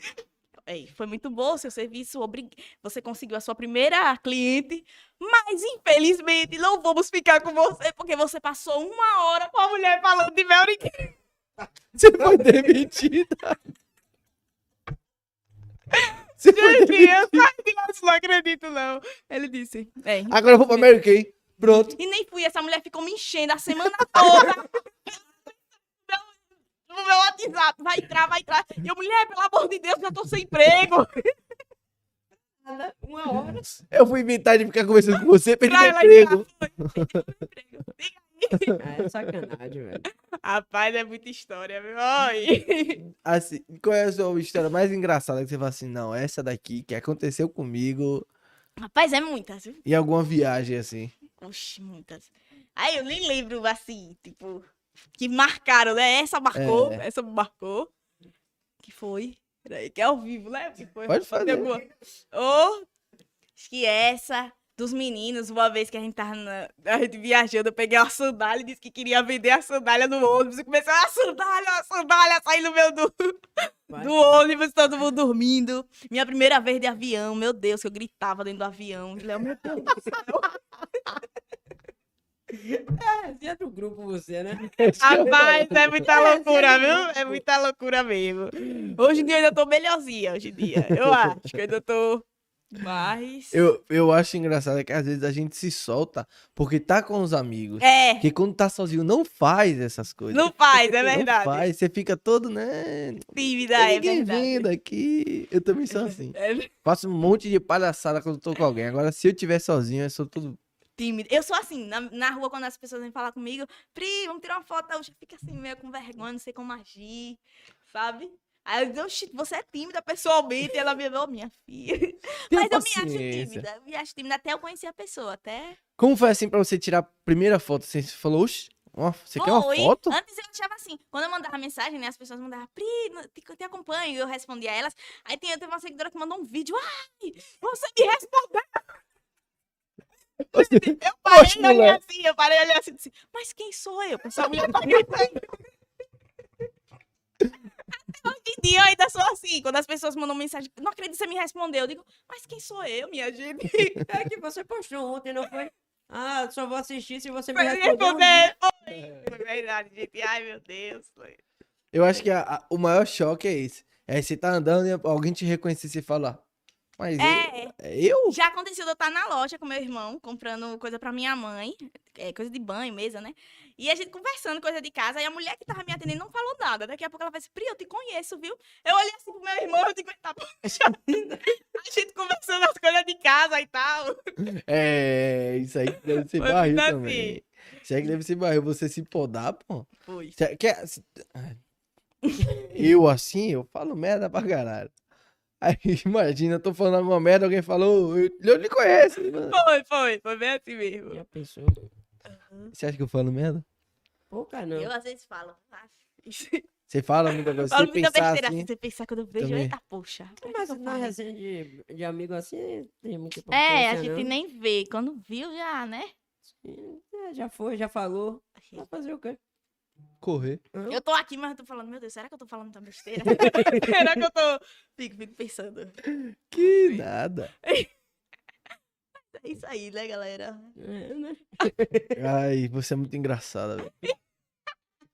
Ei, foi muito bom o seu serviço. obri- Você conseguiu a sua primeira cliente. Mas, infelizmente, não vamos ficar com você, porque você passou uma hora com a mulher falando de Melry Kay.
Você foi demitida. Você foi
Gente,
demitida.
eu saí de lá, isso não acredito, não. Ele disse. É,
Agora eu vou pra Mary Kay. Pronto.
E nem fui, essa mulher ficou me enchendo a semana toda.
no meu WhatsApp. Vai entrar, vai entrar. E eu, mulher, pelo amor de Deus, já tô sem emprego.
Nada, Uma hora.
Eu fui inventar de ficar conversando com você pra ele
Vai
ter
lá
emprego.
emprego.
Ah, é sacanagem, velho.
Rapaz, é muita história, meu. Oi.
Assim, qual é a sua história mais engraçada que você fala assim, não, essa daqui que aconteceu comigo
Rapaz, é muitas, viu?
em alguma viagem, assim.
Oxe, muitas. Aí eu nem lembro, assim, tipo, que marcaram, né? Essa marcou, essa marcou. Que foi? Peraí, que é ao vivo, né? Que foi?
Pode fazer.
Tem alguma? Ô, acho que essa dos meninos, uma vez que a gente tava na- a gente viajando, eu peguei uma sandália e disse que queria vender a sandália no ônibus. E comecei a sandália, a sandália, sair no meu do,
Vai.
do ônibus, todo mundo dormindo. Minha primeira vez de avião, meu Deus, que eu gritava dentro do avião. Léo, meu Deus.
É, você é do grupo, você, né?
Ah,
Rapaz, é muita loucura, viu? É muita loucura mesmo. Hoje em dia eu ainda tô melhorzinha, hoje em dia. Eu acho que eu ainda tô mais...
Eu, eu acho engraçado é que às vezes a gente se solta porque tá com os amigos.
É,
Porque quando tá sozinho não faz essas coisas.
não faz, é
Não
verdade.
faz, você fica todo, né?
Tímida,
Tem
é
ninguém
verdade.
vendo aqui. Eu também sou assim.
É
Faço um monte de palhaçada quando tô com alguém. Agora, se eu tiver sozinho, eu sou tudo.
tímida. Eu sou assim, na, na rua, quando as pessoas vêm falar comigo, Pri, vamos tirar uma foto, eu já fico assim, meio com vergonha, não sei como agir, sabe? Aí eu digo, "Oxi, você é tímida pessoalmente, e ela me oh, minha filha.
Tenha
Mas eu me acho
paciência.
tímida, eu me acho tímida até eu conhecer a pessoa, até...
Como foi assim pra você tirar a primeira foto? Você falou, oxe, uma- você quer uma
Foi.
foto?
Antes eu achava assim, quando eu mandava mensagem, né, as pessoas mandavam, Pri, no- te, te acompanho, eu respondia a elas. Aí tem, teve uma seguidora que mandou um vídeo, ai, você me respondeu.
Você-
Eu parei,
Poxa,
eu olhei
mulher.
assim, eu parei, eu olhei assim, disse, mas quem sou eu? Pessoal, tá me apaguei. Hoje em dia eu ainda sou assim, quando as pessoas mandam mensagem, não acredito que você me respondeu, eu digo, mas quem sou eu, minha gente?
É que você postou ontem, não foi? Ah, só vou assistir se você me
é
Pra me
responder. um dia.
responder, foi. Foi verdade, gente, ai meu Deus. Foi.
Eu acho que a- a- o maior choque é esse. É você tá andando e alguém te reconhecer e você fala, mas
É,
eu? eu?
Já aconteceu de eu estar na loja com meu irmão, comprando coisa pra minha mãe, é, coisa de banho, mesa, né? E a gente conversando coisa de casa, e a mulher que tava me atendendo não falou nada. Daqui a pouco ela vai assim, Pri, eu te conheço, viu? Eu olhei assim pro meu irmão, eu digo, tá poxa vida." A gente conversando as coisas de casa e tal.
É, isso aí que deve ser
Foi assim.
barril
muito
também. Isso aí que deve ser barril, você se podar, pô.
Foi.
Cê quer- cê- Eu assim, eu falo merda pra caralho. Aí imagina, eu tô falando alguma merda, alguém falou, eu, eu lhe conheço. mano.
Foi, foi, foi bem assim mesmo.
Já pensou?
Você acha que eu falo merda?
Pouca não.
Eu às vezes falo, ah, isso-
Você fala muita coisa.
falo
Você
muita
pensar
besteira assim,
assim,
você pensar quando eu vejo,
também.
eita, poxa. pra que
Mas
eu
na
falei?
resenha de, de amigo assim, tem muita
É, a
importância,
gente
não.
nem vê, quando viu já, né?
É, já foi, já falou. Vai fazer o quê?
correr.
Eu tô aqui, mas eu tô falando, meu Deus, será que eu tô falando muita besteira? será que eu tô. Fico, fico pensando.
Que nada.
É isso aí, né, galera?
É, né?
Ai, você é muito engraçada, velho.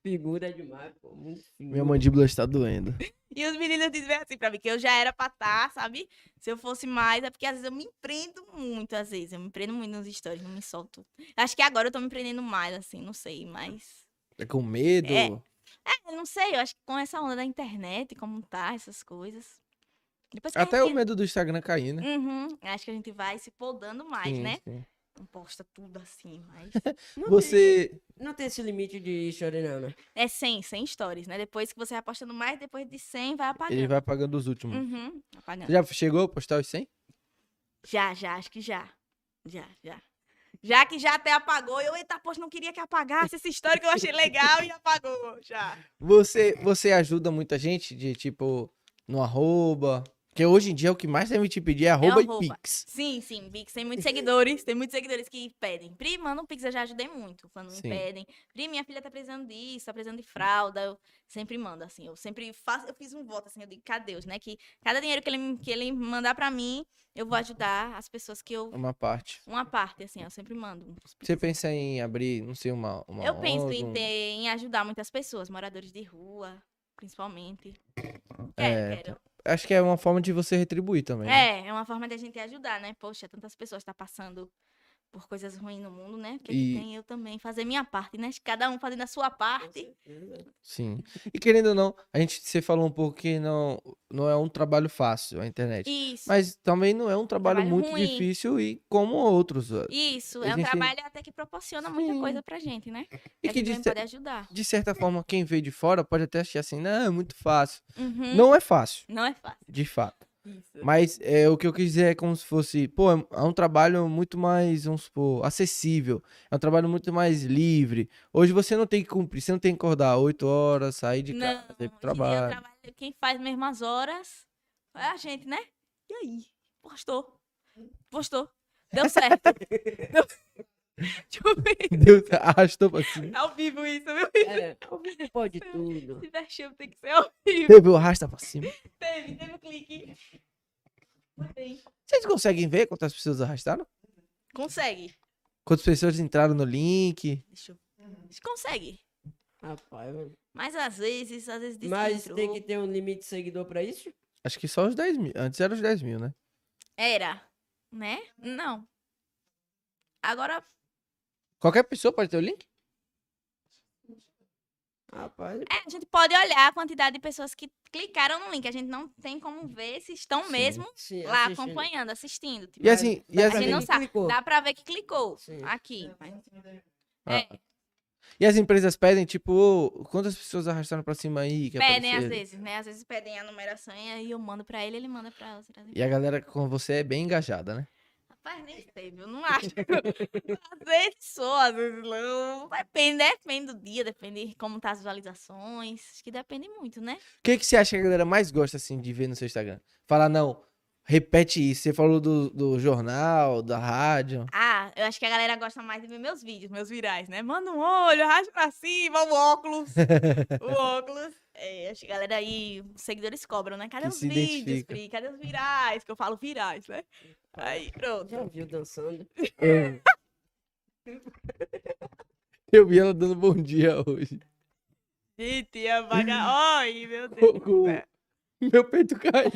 Figura demais, pô. Muito
Minha
figura.
mandíbula está doendo.
E os meninos dizem assim pra mim, que eu já era pra estar, sabe? Se eu fosse mais, é porque às vezes eu me empreendo muito, às vezes. Eu me empreendo muito nos stories, não me solto. Acho que agora eu tô me empreendendo mais, assim, não sei, mas.
Tá com medo?
É. É, não sei, eu acho que com essa onda da internet, como tá, essas coisas. Depois É que a
Até o
gente...
medo do Instagram cair, né?
Uhum, acho que a gente vai se podando mais,
Sim,
né?
sim.
Não posta tudo assim, mas.
Não
Você.
Tem, não tem esse limite de história, não, né?
É 100, 100 stories, né? Depois que você vai postando mais, depois de 100, vai
Ele
apagando.
vai apagando os últimos.
Uhum,
Você
apagando.
já chegou a postar os 100?
Já, já, acho que já. Já, já. Já que já até apagou, eu, eita, poxa, não queria que apagasse essa história que eu achei legal e apagou, já.
Você, você ajuda muita gente de tipo no arroba. Porque hoje em dia o que mais deve te pedir é arroba,
arroba.
e pix.
Sim, sim, Bix, tem muitos seguidores, tem muitos seguidores que pedem. Pri, manda um Pix, eu já ajudei muito quando
Sim.
me pedem. Pri, minha filha tá precisando disso, tá precisando de fralda, eu sempre mando, assim, eu sempre faço, eu fiz um voto, assim, eu digo, cadê Deus, né, que cada dinheiro que ele, me- que ele mandar pra mim, eu vou ajudar as pessoas que eu
Uma parte.
Uma parte, assim, eu sempre mando. uns
Você pensa em abrir, não sei, uma. uma
eu penso
ONG,
em,
um-
ter, em ajudar muitas pessoas, moradores de rua, principalmente. Quero,
É,
quero.
Acho que é uma forma de você retribuir também. né?
É, é uma forma de a gente ajudar, né? Poxa, tantas pessoas estão tá passando por coisas ruins no mundo, né? Porque
E-
que tem eu também fazer minha parte, né? Cada um fazendo a sua parte.
Sim. E querendo ou não, a gente, você falou um pouco que não, não é um trabalho fácil a internet.
Isso.
Mas também não é um trabalho,
trabalho
muito
ruim.
difícil e como outros. eh, ó.
Isso,
a
é um
gente-
trabalho até que proporciona muita
Sim.
coisa pra gente, né?
E
a
que
gente
de,
também
cer-
pode ajudar.
de certa forma, quem vê de fora pode até achar assim, não, é muito fácil.
Uhum.
Não é fácil,
Não é fácil.
de fato.
Isso.
Mas é, o que eu quis dizer é como se fosse, pô, é é um trabalho muito mais, vamos supor, acessível. É um trabalho muito mais livre. Hoje você não tem que cumprir, você não tem que acordar 8 horas, sair de
não,
casa, ir pro
hoje em dia eu
trabalho.
trabalho- Quem faz mesmo as horas é a gente, né? E aí? Postou. Postou. Deu certo. Deu... Deixa eu ver.
Deus arrastou pra cima.
Ao vivo isso, viu?
É, o vídeo pode tudo.
Se der chuva, tem que ser ao vivo.
Teve o arrasta pra cima.
Teve, teve o clique. Botei.
Vocês conseguem ver quantas pessoas arrastaram?
Consegue.
Quantas pessoas entraram no link?
Deixa eu... Consegue.
Rapaz, mano.
Mas às vezes, às vezes diz que
Mas
entrou.
tem que ter um limite de seguidor pra isso?
Acho que só os 10 mil. Antes era os 10 mil, né?
Era, né? Não. Agora,
Qualquer pessoa pode ter o link?
Rapaz,
é, a gente pode olhar a quantidade de pessoas que clicaram no link. A gente não tem como ver se estão
Sim.
mesmo
sim,
lá
assistindo.
acompanhando, assistindo. Tipo,
E assim, e
dá pra
a
assim,
gente
ver
não
que
sabe.
clicou.
Dá pra ver que clicou
Sim. É.
aqui. mas-
Ah. e as empresas pedem, tipo, ô, quantas pessoas arrastaram pra cima aí? que
Pedem às
apareceram?
vezes, né? Às vezes pedem a numeração e aí eu mando pra ele, ele manda pra outra. né?
E a galera com você é bem engajada, né?
Rapaz, nem sei, viu? Não acho. às vezes sou, às vezes não. Depende, depende do dia, depende de como tá as visualizações. Acho que depende muito, né?
O que, que você acha que a galera mais gosta, assim, de ver no seu Instagram? Falar, não, repete isso. Você falou do, do jornal, da rádio.
Ah, eu acho que a galera gosta mais de ver meus vídeos, meus virais, né? Manda um olho, rasga pra cima, o óculos. o óculos. É, acho que a galera aí, os seguidores cobram, né? Cadê
Que
os
se
vídeos,
identifica.
Pri? Cadê os virais? Que eu falo virais, né? Aí, pronto.
Já viu dançando?
Eu vi ela dando bom dia hoje.
Gente, a vaga... Ai, meu Deus.
Com- com- Meu peito caiu.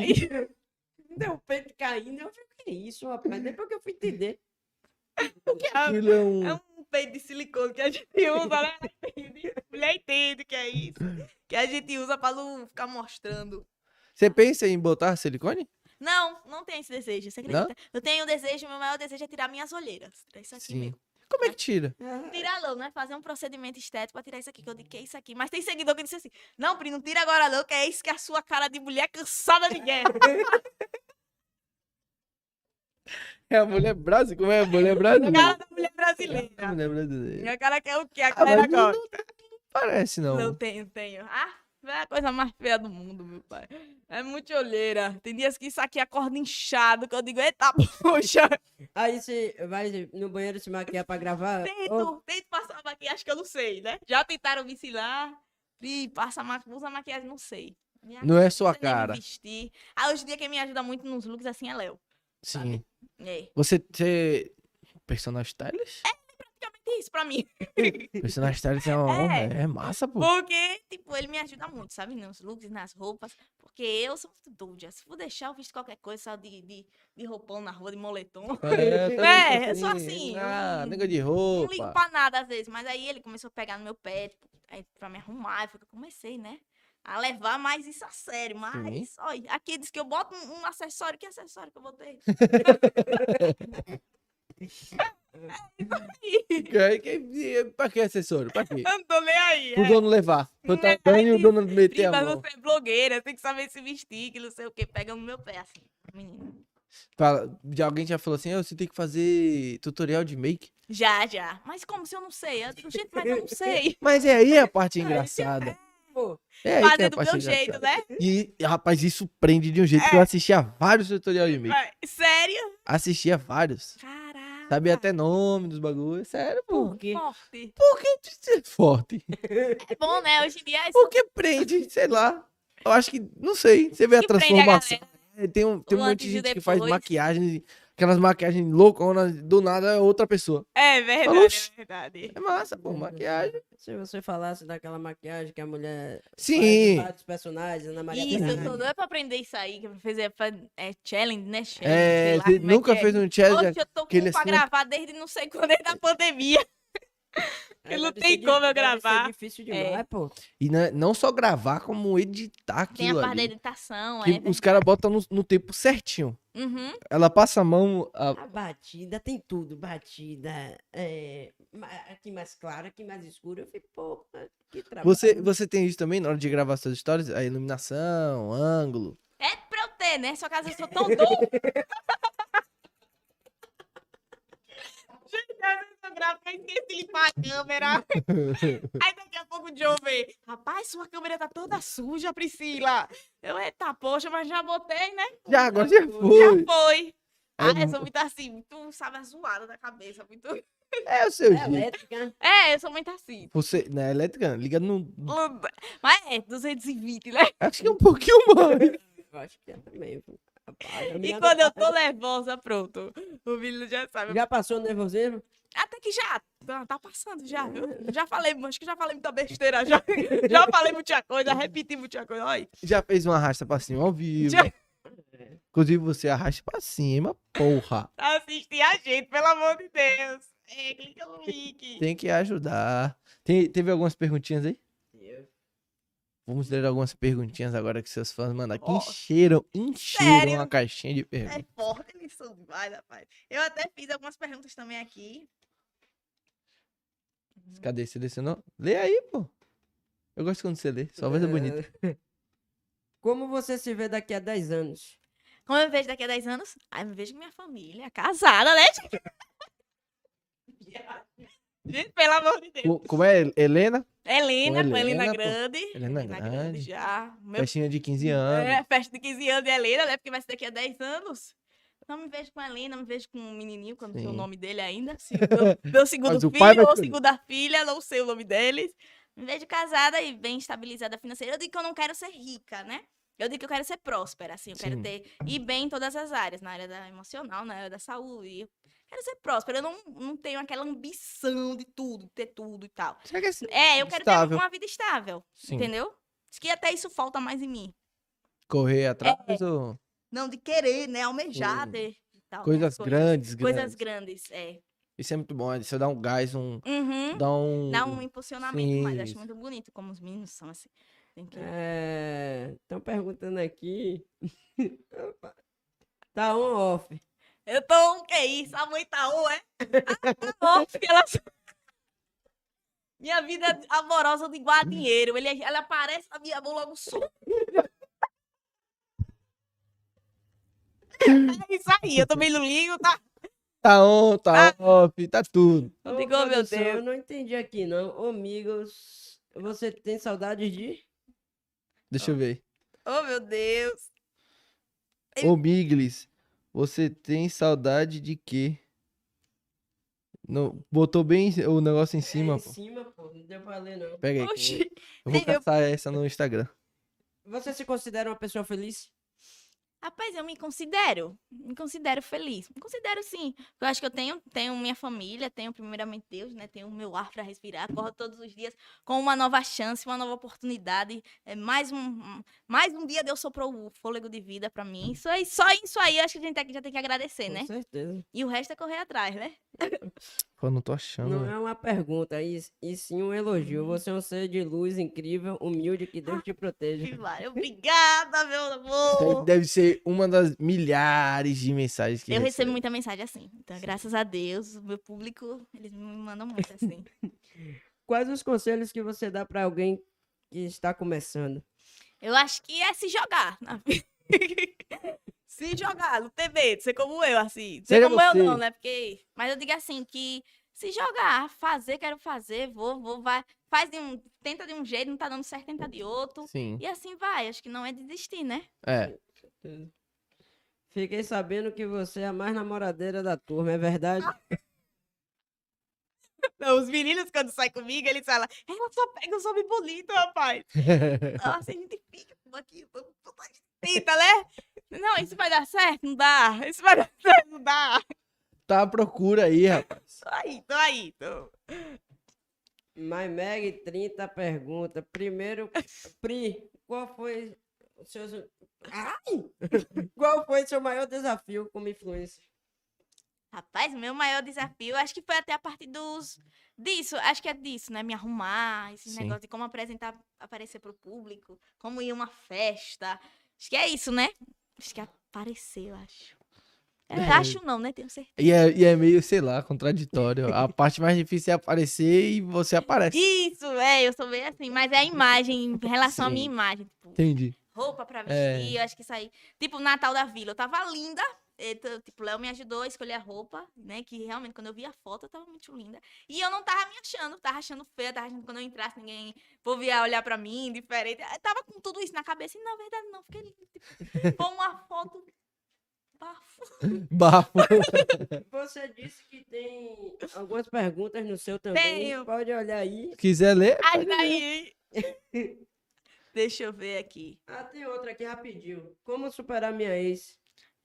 Deu o peito caindo. Eu falei, que isso, rapaz? Depois que eu fui entender.
Aquilo é um-
É um peito de silicone que a gente usa, né? Mulher entende que é isso. Que a gente usa pra não ficar mostrando.
Você pensa em botar silicone?
Não, não tenho esse desejo, você
Não?
acredita? Eu tenho um desejo, meu maior desejo é tirar minhas olheiras. Tirar isso Tá aqui
Sim.
meu.
Como é que tira?
Tirar não, né? Fazer um procedimento estético pra tirar isso aqui, que eu digo que é isso aqui. Mas tem seguidor que disse assim, não, Pri, não tira agora não, que é isso que a sua cara de mulher cansada de guerra.
É a mulher brasileira? Como é a mulher
cara
brasileira?
da mulher
A
brasileira.
mulher brasileira.
Minha cara quer o quê? A
Ah,
galera
mas não-
agora.
não, não parece, não.
Não tenho, tenho. Ah, é a coisa mais feia do mundo, meu pai. É muito olheira. Tem dias que isso aqui é acorda inchado, que eu digo, eita, poxa.
Aí você vai no banheiro se maquiar pra gravar? Ô,
Tento, tento passar maquiagem que eu não sei, né? Já tentaram me ensinar. E passa ma usa maquiagem, não sei. Minha-
Não é sua
sei nem me
cara.
vestir. Ah, hoje em dia quem me ajuda muito nos looks assim é Léo.
Sim.
É,
Você ter. Personal stylist?
praticamente isso pra mim.
Personal stylist é uma
É.
honra. É, massa, pô.
Porque, tipo, ele me ajuda muito, sabe? Nos looks, nas roupas. Porque eu sou muito doida. Se for deixar, eu visto qualquer coisa, só de, de, de roupão na rua, de moletom.
É, eu também
É,
sou
eu sou assim,
Ah,
hum.
nega de
Não ligo
roupa.
pra nada às vezes, mas aí ele começou a pegar no meu pé, tipo, aí pra me arrumar, e foi que eu comecei, né? A levar mais isso a sério, mas, olha, aqui diz que eu boto um, um acessório, que acessório que eu botei?
Que- que- que- Pra que acessório? Pra quê?
Eu não tô nem aí,
Pro
é.
dono levar. Pro tá ganho e o dono meter
Pri,
a
Mas
mão.
você é blogueira, tem que saber se vestir, que não sei o que, pega no meu pé, assim, menino.
Fala- De alguém já falou assim, "Ô, você tem que fazer tutorial de make.
Já, já. Mas como se eu não sei? Eu digo, gente, mas eu não sei.
Mas é aí a parte engraçada.
pô,
É aí que é
Fazer
a
do
parte
meu jeito,
engraçada.
né? É.
E, rapaz, isso prende de um jeito que eu assistia vários tutorial de make.
Vai, Sério?
Assistia vários.
Caraca.
Sabia até nome dos bagulhos. Sério, pô.
por quê?
Forte.
Isso é forte.
É bom, né? Hoje em dia é isso
Porque prende, sei lá. Eu acho que, não sei. Você vê a
que prende a
transformação.
galera.
É, Tem um, tem um
O
monte
antes
de
e
gente
o
que faz
depois.
maquiagem aquelas maquiagens louconas, do nada é outra pessoa.
É
Falou,
verdade,
"Oxi".
é verdade.
É massa,
Uhum.
pô, maquiagem.
Se você falasse daquela maquiagem que a mulher
Sim.
faz dos personagens, Ana Maria
Isso, eu
Bernardi.
tô doida pra aprender isso aí, que fazer pra, é challenge, né? Challenge,
É,
sei lá
você
como é
nunca
que é.
fez um challenge.
Oxe, eu tô com
aquele É.
um pra
assim-
gravar desde não sei quando, desde a pandemia.
Aí
não
deve
tem
ser
como eu
difícil- deve ser
gravar. É.
difícil demais, pô.
E na- não só gravar, como editar
Tem a
aquilo
parte da
ali.
editação,
Que
é.
os caras botam no, no tempo certinho.
Uhum.
Ela passa a mão. a-
A batida tem tudo, batida. É, ma- aqui mais claro, aqui mais escuro. Eu fico, pô, que
Tá
trabalho.
Você, você tem isso também na hora de gravar suas histórias? A iluminação, ângulo.
É pra eu ter, né? Só que às vezes eu sou tão doida. Gente, às vezes eu gravo, eu esqueci de limpar a é câmera. Aí daqui a pouco o Joe vê. Rapaz, sua câmera tá toda suja, Priscila. Eu, eita, poxa, mas já botei, né?
Já, agora já
Já
foi.
foi.
É
Ah, eu
mu-
sou muito assim, muito, sabe, zoada da cabeça. Muito...
É o seu
É
jeito.
elétrica.
É, eu sou muito assim.
Você, né, na elétrica, liga no.
Luda. Mas é, 220, né?
Acho que é um pouquinho mais.
Eu acho que é também. pô. Rapaz, a
E
minha-
quando eu
tá
tô nervosa, pronto. O menino já sabe.
Já passou o nervoseiro?
Até que já. Tá, tá passando já, viu? Já falei, acho que já falei muita besteira. Já, já falei muita coisa, repeti muita coisa. Olha, aí.
Já fez uma arrasta pra cima ao vivo.
Já.
Inclusive, você arrasta pra cima, porra.
assistir a gente, pelo amor de Deus. É, clica no link.
Tem que ajudar. Tem- teve algumas perguntinhas aí? Vamos ler algumas perguntinhas agora que seus fãs mandaram. Que
Ó,
encheram, encheram
sério?
a caixinha de perguntas.
É forte, eles são demais, rapaz. Eu até fiz algumas perguntas também aqui.
Cadê? Você selecionou? Lê aí, pô. Eu gosto quando você lê. Sua voz é bonita.
Como você se vê daqui a 10 anos?
Como eu me vejo daqui a 10 anos? Ai, eu me vejo com minha família, casada, né, gente? gente, pelo amor de Deus.
Co- Como é? Helena?
Helena,
Com
com Helena
Helena, pô.
Grande.
Helena Grande.
já. Meu
Festinha de 15 anos.
É, festa de 15 anos de Helena, né? Porque vai ser daqui a 10 anos. Não me vejo com a Helena, me vejo com um menininho, quando sei o
Sim.
nome dele ainda. Se meu, meu segundo
Mas o
filho
pai vai
ou
escolher.
segunda filha, não sei o nome deles. Me vejo casada e bem estabilizada financeira. Eu digo que eu não quero ser rica, né? Eu digo que eu quero ser próspera, assim. Eu quero
Sim.
ter. ir bem em todas as áreas, na área da emocional, na área da saúde. Eu quero ser próspera. Eu não, não tenho aquela ambição de tudo, de ter tudo e tal.
Será que é assim?
É, eu quero ter
Estável.
uma vida estável,
Sim.
entendeu? Acho que até isso falta mais em mim.
Correr atrás ou
É. Não, de querer, né? Almejar
Sim.
ter e tal, né,
coisas grandes, né.
Coisas
grandes.
grandes, é.
Isso é muito bom. Você dá um gás, um.
Uhum.
Dá um.
Dá um impulsionamento, mas
Sim, É.
acho
isso.
muito bonito como os meninos são assim. Tem que-
Estão É, perguntando aqui. Opa. Tá on off.
Eu tô, um que isso? A mãe tá on, é? Ah, tá on, porque ela... Minha vida é amorosa de guarda
Hum.
dinheiro. Ele, ela aparece na minha mão logo solta. É isso aí, eu também não ligo, tá?
Tá on, tá
Ah.
off, tá tudo.
Ô,
Ligou, meu
produção,
Deus.
Eu não entendi aqui, não. Ô, Amigos, você tem saudades de?
Deixa eu ver.
Oh, meu Deus.
Ô, Miglis, você tem saudade de quê? Não, botou bem o negócio em
É,
cima,
em
pô.
cima, pô. Não deu pra ler, não.
Pega aí. que eu-
Oxi.
Eu vou
Sim, eu-
caçar essa no Instagram.
Você se considera uma pessoa feliz?
Rapaz, eu me considero, me considero feliz. Me considero sim. Eu acho que eu tenho, tenho minha família, tenho primeiramente Deus, né? Tenho meu ar para respirar, acordo todos os dias com uma nova chance, uma nova oportunidade, é mais um mais um dia Deus soprou o fôlego de vida para mim. Isso aí, só isso aí, eu acho que a gente tem que- já tem que agradecer,
Com
né?
certeza.
E o resto é correr atrás, né?
Pô, não tô achando.
Não
velho.
é uma pergunta, e, e sim um
Uhum.
elogio. Você é um ser de luz incrível, humilde, que Deus te proteja.
E vai. Obrigada, meu
Deve-
um amor.
Deve ser uma das milhares de mensagens que
Eu recebo
recebo.
muita mensagem assim. Então, graças a Deus, o meu público, eles me mandam muito assim.
Quais os conselhos que você dá pra alguém que está começando?
Eu acho que é se jogar na vida. se jogar, não ter medo, ser como eu, assim. Ser
Seja
como
você.
eu não, né? Porque... Mas eu digo assim, que se jogar, fazer, quero fazer, vou, vou, vai. Faz de um... Tenta de um jeito, não tá dando certo, tenta de outro.
Sim.
E assim vai, acho que não é desistir, né?
É.
Fiquei sabendo que você é a mais namoradeira da turma, é verdade?
Não, os meninos, quando saem comigo, eles falam, ela só pega os homens bonitos, rapaz. Nossa, a gente fica como aqui, vamos- vamos- tenta, né?
Não, isso vai dar certo? Não dá. Isso vai dar certo? Não dá.
Tá à procura aí, rapaz.
Tô aí, tô aí. Tô...
MyMag 30 pergunta. Primeiro, Pri, qual foi o seu. Ai! qual foi seu maior desafio como influencer?
Rapaz, o meu maior desafio, acho que foi até a partir dos. Disso, acho que é disso, né? Me arrumar, esse
Sim.
negócio de como apresentar, aparecer pro público, como ir a uma festa. Acho que é isso, né? Acho que aparecer, eu acho. É,
É.
Acho não, né? Tenho certeza.
E é, e é meio, sei lá, contraditório. A parte mais difícil é aparecer e você aparece.
Isso, é, eu sou bem assim, mas é a imagem, em relação à minha
Sim.
imagem. Tipo,
Entendi.
roupa pra vestir, eu acho que isso aí. Tipo, o Natal da Vila, eu tava linda. eh, t- Tipo, o Léo me ajudou a escolher a roupa, né? Que realmente, quando eu vi a foto, eu tava muito linda. E eu não tava me achando, tava achando feia, tava achando que quando eu entrasse, ninguém podia olhar pra mim, diferente. Eu tava com tudo isso na cabeça e, na verdade, não, fiquei linda. Tipo, foi uma foto bafo.
Bafo.
Você disse que tem algumas perguntas no seu também.
Tenho.
Pode olhar aí.
Quiser ler?
Ai, daí. Deixa eu ver aqui.
Ah, tem outra aqui rapidinho. Como superar minha ex?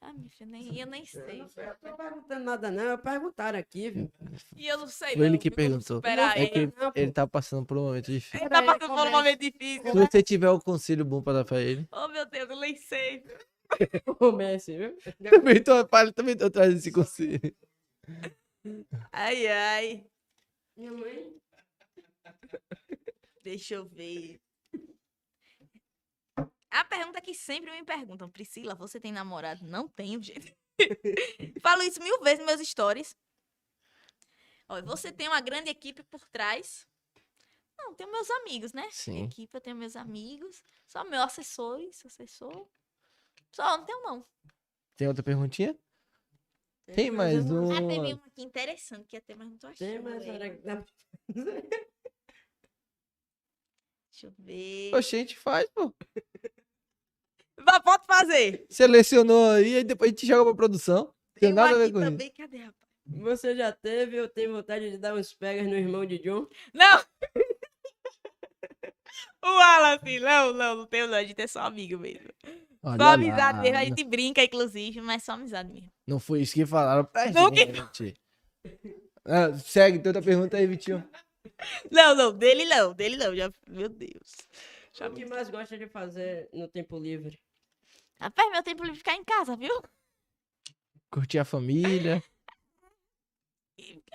Ah, minha filha, nem, eu
Eu
nem
não
sei.
sei, eu tô perguntando nada, não. Eu perguntaram aqui, viu?
E eu não sei.
Foi ele
não,
que
viu, como
perguntou.
superar
É que
ele.
Não, pô.
ele tá passando por um momento difícil.
Ele tá passando por um
Conversa.
momento difícil.
Se você tiver um conselho bom pra dar pra ele.
Oh, meu Deus, eu nem sei.
Comece, viu?
Também tô, também tô trazendo esse conselho.
Ai, ai.
Minha mãe.
Deixa eu ver. A pergunta que sempre me perguntam, Priscila, você tem namorado? Não tenho, gente. Falo isso mil vezes nos meus stories. Olha, você tem uma grande equipe por trás. Não, tenho meus amigos, né?
Sim.
Equipe, eu tenho meus amigos. Só meu assessor, isso, assessor. Só, não tenho não.
Tem outra perguntinha?
Tem
Tem mais um.
Ah, teve uma aqui interessante que ia ter, mas não tô achando.
Tem mais
ela.
hora que tá- dá.
Deixa eu ver.
Oxe, a gente faz, pô.
Vá, Pode fazer.
Selecionou aí, aí depois a gente joga pra produção. Tem
Eu
nada a ver
aqui
com isso.
também, cadê, rapaz?
Você já teve ou tem vontade de dar uns pegas no irmão de John?
Não. O Alan, assim, não, não, não tenho não, a gente é só amigo mesmo.
Olha
só
lá,
amizade mesmo, a
não-
gente brinca, inclusive, mas só amizade mesmo.
Não foi isso que falaram pra
Não,
gente. Ah, segue, tem outra pergunta aí, Vitinho.
Não, não, dele não, dele não, já, meu Deus.
O que mais gosta de fazer no tempo livre?
Rapaz, meu tempo livre ficar em casa, viu?
Curtir a família.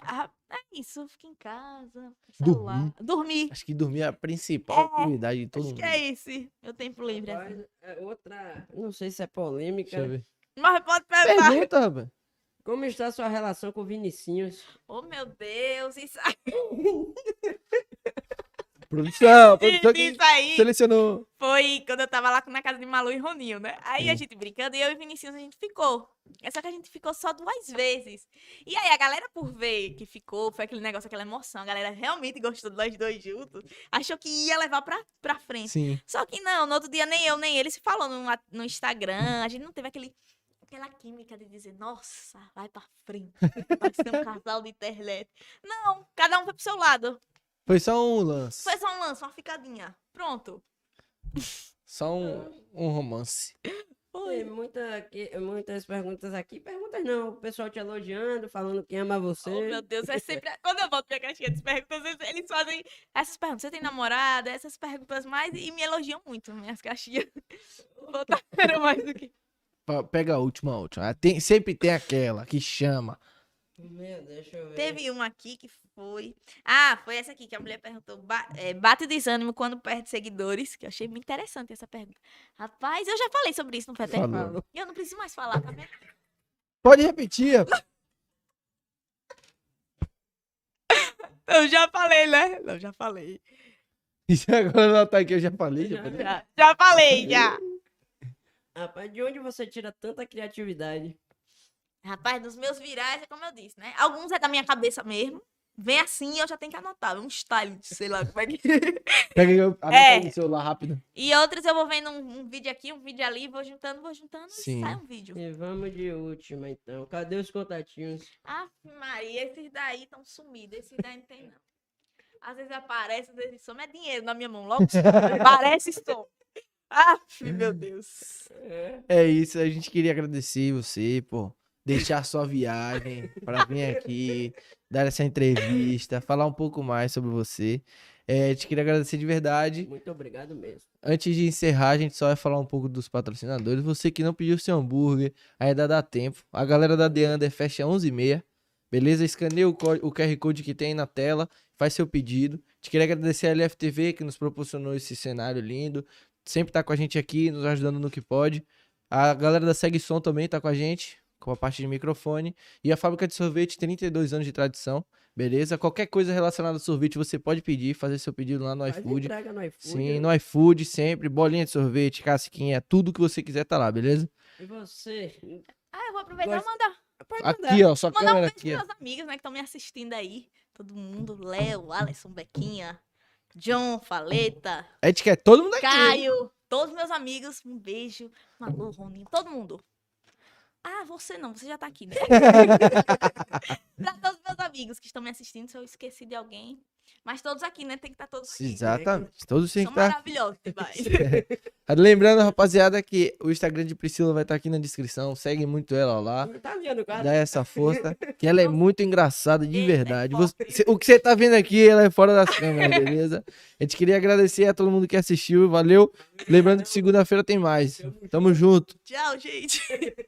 Ah, é isso, fica em casa,
Dormir.
celular. Dormir.
Acho que dormir é a principal atividade de todo
Acho
mundo.
que é esse, meu tempo livre. Assim.
Mas, é Outra, não sei se é
Deixa eu
polêmica.
ver.
Mas pode perguntar.
Pergunta, rapaz.
Como está sua relação com Vinicinhos?
Oh, meu Deus, isso aí.
Produção, produção que
Isso aí
selecionou.
foi quando eu tava lá na casa de Malu e Roninho, né? Aí a
Sim.
gente brincando e eu e Vinicius a gente ficou. É só que a gente ficou só duas vezes. E aí a galera, por ver que ficou, foi aquele negócio, aquela emoção. A galera realmente gostou de nós dois juntos. Achou que ia levar pra, pra frente.
Sim.
Só que não, no outro dia nem eu, nem ele se falou no, a- no Instagram. A gente não teve aquele, aquela química de dizer, nossa, vai pra frente. Vai ser um casal de internet. Não, cada um foi pro seu lado.
Foi só um lance.
Foi só um lance, uma ficadinha. Pronto.
Só um, um romance.
Tem muita aqui- muitas perguntas aqui. Perguntas não. O pessoal te elogiando, falando que ama você.
Oh, meu Deus, é sempre. Quando eu volto pra caixinha de perguntas, eles- eles fazem essas perguntas. Você tem namorada? Essas perguntas mais. E me elogiam muito, minhas caixinhas. Voltaram mais do que.
Pa- Pega a última, a última. Ah, Tem, sempre tem aquela que chama.
Meu, deixa eu ver.
Teve uma aqui que foi. Ah, foi essa aqui que a mulher perguntou. ba- é, bate o desânimo quando perde seguidores. Que eu achei muito interessante essa pergunta. Rapaz, eu já falei sobre isso no Peter.
Falou.
E eu não preciso mais falar, tá vendo?
Pode repetir. rapaz.
Eu já falei, né? Não, já falei.
Isso agora ela tá aqui, eu já falei. Já falei.
Já, já falei, já.
Rapaz, de onde você tira tanta criatividade?
Rapaz, dos meus virais, é como eu disse, né? Alguns é da minha cabeça mesmo. Vem assim, eu já tenho que anotar. Um style, sei lá como é que.
Pega a
É.
do celular rápido.
E outros eu vou vendo um, um vídeo aqui, um vídeo ali, vou juntando, vou juntando
Sim.
e sai um vídeo.
E vamos de última, então. Cadê os contatinhos?
Aff, Maria, esses daí estão sumidos, esses daí não tem não. Às vezes aparece, às vezes some, é dinheiro na minha mão, logo some. aparece e some. Ah, meu Deus.
É.
É isso, a gente queria agradecer você por deixar sua viagem para vir aqui, dar essa entrevista, falar um pouco mais sobre você. É, te queria agradecer de verdade.
Muito obrigado mesmo.
Antes de encerrar, a gente só vai falar um pouco dos patrocinadores. Você que não pediu seu hambúrguer, ainda dá tempo. A galera da The Under fecha às 11h30. Beleza? Escaneia o, có- o QR Code que tem aí na tela, faz seu pedido. Te queria agradecer a LFTV que nos proporcionou esse cenário lindo. Sempre tá com a gente aqui, nos ajudando no que pode. A galera da Segue Som também tá com a gente, com a parte de microfone. E a fábrica de sorvete, 32 anos de tradição. Beleza? Qualquer coisa relacionada a sorvete, você pode pedir, fazer seu pedido lá no
Faz
iFood.
entrega no iFood.
Sim, no iFood sempre, bolinha de sorvete, casquinha, tudo que você quiser tá lá, beleza?
E você?
Ah, eu vou aproveitar e
Gosto-
mandar. Pode mandar.
Aqui, ó, sua
Mandar um
câmera
beijo
aqui,
para
ó.
meus amigos, né, que estão me assistindo aí. Todo mundo, Léo, Alisson, Bequinha, John, Faleta,
A gente quer É todo mundo Tá aqui.
Caio, todos meus amigos, um beijo, Malu, Roninho, todo mundo. Ah, você não, você já tá aqui, né? pra todos meus amigos que estão me assistindo, se eu esqueci de alguém. Mas todos aqui, né? Tem que estar todos aqui.
Exatamente, todos têm que tá.
São
estar.
maravilhosos, demais.
Lembrando, rapaziada, que o Instagram de Priscila vai estar aqui na descrição, segue muito ela lá.
Tá ali no quadro.
Dá essa força, que ela é muito engraçada de
Eita,
verdade.
é
Você- cê- o que você tá vendo aqui, ela é fora das câmeras, beleza? A gente queria agradecer a todo mundo que assistiu, valeu. Lembrando que segunda-feira tem mais. Tamo junto.
Tchau, gente.